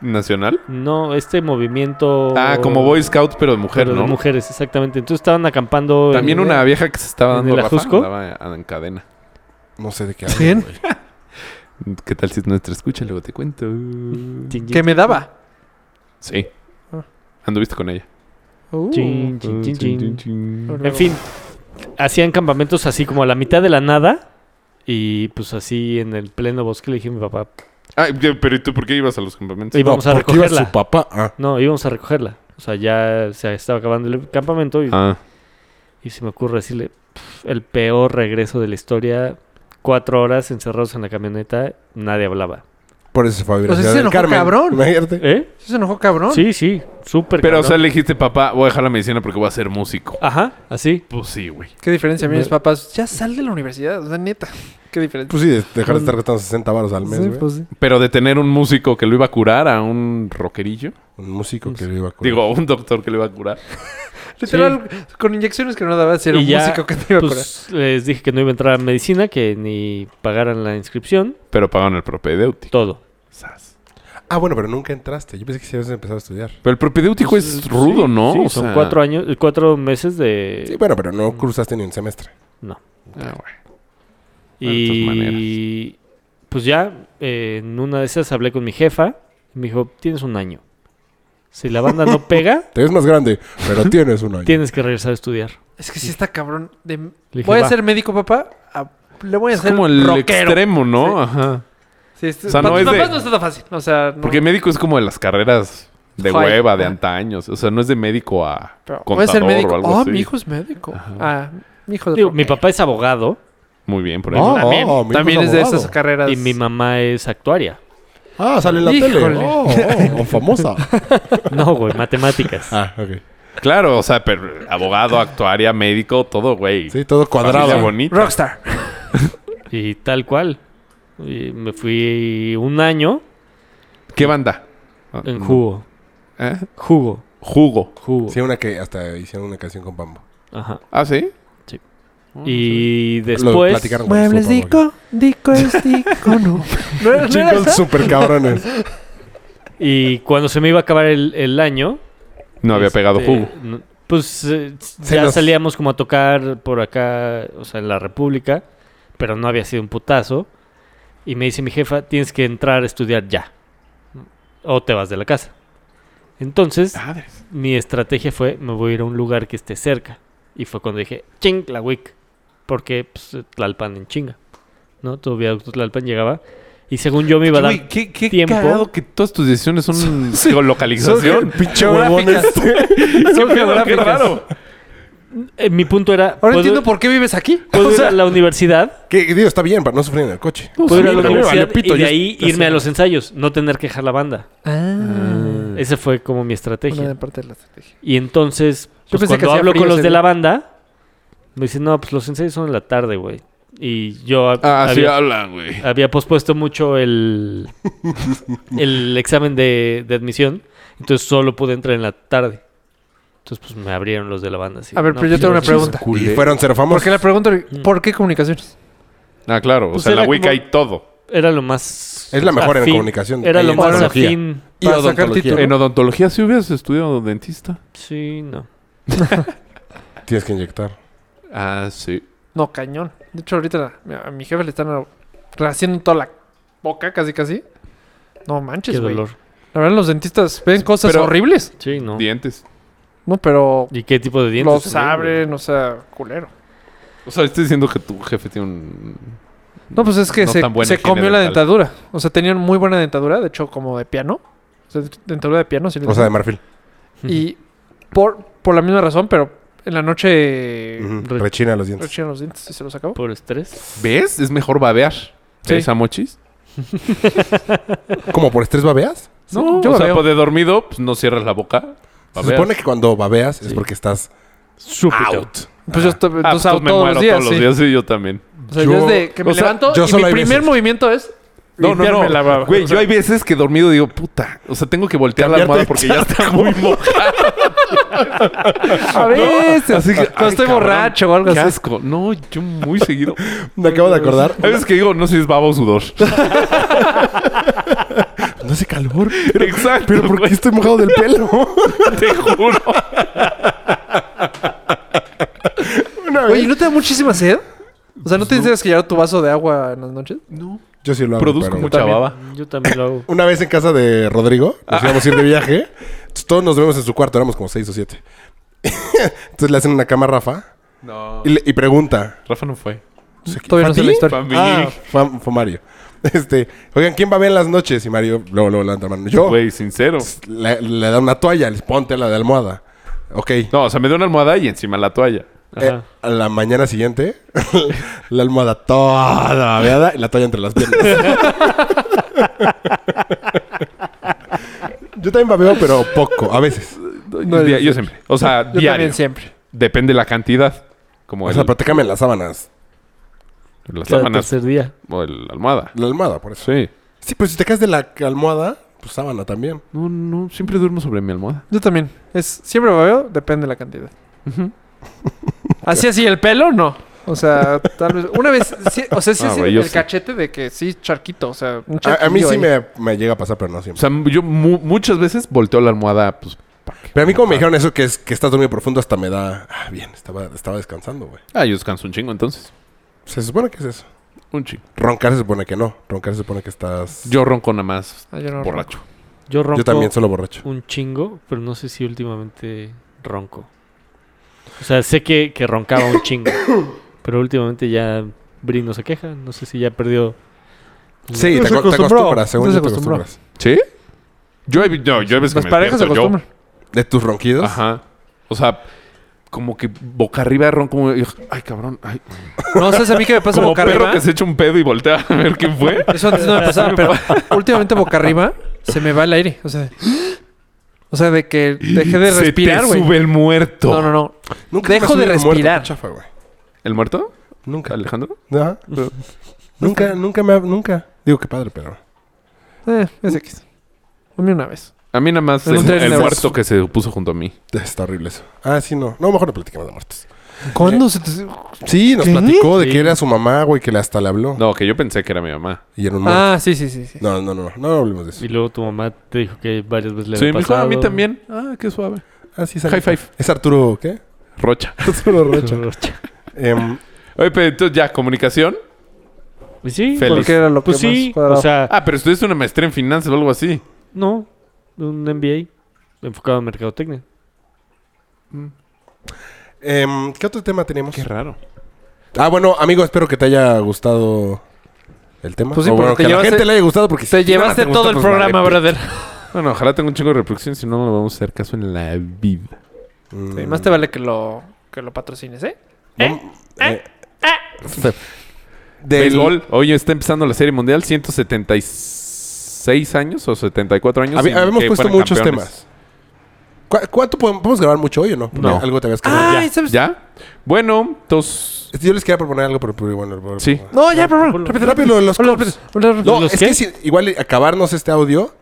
[SPEAKER 1] ¿Nacional?
[SPEAKER 2] No, este movimiento.
[SPEAKER 1] Ah, como Boy Scout, pero de mujer,
[SPEAKER 2] pero de
[SPEAKER 1] ¿no?
[SPEAKER 2] mujeres, exactamente. Entonces estaban acampando. en-
[SPEAKER 1] También una vieja que se estaba
[SPEAKER 2] ¿En
[SPEAKER 1] dando
[SPEAKER 2] el
[SPEAKER 1] la
[SPEAKER 2] Ajusco?
[SPEAKER 1] Estaba en cadena.
[SPEAKER 3] No sé de qué
[SPEAKER 4] Bien.
[SPEAKER 3] hablan, güey.
[SPEAKER 1] ¿Qué tal si es nuestra escucha? Luego te cuento.
[SPEAKER 2] Chin,
[SPEAKER 4] Que me daba.
[SPEAKER 1] Sí.
[SPEAKER 4] Ah.
[SPEAKER 1] Anduviste con ella.
[SPEAKER 4] Uh.
[SPEAKER 2] chin, chin, chin, chin.
[SPEAKER 4] Ahora
[SPEAKER 2] En fin, hacían campamentos así como a la mitad de la nada. Y pues así en el pleno bosque le dije a mi papá.
[SPEAKER 1] Ah, pero ¿y tú por qué ibas a los campamentos?
[SPEAKER 2] Íbamos
[SPEAKER 3] No,
[SPEAKER 2] a
[SPEAKER 3] porque iba
[SPEAKER 2] recogerla.
[SPEAKER 3] su papá. Ah.
[SPEAKER 2] No, íbamos a recogerla. O sea, ya se estaba acabando el campamento y,
[SPEAKER 1] Ah,
[SPEAKER 2] y se me ocurre decirle "Pf, el peor regreso de la historia. Cuatro horas encerrados en la camioneta, nadie hablaba.
[SPEAKER 3] Por eso se fue a vivir a
[SPEAKER 4] O sea,
[SPEAKER 3] Ciudad
[SPEAKER 4] Pues sí se
[SPEAKER 3] del
[SPEAKER 4] enojó,
[SPEAKER 3] Carmen.
[SPEAKER 4] cabrón.
[SPEAKER 3] Imagínate.
[SPEAKER 2] ¿Eh?
[SPEAKER 4] Sí se enojó cabrón.
[SPEAKER 2] Sí, sí, súper.
[SPEAKER 1] Pero, o
[SPEAKER 2] cabrón.
[SPEAKER 1] sea, le dijiste, papá, voy a dejar la medicina porque voy a ser músico.
[SPEAKER 2] Ajá, así.
[SPEAKER 1] Pues sí, güey.
[SPEAKER 4] Qué diferencia. A mí
[SPEAKER 2] Me-
[SPEAKER 4] mis papás, ya sal de la universidad. O sea, neta. Qué diferencia.
[SPEAKER 3] Pues sí, de- dejar de estar gastando 60 baros al mes,
[SPEAKER 4] Mm. Sí,
[SPEAKER 3] güey.
[SPEAKER 4] pues sí.
[SPEAKER 1] Pero de tener un músico que lo iba a curar a un rockerillo.
[SPEAKER 3] Un músico que lo iba a curar.
[SPEAKER 1] Digo, a un doctor que lo iba a curar.
[SPEAKER 4] Literal, con inyecciones que no daba, si era
[SPEAKER 2] Y
[SPEAKER 4] un
[SPEAKER 2] ya,
[SPEAKER 4] músico que te iba a curar.
[SPEAKER 2] Pues les dije que no iba a entrar a medicina, que ni pagaran la inscripción,
[SPEAKER 1] Pero pagaron el propedéutico.
[SPEAKER 2] todo.
[SPEAKER 1] Sas.
[SPEAKER 3] Ah, bueno, pero nunca entraste. Yo pensé que sí habías empezado a estudiar.
[SPEAKER 1] Pero el propedéutico
[SPEAKER 2] Pues,
[SPEAKER 1] es rudo,
[SPEAKER 2] sí,
[SPEAKER 1] ¿no?
[SPEAKER 2] sí,
[SPEAKER 1] O
[SPEAKER 2] son
[SPEAKER 1] sea,
[SPEAKER 2] cuatro años, eh, cuatro meses de.
[SPEAKER 3] Sí, bueno, pero no cruzaste ni un semestre.
[SPEAKER 2] No.
[SPEAKER 1] Ah, güey.
[SPEAKER 2] Y pues ya, eh, en una de esas hablé con mi jefa. y Me dijo, tienes un año. Si la banda no pega,
[SPEAKER 3] Te ves más grande, pero tienes un año.
[SPEAKER 2] tienes que regresar a estudiar.
[SPEAKER 4] Es que sí está cabrón. de-
[SPEAKER 2] dije,
[SPEAKER 4] voy a
[SPEAKER 2] "Va".
[SPEAKER 4] ser médico, papá. a- le voy a
[SPEAKER 1] Es
[SPEAKER 4] hacer
[SPEAKER 1] como el
[SPEAKER 4] rockero.
[SPEAKER 1] extremo, ¿no?
[SPEAKER 4] Sí.
[SPEAKER 1] Ajá.
[SPEAKER 4] Sí, este-
[SPEAKER 1] O sea, no
[SPEAKER 4] para tus
[SPEAKER 1] es de-
[SPEAKER 4] papás no está tan fácil. O sea, no-
[SPEAKER 1] Porque médico es como de las carreras De
[SPEAKER 4] Joder.
[SPEAKER 1] hueva, de
[SPEAKER 4] Ah.
[SPEAKER 1] antaños. O sea, no es de médico a
[SPEAKER 4] Pero puede
[SPEAKER 1] contador
[SPEAKER 4] ser médico.
[SPEAKER 1] o algo
[SPEAKER 4] Ah,
[SPEAKER 1] así.
[SPEAKER 4] mi hijo es médico. Ah, mi hijo de
[SPEAKER 2] Digo,
[SPEAKER 4] rock.
[SPEAKER 2] mi papá es abogado
[SPEAKER 1] Muy bien, por ahí.
[SPEAKER 3] Oh,
[SPEAKER 4] También,
[SPEAKER 3] oh, mi hijo
[SPEAKER 4] también es de
[SPEAKER 3] abogado.
[SPEAKER 4] esas carreras.
[SPEAKER 2] y mi mamá es actuaria.
[SPEAKER 3] Ah, sale en la tele.
[SPEAKER 4] Híjole.
[SPEAKER 3] Oh, oh, o famosa.
[SPEAKER 2] No, güey, matemáticas.
[SPEAKER 3] Ah, ok.
[SPEAKER 1] Claro, o sea, pero abogado, actuaria, médico, todo, güey.
[SPEAKER 3] Sí, todo
[SPEAKER 1] Familia
[SPEAKER 3] cuadrado.
[SPEAKER 1] bonita.
[SPEAKER 4] Rockstar.
[SPEAKER 2] Y tal cual. Y me fui un año
[SPEAKER 1] ¿Qué banda?
[SPEAKER 2] en jugo.
[SPEAKER 1] ¿Eh?
[SPEAKER 2] Jugo.
[SPEAKER 1] Jugo.
[SPEAKER 2] Jugo.
[SPEAKER 3] Sí, una que hasta hicieron una canción con Pambo.
[SPEAKER 2] Ajá.
[SPEAKER 1] ¿Ah, sí?
[SPEAKER 2] Y
[SPEAKER 3] Lo
[SPEAKER 2] después.
[SPEAKER 3] platicaron con
[SPEAKER 4] Muebles
[SPEAKER 3] nosotros,
[SPEAKER 4] Dico, Dico es Dico, no. ¿No era- no
[SPEAKER 3] güey.
[SPEAKER 4] era
[SPEAKER 3] Chicos
[SPEAKER 4] esa?
[SPEAKER 3] super cabrones.
[SPEAKER 2] Y cuando se me iba a acabar el, el año.
[SPEAKER 1] No había
[SPEAKER 2] este,
[SPEAKER 1] pegado jugo.
[SPEAKER 2] no- Pues eh,
[SPEAKER 3] Se
[SPEAKER 2] ya
[SPEAKER 3] nos-
[SPEAKER 2] salíamos como a tocar por acá, o sea, en la República. Pero no había sido un putazo. Y me dice mi jefa: tienes que entrar a estudiar ya. O te vas de la casa. Entonces,
[SPEAKER 1] Madres.
[SPEAKER 2] mi estrategia fue, me voy a ir a un lugar que esté cerca. Y fue cuando dije, ching, la WIC. Porque pues, Tlalpan en chinga. ¿No? Todavía Tlalpan llegaba. Y según yo me iba a
[SPEAKER 1] Güey,
[SPEAKER 2] dar...
[SPEAKER 1] qué, qué
[SPEAKER 2] tiempo.
[SPEAKER 1] cagado que todas tus decisiones son geolocalización.
[SPEAKER 3] Pinche
[SPEAKER 1] huevones.
[SPEAKER 2] Son
[SPEAKER 1] pedo?
[SPEAKER 2] geográficas. Eh, mi punto era,
[SPEAKER 4] Ahora
[SPEAKER 2] puedo,
[SPEAKER 4] entiendo por qué vives aquí.
[SPEAKER 2] puedo
[SPEAKER 4] O
[SPEAKER 2] ir
[SPEAKER 4] sea, pues,
[SPEAKER 2] a la universidad,
[SPEAKER 3] Que digo, está bien para no sufrir en el coche.
[SPEAKER 2] puedo ir a
[SPEAKER 1] sí, pero me
[SPEAKER 2] la
[SPEAKER 1] valió
[SPEAKER 2] universidad
[SPEAKER 1] pito,
[SPEAKER 2] y de
[SPEAKER 1] yo
[SPEAKER 2] ahí
[SPEAKER 1] estoy
[SPEAKER 2] irme a
[SPEAKER 1] haciendo-
[SPEAKER 2] los ensayos, no tener que dejar la banda.
[SPEAKER 4] Ah,
[SPEAKER 2] Esa fue como mi estrategia.
[SPEAKER 4] una de parte de la estrategia.
[SPEAKER 2] Y entonces, pues,
[SPEAKER 4] pensé que
[SPEAKER 2] cuando
[SPEAKER 4] hacía
[SPEAKER 2] hablo
[SPEAKER 4] frío
[SPEAKER 2] con los
[SPEAKER 4] ese
[SPEAKER 2] de
[SPEAKER 4] día.
[SPEAKER 2] la banda, me dicen, no, pues los ensayos son en la tarde, güey. Y yo
[SPEAKER 1] Ah, sí
[SPEAKER 2] había-
[SPEAKER 1] hablan, güey.
[SPEAKER 2] había pospuesto mucho el, el examen de, de admisión. Entonces solo pude entrar en la tarde. Entonces pues me abrieron los de la banda. así,
[SPEAKER 4] A ver,
[SPEAKER 2] "No,
[SPEAKER 4] pero yo
[SPEAKER 2] pues, Mm.
[SPEAKER 4] tengo una
[SPEAKER 2] gracias".
[SPEAKER 4] pregunta.
[SPEAKER 3] Y fueron cero famosos.
[SPEAKER 4] Porque la pregunta, ¿por qué comunicaciones?
[SPEAKER 1] Ah, claro.
[SPEAKER 2] Pues
[SPEAKER 1] o sea, en la
[SPEAKER 2] era
[SPEAKER 1] Wicca
[SPEAKER 2] como-
[SPEAKER 1] hay todo.
[SPEAKER 2] Era lo más...
[SPEAKER 3] Es la mejor en
[SPEAKER 2] afín.
[SPEAKER 3] comunicación,
[SPEAKER 2] Ah, Era
[SPEAKER 3] ahí
[SPEAKER 2] lo
[SPEAKER 3] en
[SPEAKER 2] más
[SPEAKER 3] odontología.
[SPEAKER 2] afín.
[SPEAKER 3] Y
[SPEAKER 4] para sacar
[SPEAKER 3] odontología.
[SPEAKER 4] título.
[SPEAKER 3] Eh,
[SPEAKER 1] En odontología sí hubieras estudiado dentista.
[SPEAKER 2] Sí, no.
[SPEAKER 3] no, Tienes que inyectar.
[SPEAKER 1] Ah, sí.
[SPEAKER 4] No, cañón. De hecho, ahorita la- a mi jefe le están rehaciendo toda la boca, casi casi. No manches,
[SPEAKER 2] Qué
[SPEAKER 4] güey.
[SPEAKER 2] dolor.
[SPEAKER 4] La verdad, los dentistas ven cosas
[SPEAKER 1] Pero-
[SPEAKER 4] horribles.
[SPEAKER 2] Sí, no.
[SPEAKER 1] Dientes.
[SPEAKER 4] No, pero
[SPEAKER 2] ¿Y qué tipo de dientes?
[SPEAKER 4] los
[SPEAKER 2] también, güey?
[SPEAKER 4] abren, o sea, culero.
[SPEAKER 1] O sea, estoy diciendo que tu jefe tiene un...
[SPEAKER 4] No, pues es que
[SPEAKER 1] No
[SPEAKER 4] se,
[SPEAKER 1] tan buena
[SPEAKER 4] se
[SPEAKER 1] higiene
[SPEAKER 4] comió la
[SPEAKER 1] dental.
[SPEAKER 4] dentadura. O sea, tenían muy buena dentadura, de hecho, como de piano. O sea, dentadura de piano, sí. le
[SPEAKER 3] O sea, de
[SPEAKER 4] dicen.
[SPEAKER 3] marfil.
[SPEAKER 4] Y por, por la misma razón, pero en la noche
[SPEAKER 3] Ujú.
[SPEAKER 2] Re-
[SPEAKER 3] Rechina los dientes.
[SPEAKER 4] rechinan los dientes y se los acabó.
[SPEAKER 2] Por estrés.
[SPEAKER 1] ¿Ves? Es mejor babear.
[SPEAKER 4] Sí.
[SPEAKER 1] ¿Esa mochis?
[SPEAKER 3] ¿Cómo por estrés babeas?
[SPEAKER 4] No, yo
[SPEAKER 1] o sea,
[SPEAKER 4] babeo.
[SPEAKER 1] pues de dormido, pues no cierras la boca.
[SPEAKER 3] Se
[SPEAKER 1] babeas. Ah,
[SPEAKER 3] supone que cuando babeas es
[SPEAKER 2] Sí.
[SPEAKER 3] porque estás
[SPEAKER 2] Súbito.
[SPEAKER 3] out.
[SPEAKER 4] Pues yo estoy
[SPEAKER 1] Ah,
[SPEAKER 4] entonces,
[SPEAKER 1] pues, me
[SPEAKER 4] todos
[SPEAKER 1] muero
[SPEAKER 4] los días.
[SPEAKER 1] todos
[SPEAKER 4] sí.
[SPEAKER 1] los días, sí, yo también.
[SPEAKER 4] O sea,
[SPEAKER 3] Yo-
[SPEAKER 4] yo, desde que me
[SPEAKER 1] o sea,
[SPEAKER 4] levanto
[SPEAKER 3] yo
[SPEAKER 4] y mi
[SPEAKER 3] solo hay
[SPEAKER 4] primer
[SPEAKER 3] veces.
[SPEAKER 4] movimiento es
[SPEAKER 1] No, no, no.
[SPEAKER 4] limpiarme la barba.
[SPEAKER 1] Güey,
[SPEAKER 4] O sea,
[SPEAKER 1] yo hay veces que dormido digo, puta. O sea, tengo que voltear la almohada porque ya está muy mojada.
[SPEAKER 4] a veces.
[SPEAKER 1] Así que,
[SPEAKER 4] Cuando
[SPEAKER 1] ay,
[SPEAKER 4] estoy
[SPEAKER 1] cabrón,
[SPEAKER 4] borracho o algo
[SPEAKER 1] Qué
[SPEAKER 4] así.
[SPEAKER 1] asco. No, yo muy seguido.
[SPEAKER 3] Me acabo de acordar.
[SPEAKER 1] Hay veces que digo, no sé si es baba o sudor.
[SPEAKER 3] No hace calor.
[SPEAKER 1] Exacto.
[SPEAKER 3] Pero ¿por qué
[SPEAKER 1] güey,
[SPEAKER 3] estoy mojado del pelo?
[SPEAKER 1] te juro.
[SPEAKER 3] Una
[SPEAKER 4] Oye,
[SPEAKER 3] vez.
[SPEAKER 4] ¿no te da muchísima sed? O sea, ¿no te tienes que llevar tu vaso de agua en las noches?
[SPEAKER 3] Yo sí lo hago.
[SPEAKER 1] Produzco
[SPEAKER 3] pero-
[SPEAKER 1] mucha
[SPEAKER 4] también.
[SPEAKER 1] baba.
[SPEAKER 2] Yo también lo hago.
[SPEAKER 3] Una vez en casa de Rodrigo, nos íbamos a ir de viaje. Entonces, todos nos vemos en su cuarto, éramos como seis o siete. Entonces le hacen una cama a Rafa
[SPEAKER 1] No.
[SPEAKER 3] y, le- y pregunta.
[SPEAKER 1] Rafa no fue.
[SPEAKER 4] Todavía no sé
[SPEAKER 3] ¿Fati?
[SPEAKER 4] la historia.
[SPEAKER 1] Fami.
[SPEAKER 3] Ah, fue, fue Mario. Este, oigan, ¿quién va bien las noches? Y Mario luego, luego levanta la mano. Yo
[SPEAKER 1] Güey, sincero.
[SPEAKER 3] le, le da una toalla, les ponte la de almohada. Ok.
[SPEAKER 1] No, o sea, me dio una almohada y encima la toalla.
[SPEAKER 2] Ajá.
[SPEAKER 3] Eh, a la mañana siguiente, la almohada toda babeada y la toalla entre las piernas. Yo también babeo, pero poco, a veces.
[SPEAKER 1] Yo-
[SPEAKER 4] yo
[SPEAKER 1] yo, siempre. O sea,
[SPEAKER 4] Yo
[SPEAKER 1] diario.
[SPEAKER 4] también siempre.
[SPEAKER 1] Depende la cantidad. Como
[SPEAKER 3] O
[SPEAKER 1] el,
[SPEAKER 3] sea, pero te cambian las sábanas.
[SPEAKER 1] las
[SPEAKER 2] Cada
[SPEAKER 1] sábanas
[SPEAKER 2] tercer día.
[SPEAKER 1] o el- la almohada.
[SPEAKER 3] La almohada, por eso.
[SPEAKER 1] Sí.
[SPEAKER 3] Sí, pero si te caes de la almohada, pues sábana también.
[SPEAKER 1] No, no, siempre duermo sobre mi almohada.
[SPEAKER 4] Yo también. Es, siempre veo, depende de la cantidad. Así, así, el pelo, no. O sea, tal vez. Una vez. sí, o sea, sí,
[SPEAKER 1] Ah,
[SPEAKER 4] así,
[SPEAKER 1] güey, yo
[SPEAKER 4] el
[SPEAKER 1] sí.
[SPEAKER 4] cachete de que sí, charquito. O sea, un
[SPEAKER 3] A, a mí
[SPEAKER 4] charquillo
[SPEAKER 3] sí
[SPEAKER 4] ahí.
[SPEAKER 3] me, me llega a pasar, pero no
[SPEAKER 1] O
[SPEAKER 3] siempre.
[SPEAKER 1] sea, yo mu- muchas veces volteo la almohada, pues.
[SPEAKER 3] Pero a mí como me dijeron eso, que, es, que estás dormido profundo, hasta me da... Ah, bien, estaba, estaba descansando, güey.
[SPEAKER 1] Ah, yo descanso un chingo entonces.
[SPEAKER 3] Se supone que es eso.
[SPEAKER 1] Un chingo.
[SPEAKER 3] Roncar se supone que no. Roncar se supone que estás...
[SPEAKER 1] Yo ronco nada más
[SPEAKER 4] Ah, yo no ronco.
[SPEAKER 1] borracho.
[SPEAKER 2] Yo ronco
[SPEAKER 3] Yo también, solo borracho.
[SPEAKER 2] un chingo, pero no sé si últimamente ronco. O sea, sé que, que roncaba un chingo, pero últimamente ya Brino se queja. No sé si ya perdió.
[SPEAKER 3] Sí,
[SPEAKER 4] No se
[SPEAKER 3] te, aco- te
[SPEAKER 4] acostumbró.
[SPEAKER 3] acostumbras, según
[SPEAKER 4] No
[SPEAKER 3] yo
[SPEAKER 4] se
[SPEAKER 3] te
[SPEAKER 4] acostumbró.
[SPEAKER 3] acostumbras.
[SPEAKER 1] ¿Sí? Yo he, vi- no, yo hay veces que
[SPEAKER 4] Las
[SPEAKER 1] Pues me
[SPEAKER 4] parejas se
[SPEAKER 1] despierto, yo-
[SPEAKER 4] acostumbran.
[SPEAKER 3] ¿De tus ronquidos?
[SPEAKER 1] Ajá. O sea, como que boca arriba ron como... Ay, cabrón. Ay.
[SPEAKER 4] No, ¿sabes a mí que me pasa
[SPEAKER 1] Como
[SPEAKER 4] boca
[SPEAKER 1] perro
[SPEAKER 4] arriba?
[SPEAKER 1] que se echa un pedo y voltea a ver quién fue.
[SPEAKER 4] Eso antes no me pasaba, pero últimamente boca arriba se me va el aire. O sea, o sea de que dejé de
[SPEAKER 1] Se te
[SPEAKER 4] respirar, güey.
[SPEAKER 1] sube el muerto.
[SPEAKER 4] No, no, no.
[SPEAKER 3] Nunca
[SPEAKER 4] Dejo
[SPEAKER 3] me he
[SPEAKER 4] de
[SPEAKER 3] subido muerto,
[SPEAKER 4] respirar.
[SPEAKER 3] qué chafa, güey.
[SPEAKER 1] ¿El muerto?
[SPEAKER 3] Nunca.
[SPEAKER 1] ¿Alejandro?
[SPEAKER 3] Ajá. nunca, nunca me ha- Nunca. Digo que padre, pero.
[SPEAKER 4] Eh, es X. A mí una vez.
[SPEAKER 1] A mí nada más
[SPEAKER 4] En un
[SPEAKER 1] el,
[SPEAKER 4] tren
[SPEAKER 1] el
[SPEAKER 4] de
[SPEAKER 1] muerto que se puso junto a mí.
[SPEAKER 3] Está horrible eso. Ah, sí, no. No, mejor no platicamos de muertos.
[SPEAKER 4] ¿Cuándo se te...
[SPEAKER 3] Sí, nos
[SPEAKER 4] ¿Qué?
[SPEAKER 3] platicó de
[SPEAKER 2] Sí.
[SPEAKER 3] que era su mamá, güey, que le hasta le habló.
[SPEAKER 1] No, que yo pensé que era mi mamá.
[SPEAKER 3] Y era un muerto.
[SPEAKER 4] Ah, sí, sí, sí. sí.
[SPEAKER 3] No, no, no, no. No hablemos de eso.
[SPEAKER 2] Y luego tu mamá te dijo que varias veces le
[SPEAKER 1] Sí,
[SPEAKER 2] había
[SPEAKER 1] me dijo, "Ah,
[SPEAKER 2] pasado.
[SPEAKER 1] a mí también. Ah, qué suave.
[SPEAKER 3] Ah, sí, es
[SPEAKER 1] High
[SPEAKER 3] Arturo.
[SPEAKER 1] five.
[SPEAKER 3] Es Arturo, ¿qué?
[SPEAKER 1] Rocha.
[SPEAKER 3] Arturo Rocha.
[SPEAKER 2] Rocha.
[SPEAKER 3] Em,
[SPEAKER 1] Oye, pero entonces ya, comunicación.
[SPEAKER 2] Pues sí,
[SPEAKER 1] Feliz.
[SPEAKER 4] Porque era lo que
[SPEAKER 2] pues sí,
[SPEAKER 4] más cuadraba.
[SPEAKER 2] o sea,
[SPEAKER 1] Ah, pero estudiaste una maestría en finanzas o algo así.
[SPEAKER 2] no, un MBA enfocado en mercadotecnia.
[SPEAKER 3] em, ¿Qué otro tema tenemos?
[SPEAKER 1] Qué raro.
[SPEAKER 3] Ah, bueno, amigo, espero que te haya gustado el tema.
[SPEAKER 4] Pues sí,
[SPEAKER 3] O bueno,
[SPEAKER 4] porque
[SPEAKER 3] que a la
[SPEAKER 4] llevaste-
[SPEAKER 3] gente le haya gustado porque
[SPEAKER 4] te llevaste todo el programa, brother.
[SPEAKER 1] Bueno, ojalá tenga un chingo de reproducción, si no, no le vamos a hacer caso en la vida.
[SPEAKER 4] Sí, más te vale que lo, que lo patrocines, ¿eh?
[SPEAKER 3] eh,
[SPEAKER 1] Béisbol. Hoy está empezando la Serie Mundial. 176 años o 74 años. sin
[SPEAKER 3] Habíamos
[SPEAKER 1] que
[SPEAKER 3] puesto
[SPEAKER 1] fueran
[SPEAKER 3] muchos
[SPEAKER 1] campeones.
[SPEAKER 3] temas. ¿Cu- ¿Cuánto podemos, podemos grabar mucho hoy o no? Porque
[SPEAKER 1] No.
[SPEAKER 3] Algo te habías quedado.
[SPEAKER 4] Ay, Ah, ¿sabes?
[SPEAKER 1] ¿Ya? Bueno, entonces...
[SPEAKER 3] Yo les quería proponer algo, pero, pero bueno. pero-
[SPEAKER 1] Sí.
[SPEAKER 4] No, ya, pero bueno.
[SPEAKER 3] Rápido, rápido, los
[SPEAKER 4] Hola,
[SPEAKER 3] Cubs.
[SPEAKER 4] hola, hola.
[SPEAKER 3] No,
[SPEAKER 2] ¿Los
[SPEAKER 3] es
[SPEAKER 2] qué?
[SPEAKER 3] que si- igual acabarnos este audio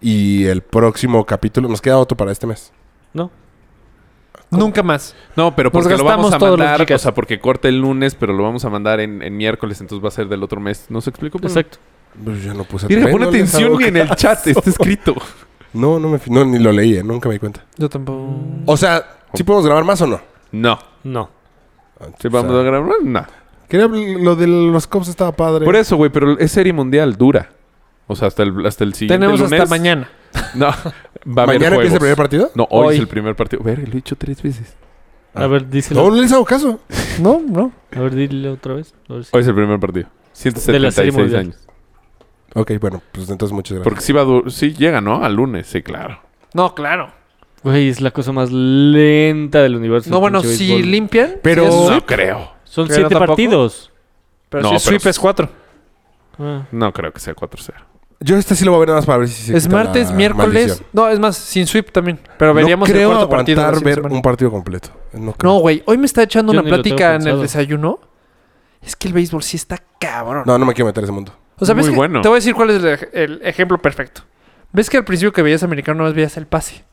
[SPEAKER 3] y el próximo capítulo. Nos queda otro para este mes.
[SPEAKER 2] No,
[SPEAKER 4] Nunca más.
[SPEAKER 1] No, pero
[SPEAKER 4] Nos
[SPEAKER 1] porque lo
[SPEAKER 4] gastamos
[SPEAKER 1] vamos a
[SPEAKER 4] todos los
[SPEAKER 1] mandar, o
[SPEAKER 4] chicas.
[SPEAKER 1] sea, porque corta el lunes, pero lo vamos a mandar en, en miércoles, entonces va a ser del otro mes. ¿No se explico?
[SPEAKER 2] exacto.
[SPEAKER 3] Pero yo Pues no puse
[SPEAKER 1] Mira, pon
[SPEAKER 3] Bueno, les
[SPEAKER 1] atención
[SPEAKER 3] hago
[SPEAKER 1] ni en el chat, está escrito.
[SPEAKER 3] No, no me fi- no, ni lo leí, eh, nunca me di cuenta.
[SPEAKER 4] Yo tampoco.
[SPEAKER 3] O sea, ¿sí podemos grabar más o no?
[SPEAKER 1] No.
[SPEAKER 2] No.
[SPEAKER 1] ¿Sí vamos
[SPEAKER 3] O sea,
[SPEAKER 1] a grabar? No.
[SPEAKER 3] Quería habl- lo de los cops estaba padre.
[SPEAKER 1] Por eso, güey, pero es serie mundial, dura. O sea, hasta el, hasta el siguiente
[SPEAKER 4] Tenemos
[SPEAKER 1] lunes.
[SPEAKER 4] hasta mañana.
[SPEAKER 1] No, va a haber
[SPEAKER 3] ¿Mañana empieza el
[SPEAKER 1] juegos.
[SPEAKER 3] primer partido?
[SPEAKER 1] No, hoy,
[SPEAKER 2] Hoy.
[SPEAKER 1] es el primer partido. Verga, lo he dicho tres veces.
[SPEAKER 3] Ah.
[SPEAKER 2] A ver, díselo.
[SPEAKER 3] No, no les hago caso.
[SPEAKER 4] No, no.
[SPEAKER 2] A ver, dile otra vez. A ver si-
[SPEAKER 1] Hoy es el primer partido.
[SPEAKER 2] De la Serie
[SPEAKER 1] 176
[SPEAKER 2] Mundial.
[SPEAKER 1] años.
[SPEAKER 3] Ok, bueno, pues entonces muchas gracias.
[SPEAKER 1] Porque sí va a du- Sí llega, ¿no? Al lunes, sí, claro.
[SPEAKER 4] No, claro.
[SPEAKER 2] Güey, es la cosa más lenta del universo.
[SPEAKER 4] No,
[SPEAKER 2] Pues el
[SPEAKER 4] bueno,
[SPEAKER 2] pinche
[SPEAKER 4] si
[SPEAKER 2] béisbol.
[SPEAKER 4] limpian.
[SPEAKER 3] Pero-
[SPEAKER 4] sí es
[SPEAKER 1] No
[SPEAKER 4] sweep.
[SPEAKER 1] creo.
[SPEAKER 2] Son
[SPEAKER 4] Pero
[SPEAKER 2] siete
[SPEAKER 4] tampoco.
[SPEAKER 2] partidos.
[SPEAKER 4] Pero
[SPEAKER 1] No,
[SPEAKER 4] si es
[SPEAKER 1] pero
[SPEAKER 4] sweep es 4.
[SPEAKER 2] Ah.
[SPEAKER 1] No creo que sea 4-0.
[SPEAKER 3] Yo este sí lo voy a ver nada más para ver si se
[SPEAKER 4] Es
[SPEAKER 3] quita
[SPEAKER 4] martes,
[SPEAKER 3] la
[SPEAKER 4] miércoles.
[SPEAKER 3] maldición.
[SPEAKER 4] No, es más, sin sweep también. Pero veríamos
[SPEAKER 3] no
[SPEAKER 4] el
[SPEAKER 3] creo
[SPEAKER 4] cuarto partido. de la
[SPEAKER 3] aguantar
[SPEAKER 4] siguiente
[SPEAKER 3] ver
[SPEAKER 4] semana.
[SPEAKER 3] un partido completo. No, creo.
[SPEAKER 4] No, güey. Hoy me está echando
[SPEAKER 2] Yo
[SPEAKER 4] una
[SPEAKER 2] ni lo tengo
[SPEAKER 4] plática en el
[SPEAKER 2] pensado.
[SPEAKER 4] desayuno. Es que el béisbol sí está cabrón.
[SPEAKER 3] no, no me quiero meter en ese mundo.
[SPEAKER 4] o sea, ves
[SPEAKER 1] Muy
[SPEAKER 4] que-
[SPEAKER 1] bueno.
[SPEAKER 4] Te voy a decir cuál es el, ej- el ejemplo perfecto. ¿Ves que al principio que veías americano no más veías el pase?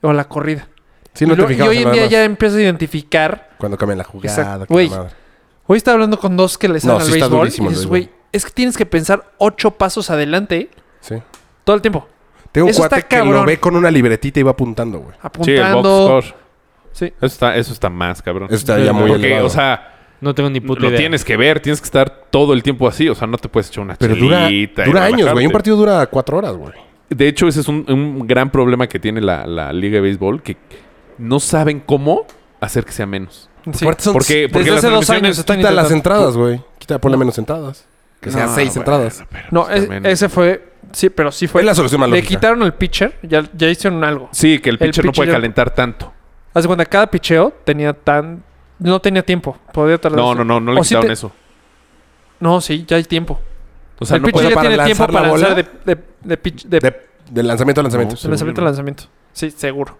[SPEAKER 4] O la corrida.
[SPEAKER 3] Sí, no
[SPEAKER 4] y, lo-
[SPEAKER 3] te fijabas
[SPEAKER 4] y hoy en
[SPEAKER 3] nada
[SPEAKER 4] día
[SPEAKER 3] más.
[SPEAKER 4] ya empiezas a identificar
[SPEAKER 3] Cuando cambian la
[SPEAKER 4] Exacto.
[SPEAKER 3] jugada. que
[SPEAKER 4] Güey.
[SPEAKER 3] la madre.
[SPEAKER 4] Hoy estaba hablando con dos que le saben
[SPEAKER 3] No,
[SPEAKER 4] al
[SPEAKER 3] sí está
[SPEAKER 4] béisbol.
[SPEAKER 3] durísimo
[SPEAKER 4] Y
[SPEAKER 3] el
[SPEAKER 4] dices,
[SPEAKER 3] béisbol.
[SPEAKER 4] güey, es que tienes que pensar ocho pasos adelante
[SPEAKER 3] Sí.
[SPEAKER 4] todo el tiempo.
[SPEAKER 3] Tengo un
[SPEAKER 4] Eso está
[SPEAKER 3] cuate que lo
[SPEAKER 4] cabrón.
[SPEAKER 3] ve con una libretita y va apuntando, güey.
[SPEAKER 1] Sí, el box
[SPEAKER 4] Apuntando.
[SPEAKER 1] score.
[SPEAKER 4] Sí.
[SPEAKER 1] Eso está, eso está más, cabrón.
[SPEAKER 3] Eso está ya
[SPEAKER 2] Sí,
[SPEAKER 3] muy
[SPEAKER 1] Porque,
[SPEAKER 3] elevado.
[SPEAKER 1] o sea,
[SPEAKER 2] No tengo ni puta
[SPEAKER 1] lo
[SPEAKER 2] idea.
[SPEAKER 1] tienes que ver, tienes que estar todo el tiempo así. O sea, no te puedes echar una
[SPEAKER 3] Pero dura,
[SPEAKER 1] chelita y
[SPEAKER 3] dura años, güey. Un
[SPEAKER 1] relajarte.
[SPEAKER 3] partido dura cuatro horas, güey.
[SPEAKER 1] De hecho, ese es un, un gran problema que tiene la, la Liga de Béisbol, que no saben cómo hacer que sea menos.
[SPEAKER 4] Sí.
[SPEAKER 3] Aparte son-
[SPEAKER 1] Porque, porque
[SPEAKER 4] Desde hace dos
[SPEAKER 1] transmisiones-
[SPEAKER 4] años están
[SPEAKER 3] Quita las
[SPEAKER 4] intentando.
[SPEAKER 3] entradas, güey. Quita, ponle menos entradas. Que sean
[SPEAKER 1] No,
[SPEAKER 3] seis
[SPEAKER 1] bueno,
[SPEAKER 3] entradas.
[SPEAKER 1] pero
[SPEAKER 4] No,
[SPEAKER 1] pues
[SPEAKER 4] es-
[SPEAKER 1] también-
[SPEAKER 4] ese fue. Sí, pero sí fue.
[SPEAKER 3] Fue la solución más
[SPEAKER 4] Le
[SPEAKER 3] lógica.
[SPEAKER 4] quitaron el pitcher, ya, ya hicieron algo.
[SPEAKER 1] Sí, que el
[SPEAKER 4] el
[SPEAKER 1] pitcher no puede
[SPEAKER 4] pitcher-
[SPEAKER 1] calentar tanto.
[SPEAKER 4] Hace cuando cada picheo tenía tan. No tenía tiempo. Podía tardar.
[SPEAKER 1] No, no, no, no le
[SPEAKER 4] O sí
[SPEAKER 1] quitaron
[SPEAKER 4] te-
[SPEAKER 1] eso.
[SPEAKER 4] No, sí, ya hay tiempo.
[SPEAKER 1] O sea,
[SPEAKER 4] el
[SPEAKER 1] no
[SPEAKER 4] pitcher
[SPEAKER 1] puede...
[SPEAKER 4] ya
[SPEAKER 3] para
[SPEAKER 4] tiene tiempo
[SPEAKER 3] lanzar la
[SPEAKER 4] para lanzar de,
[SPEAKER 3] bola.
[SPEAKER 4] de, de pitch- de-
[SPEAKER 3] De, de lanzamiento a lanzamiento.
[SPEAKER 1] No,
[SPEAKER 4] de lanzamiento a
[SPEAKER 1] seguro.
[SPEAKER 4] lanzamiento. Sí, seguro.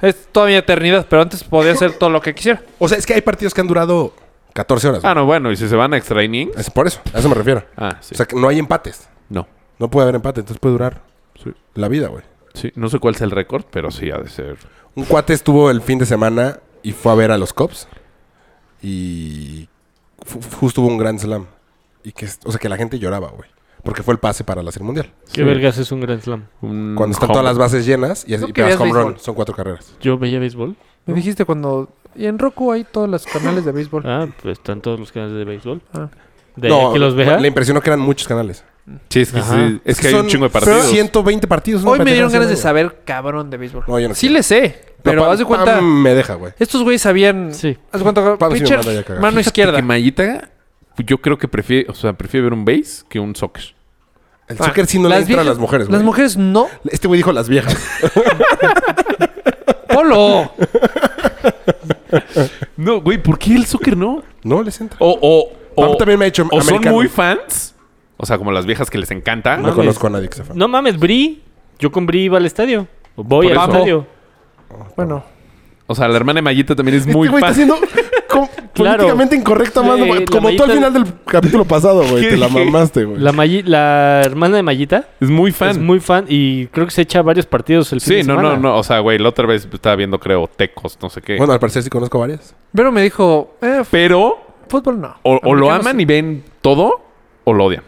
[SPEAKER 4] Es todavía eternidad, pero antes podía hacer todo lo que quisiera.
[SPEAKER 3] O sea, es que hay partidos que han durado 14 horas.
[SPEAKER 1] Ah,
[SPEAKER 3] güey.
[SPEAKER 1] no, bueno, y si se van a extra inning.
[SPEAKER 3] Es por eso, a eso me refiero.
[SPEAKER 1] Ah, sí.
[SPEAKER 3] O sea, que no hay empates.
[SPEAKER 1] no.
[SPEAKER 3] No puede haber empate, entonces puede durar
[SPEAKER 1] Sí.
[SPEAKER 3] la vida, güey.
[SPEAKER 1] Sí, no sé cuál es el récord, pero sí ha de ser.
[SPEAKER 3] Un cuate estuvo el fin de semana y fue a ver a los Cops. Y fu- justo hubo un Grand Slam. Y que, es- o sea, que la gente lloraba, güey. Porque fue el pase para la Serie Mundial.
[SPEAKER 2] Qué
[SPEAKER 1] Sí.
[SPEAKER 2] vergas es un Grand Slam.
[SPEAKER 1] un
[SPEAKER 3] Cuando están
[SPEAKER 1] Mm, home.
[SPEAKER 3] todas las bases llenas y, así,
[SPEAKER 4] No
[SPEAKER 3] y pegas
[SPEAKER 4] querías
[SPEAKER 3] home run.
[SPEAKER 4] béisbol.
[SPEAKER 3] Son cuatro carreras.
[SPEAKER 2] Yo veía béisbol.
[SPEAKER 4] Me dijiste cuando. Y en Roku hay todos los canales de béisbol.
[SPEAKER 2] Ah, pues están todos los canales de béisbol.
[SPEAKER 4] Ah.
[SPEAKER 2] De ahí que los vea.
[SPEAKER 3] Le impresionó que eran muchos canales.
[SPEAKER 1] Sí, es que,
[SPEAKER 2] Ajá.
[SPEAKER 1] sí, es que hay un
[SPEAKER 3] Son
[SPEAKER 1] chingo de partidos.
[SPEAKER 3] 120 partidos. una
[SPEAKER 4] Hoy me dieron
[SPEAKER 3] pendejada
[SPEAKER 4] ganas de
[SPEAKER 3] así, güey.
[SPEAKER 4] saber cabrón de béisbol.
[SPEAKER 3] No, yo no
[SPEAKER 4] sí
[SPEAKER 3] quiero.
[SPEAKER 4] le sé, pero
[SPEAKER 3] No,
[SPEAKER 4] haz de
[SPEAKER 3] Pam-
[SPEAKER 4] cuenta.
[SPEAKER 3] Pam me deja, güey.
[SPEAKER 4] Estos güeyes sabían.
[SPEAKER 2] Sí.
[SPEAKER 4] Haz de cuenta.
[SPEAKER 3] Pam sí me
[SPEAKER 4] pitcher,
[SPEAKER 3] manda ya cagar.
[SPEAKER 4] mano
[SPEAKER 1] Fíjate
[SPEAKER 4] izquierda.
[SPEAKER 1] Que Mayita, yo creo que prefiere, o sea, prefiere ver un base que un soccer.
[SPEAKER 3] El soccer sí no le entra a las mujeres, güey.
[SPEAKER 4] Ah, Las mujeres no.
[SPEAKER 3] Este güey dijo las viejas.
[SPEAKER 4] ¡Polo!
[SPEAKER 1] No, güey, ¿por qué el soccer no?
[SPEAKER 3] No les entra.
[SPEAKER 1] O, o,
[SPEAKER 3] Pam
[SPEAKER 1] o-
[SPEAKER 3] también me ha hecho
[SPEAKER 1] o son
[SPEAKER 3] americano.
[SPEAKER 1] muy fans. O sea, como las viejas que les encanta.
[SPEAKER 3] No
[SPEAKER 2] Mames.
[SPEAKER 3] conozco a nadie que sea fan.
[SPEAKER 2] No mames, Bri. Yo con Bri iba al estadio. Voy
[SPEAKER 1] Por
[SPEAKER 2] al
[SPEAKER 1] eso.
[SPEAKER 2] estadio.
[SPEAKER 4] Bueno.
[SPEAKER 1] O sea, la hermana de Mayita también es muy
[SPEAKER 3] este güey
[SPEAKER 1] fan.
[SPEAKER 3] está siendo com-
[SPEAKER 2] Claro.
[SPEAKER 3] políticamente incorrecta, más
[SPEAKER 2] Sí,
[SPEAKER 3] güey.
[SPEAKER 2] la
[SPEAKER 3] Como tú al
[SPEAKER 2] Mayita-
[SPEAKER 3] final del capítulo pasado, güey.
[SPEAKER 1] ¿Qué
[SPEAKER 3] Te la
[SPEAKER 1] dije?
[SPEAKER 3] mamaste, güey.
[SPEAKER 2] La, Mayi- la hermana de Mayita
[SPEAKER 1] Es muy fan.
[SPEAKER 2] es muy fan y creo que se echa varios partidos el fin
[SPEAKER 1] Sí,
[SPEAKER 2] de
[SPEAKER 1] no,
[SPEAKER 2] semana.
[SPEAKER 1] no, no. O sea, güey, la otra vez estaba viendo, creo, tecos, no sé qué.
[SPEAKER 3] Bueno, al parecer sí conozco varias.
[SPEAKER 4] Vero me dijo, eh, f-
[SPEAKER 1] Pero
[SPEAKER 4] fútbol no.
[SPEAKER 1] o, o lo
[SPEAKER 4] Americanos
[SPEAKER 1] aman
[SPEAKER 4] sí.
[SPEAKER 1] y ven todo, o lo odian.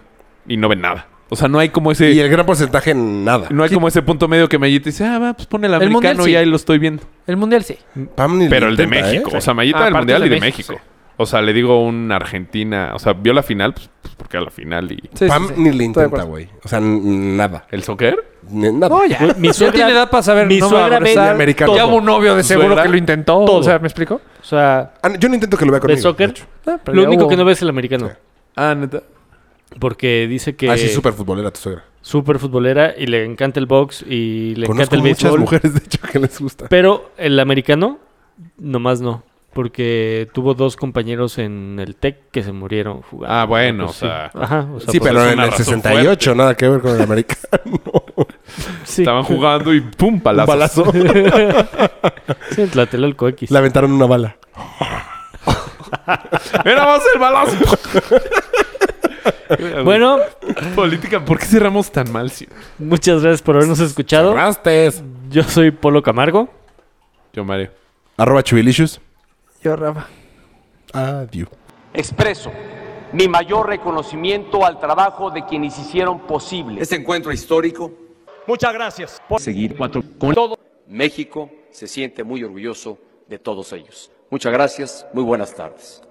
[SPEAKER 1] Y no ven nada. O sea, no hay como ese.
[SPEAKER 3] Y el gran porcentaje, nada.
[SPEAKER 1] No hay como ese punto medio que Mayita dice, ah, va, pues pone el americano
[SPEAKER 4] mundial sí.
[SPEAKER 1] y ahí lo estoy viendo.
[SPEAKER 4] El mundial sí.
[SPEAKER 3] Pam ni le
[SPEAKER 1] Pero el de
[SPEAKER 3] intenta, ¿eh?
[SPEAKER 1] México. O sea, Mayita
[SPEAKER 4] Ah,
[SPEAKER 1] del
[SPEAKER 4] aparte
[SPEAKER 1] Mundial
[SPEAKER 4] es
[SPEAKER 1] y
[SPEAKER 4] de
[SPEAKER 1] de México.
[SPEAKER 4] México,
[SPEAKER 1] O sea, le digo una Argentina. O sea, vio la final, pues, pues, porque a la final y.
[SPEAKER 4] Sí, sí,
[SPEAKER 3] Pam
[SPEAKER 4] sí.
[SPEAKER 3] ni le
[SPEAKER 4] Estoy de
[SPEAKER 3] intenta,
[SPEAKER 4] acuerdo.
[SPEAKER 3] güey. O sea, n- nada.
[SPEAKER 1] ¿El soccer?
[SPEAKER 3] Ni- Nada.
[SPEAKER 4] No, ya.
[SPEAKER 2] Güey, mi
[SPEAKER 4] Ya
[SPEAKER 2] suegra-
[SPEAKER 4] tiene edad para saber,
[SPEAKER 2] mi
[SPEAKER 4] no me va a
[SPEAKER 2] suegra ve
[SPEAKER 4] abrazar.
[SPEAKER 3] americano.
[SPEAKER 4] Ya hubo un novio de seguro
[SPEAKER 1] Suegra,
[SPEAKER 4] que lo intentó.
[SPEAKER 2] todo.
[SPEAKER 4] O sea, ¿me explico?
[SPEAKER 2] O sea,
[SPEAKER 3] Ah, yo no intento que lo vea conmigo. de
[SPEAKER 2] soccer?
[SPEAKER 3] hecho.
[SPEAKER 4] Ah, pero
[SPEAKER 2] lo
[SPEAKER 4] ya
[SPEAKER 2] único
[SPEAKER 4] hubo-
[SPEAKER 2] que no ve es el americano.
[SPEAKER 1] Ah, neta.
[SPEAKER 2] Porque dice que
[SPEAKER 3] Ah, sí, súper futbolera tu suegra.
[SPEAKER 2] súper futbolera y le encanta el box y le encanta
[SPEAKER 3] Conozco
[SPEAKER 2] el
[SPEAKER 3] muchas
[SPEAKER 2] béisbol.
[SPEAKER 3] mujeres, de hecho, que les gusta.
[SPEAKER 2] Pero el americano, nomás no. Porque tuvo dos compañeros en el TEC que se murieron jugando.
[SPEAKER 1] Ah, bueno,
[SPEAKER 2] Pues
[SPEAKER 1] o sea.
[SPEAKER 2] Ajá, o sea,
[SPEAKER 3] Sí,
[SPEAKER 2] pues,
[SPEAKER 3] pero
[SPEAKER 1] es
[SPEAKER 3] en
[SPEAKER 1] una
[SPEAKER 3] el
[SPEAKER 1] razón
[SPEAKER 3] 68, nada que ver con el americano.
[SPEAKER 2] sí.
[SPEAKER 1] Estaban jugando y pum,
[SPEAKER 3] Un
[SPEAKER 1] palazos.
[SPEAKER 3] balazo.
[SPEAKER 2] Sí, en Tlatelolco X.
[SPEAKER 3] Le aventaron una bala.
[SPEAKER 1] ¡Era más el balazo!
[SPEAKER 2] Bueno,
[SPEAKER 1] política, ¿por qué cerramos tan mal? sí?
[SPEAKER 2] muchas gracias por habernos escuchado.
[SPEAKER 3] Rastes.
[SPEAKER 2] Yo soy Polo Camargo.
[SPEAKER 1] Yo, Mario.
[SPEAKER 3] Arroba chubilicious.
[SPEAKER 4] Yo, Rafa.
[SPEAKER 3] Adiós.
[SPEAKER 5] Expreso mi mayor reconocimiento al trabajo de quienes hicieron posible
[SPEAKER 6] Este encuentro histórico,
[SPEAKER 7] Muchas gracias.
[SPEAKER 6] seguir cuatro con todo. México se siente muy orgulloso de todos ellos. Muchas gracias, muy buenas tardes.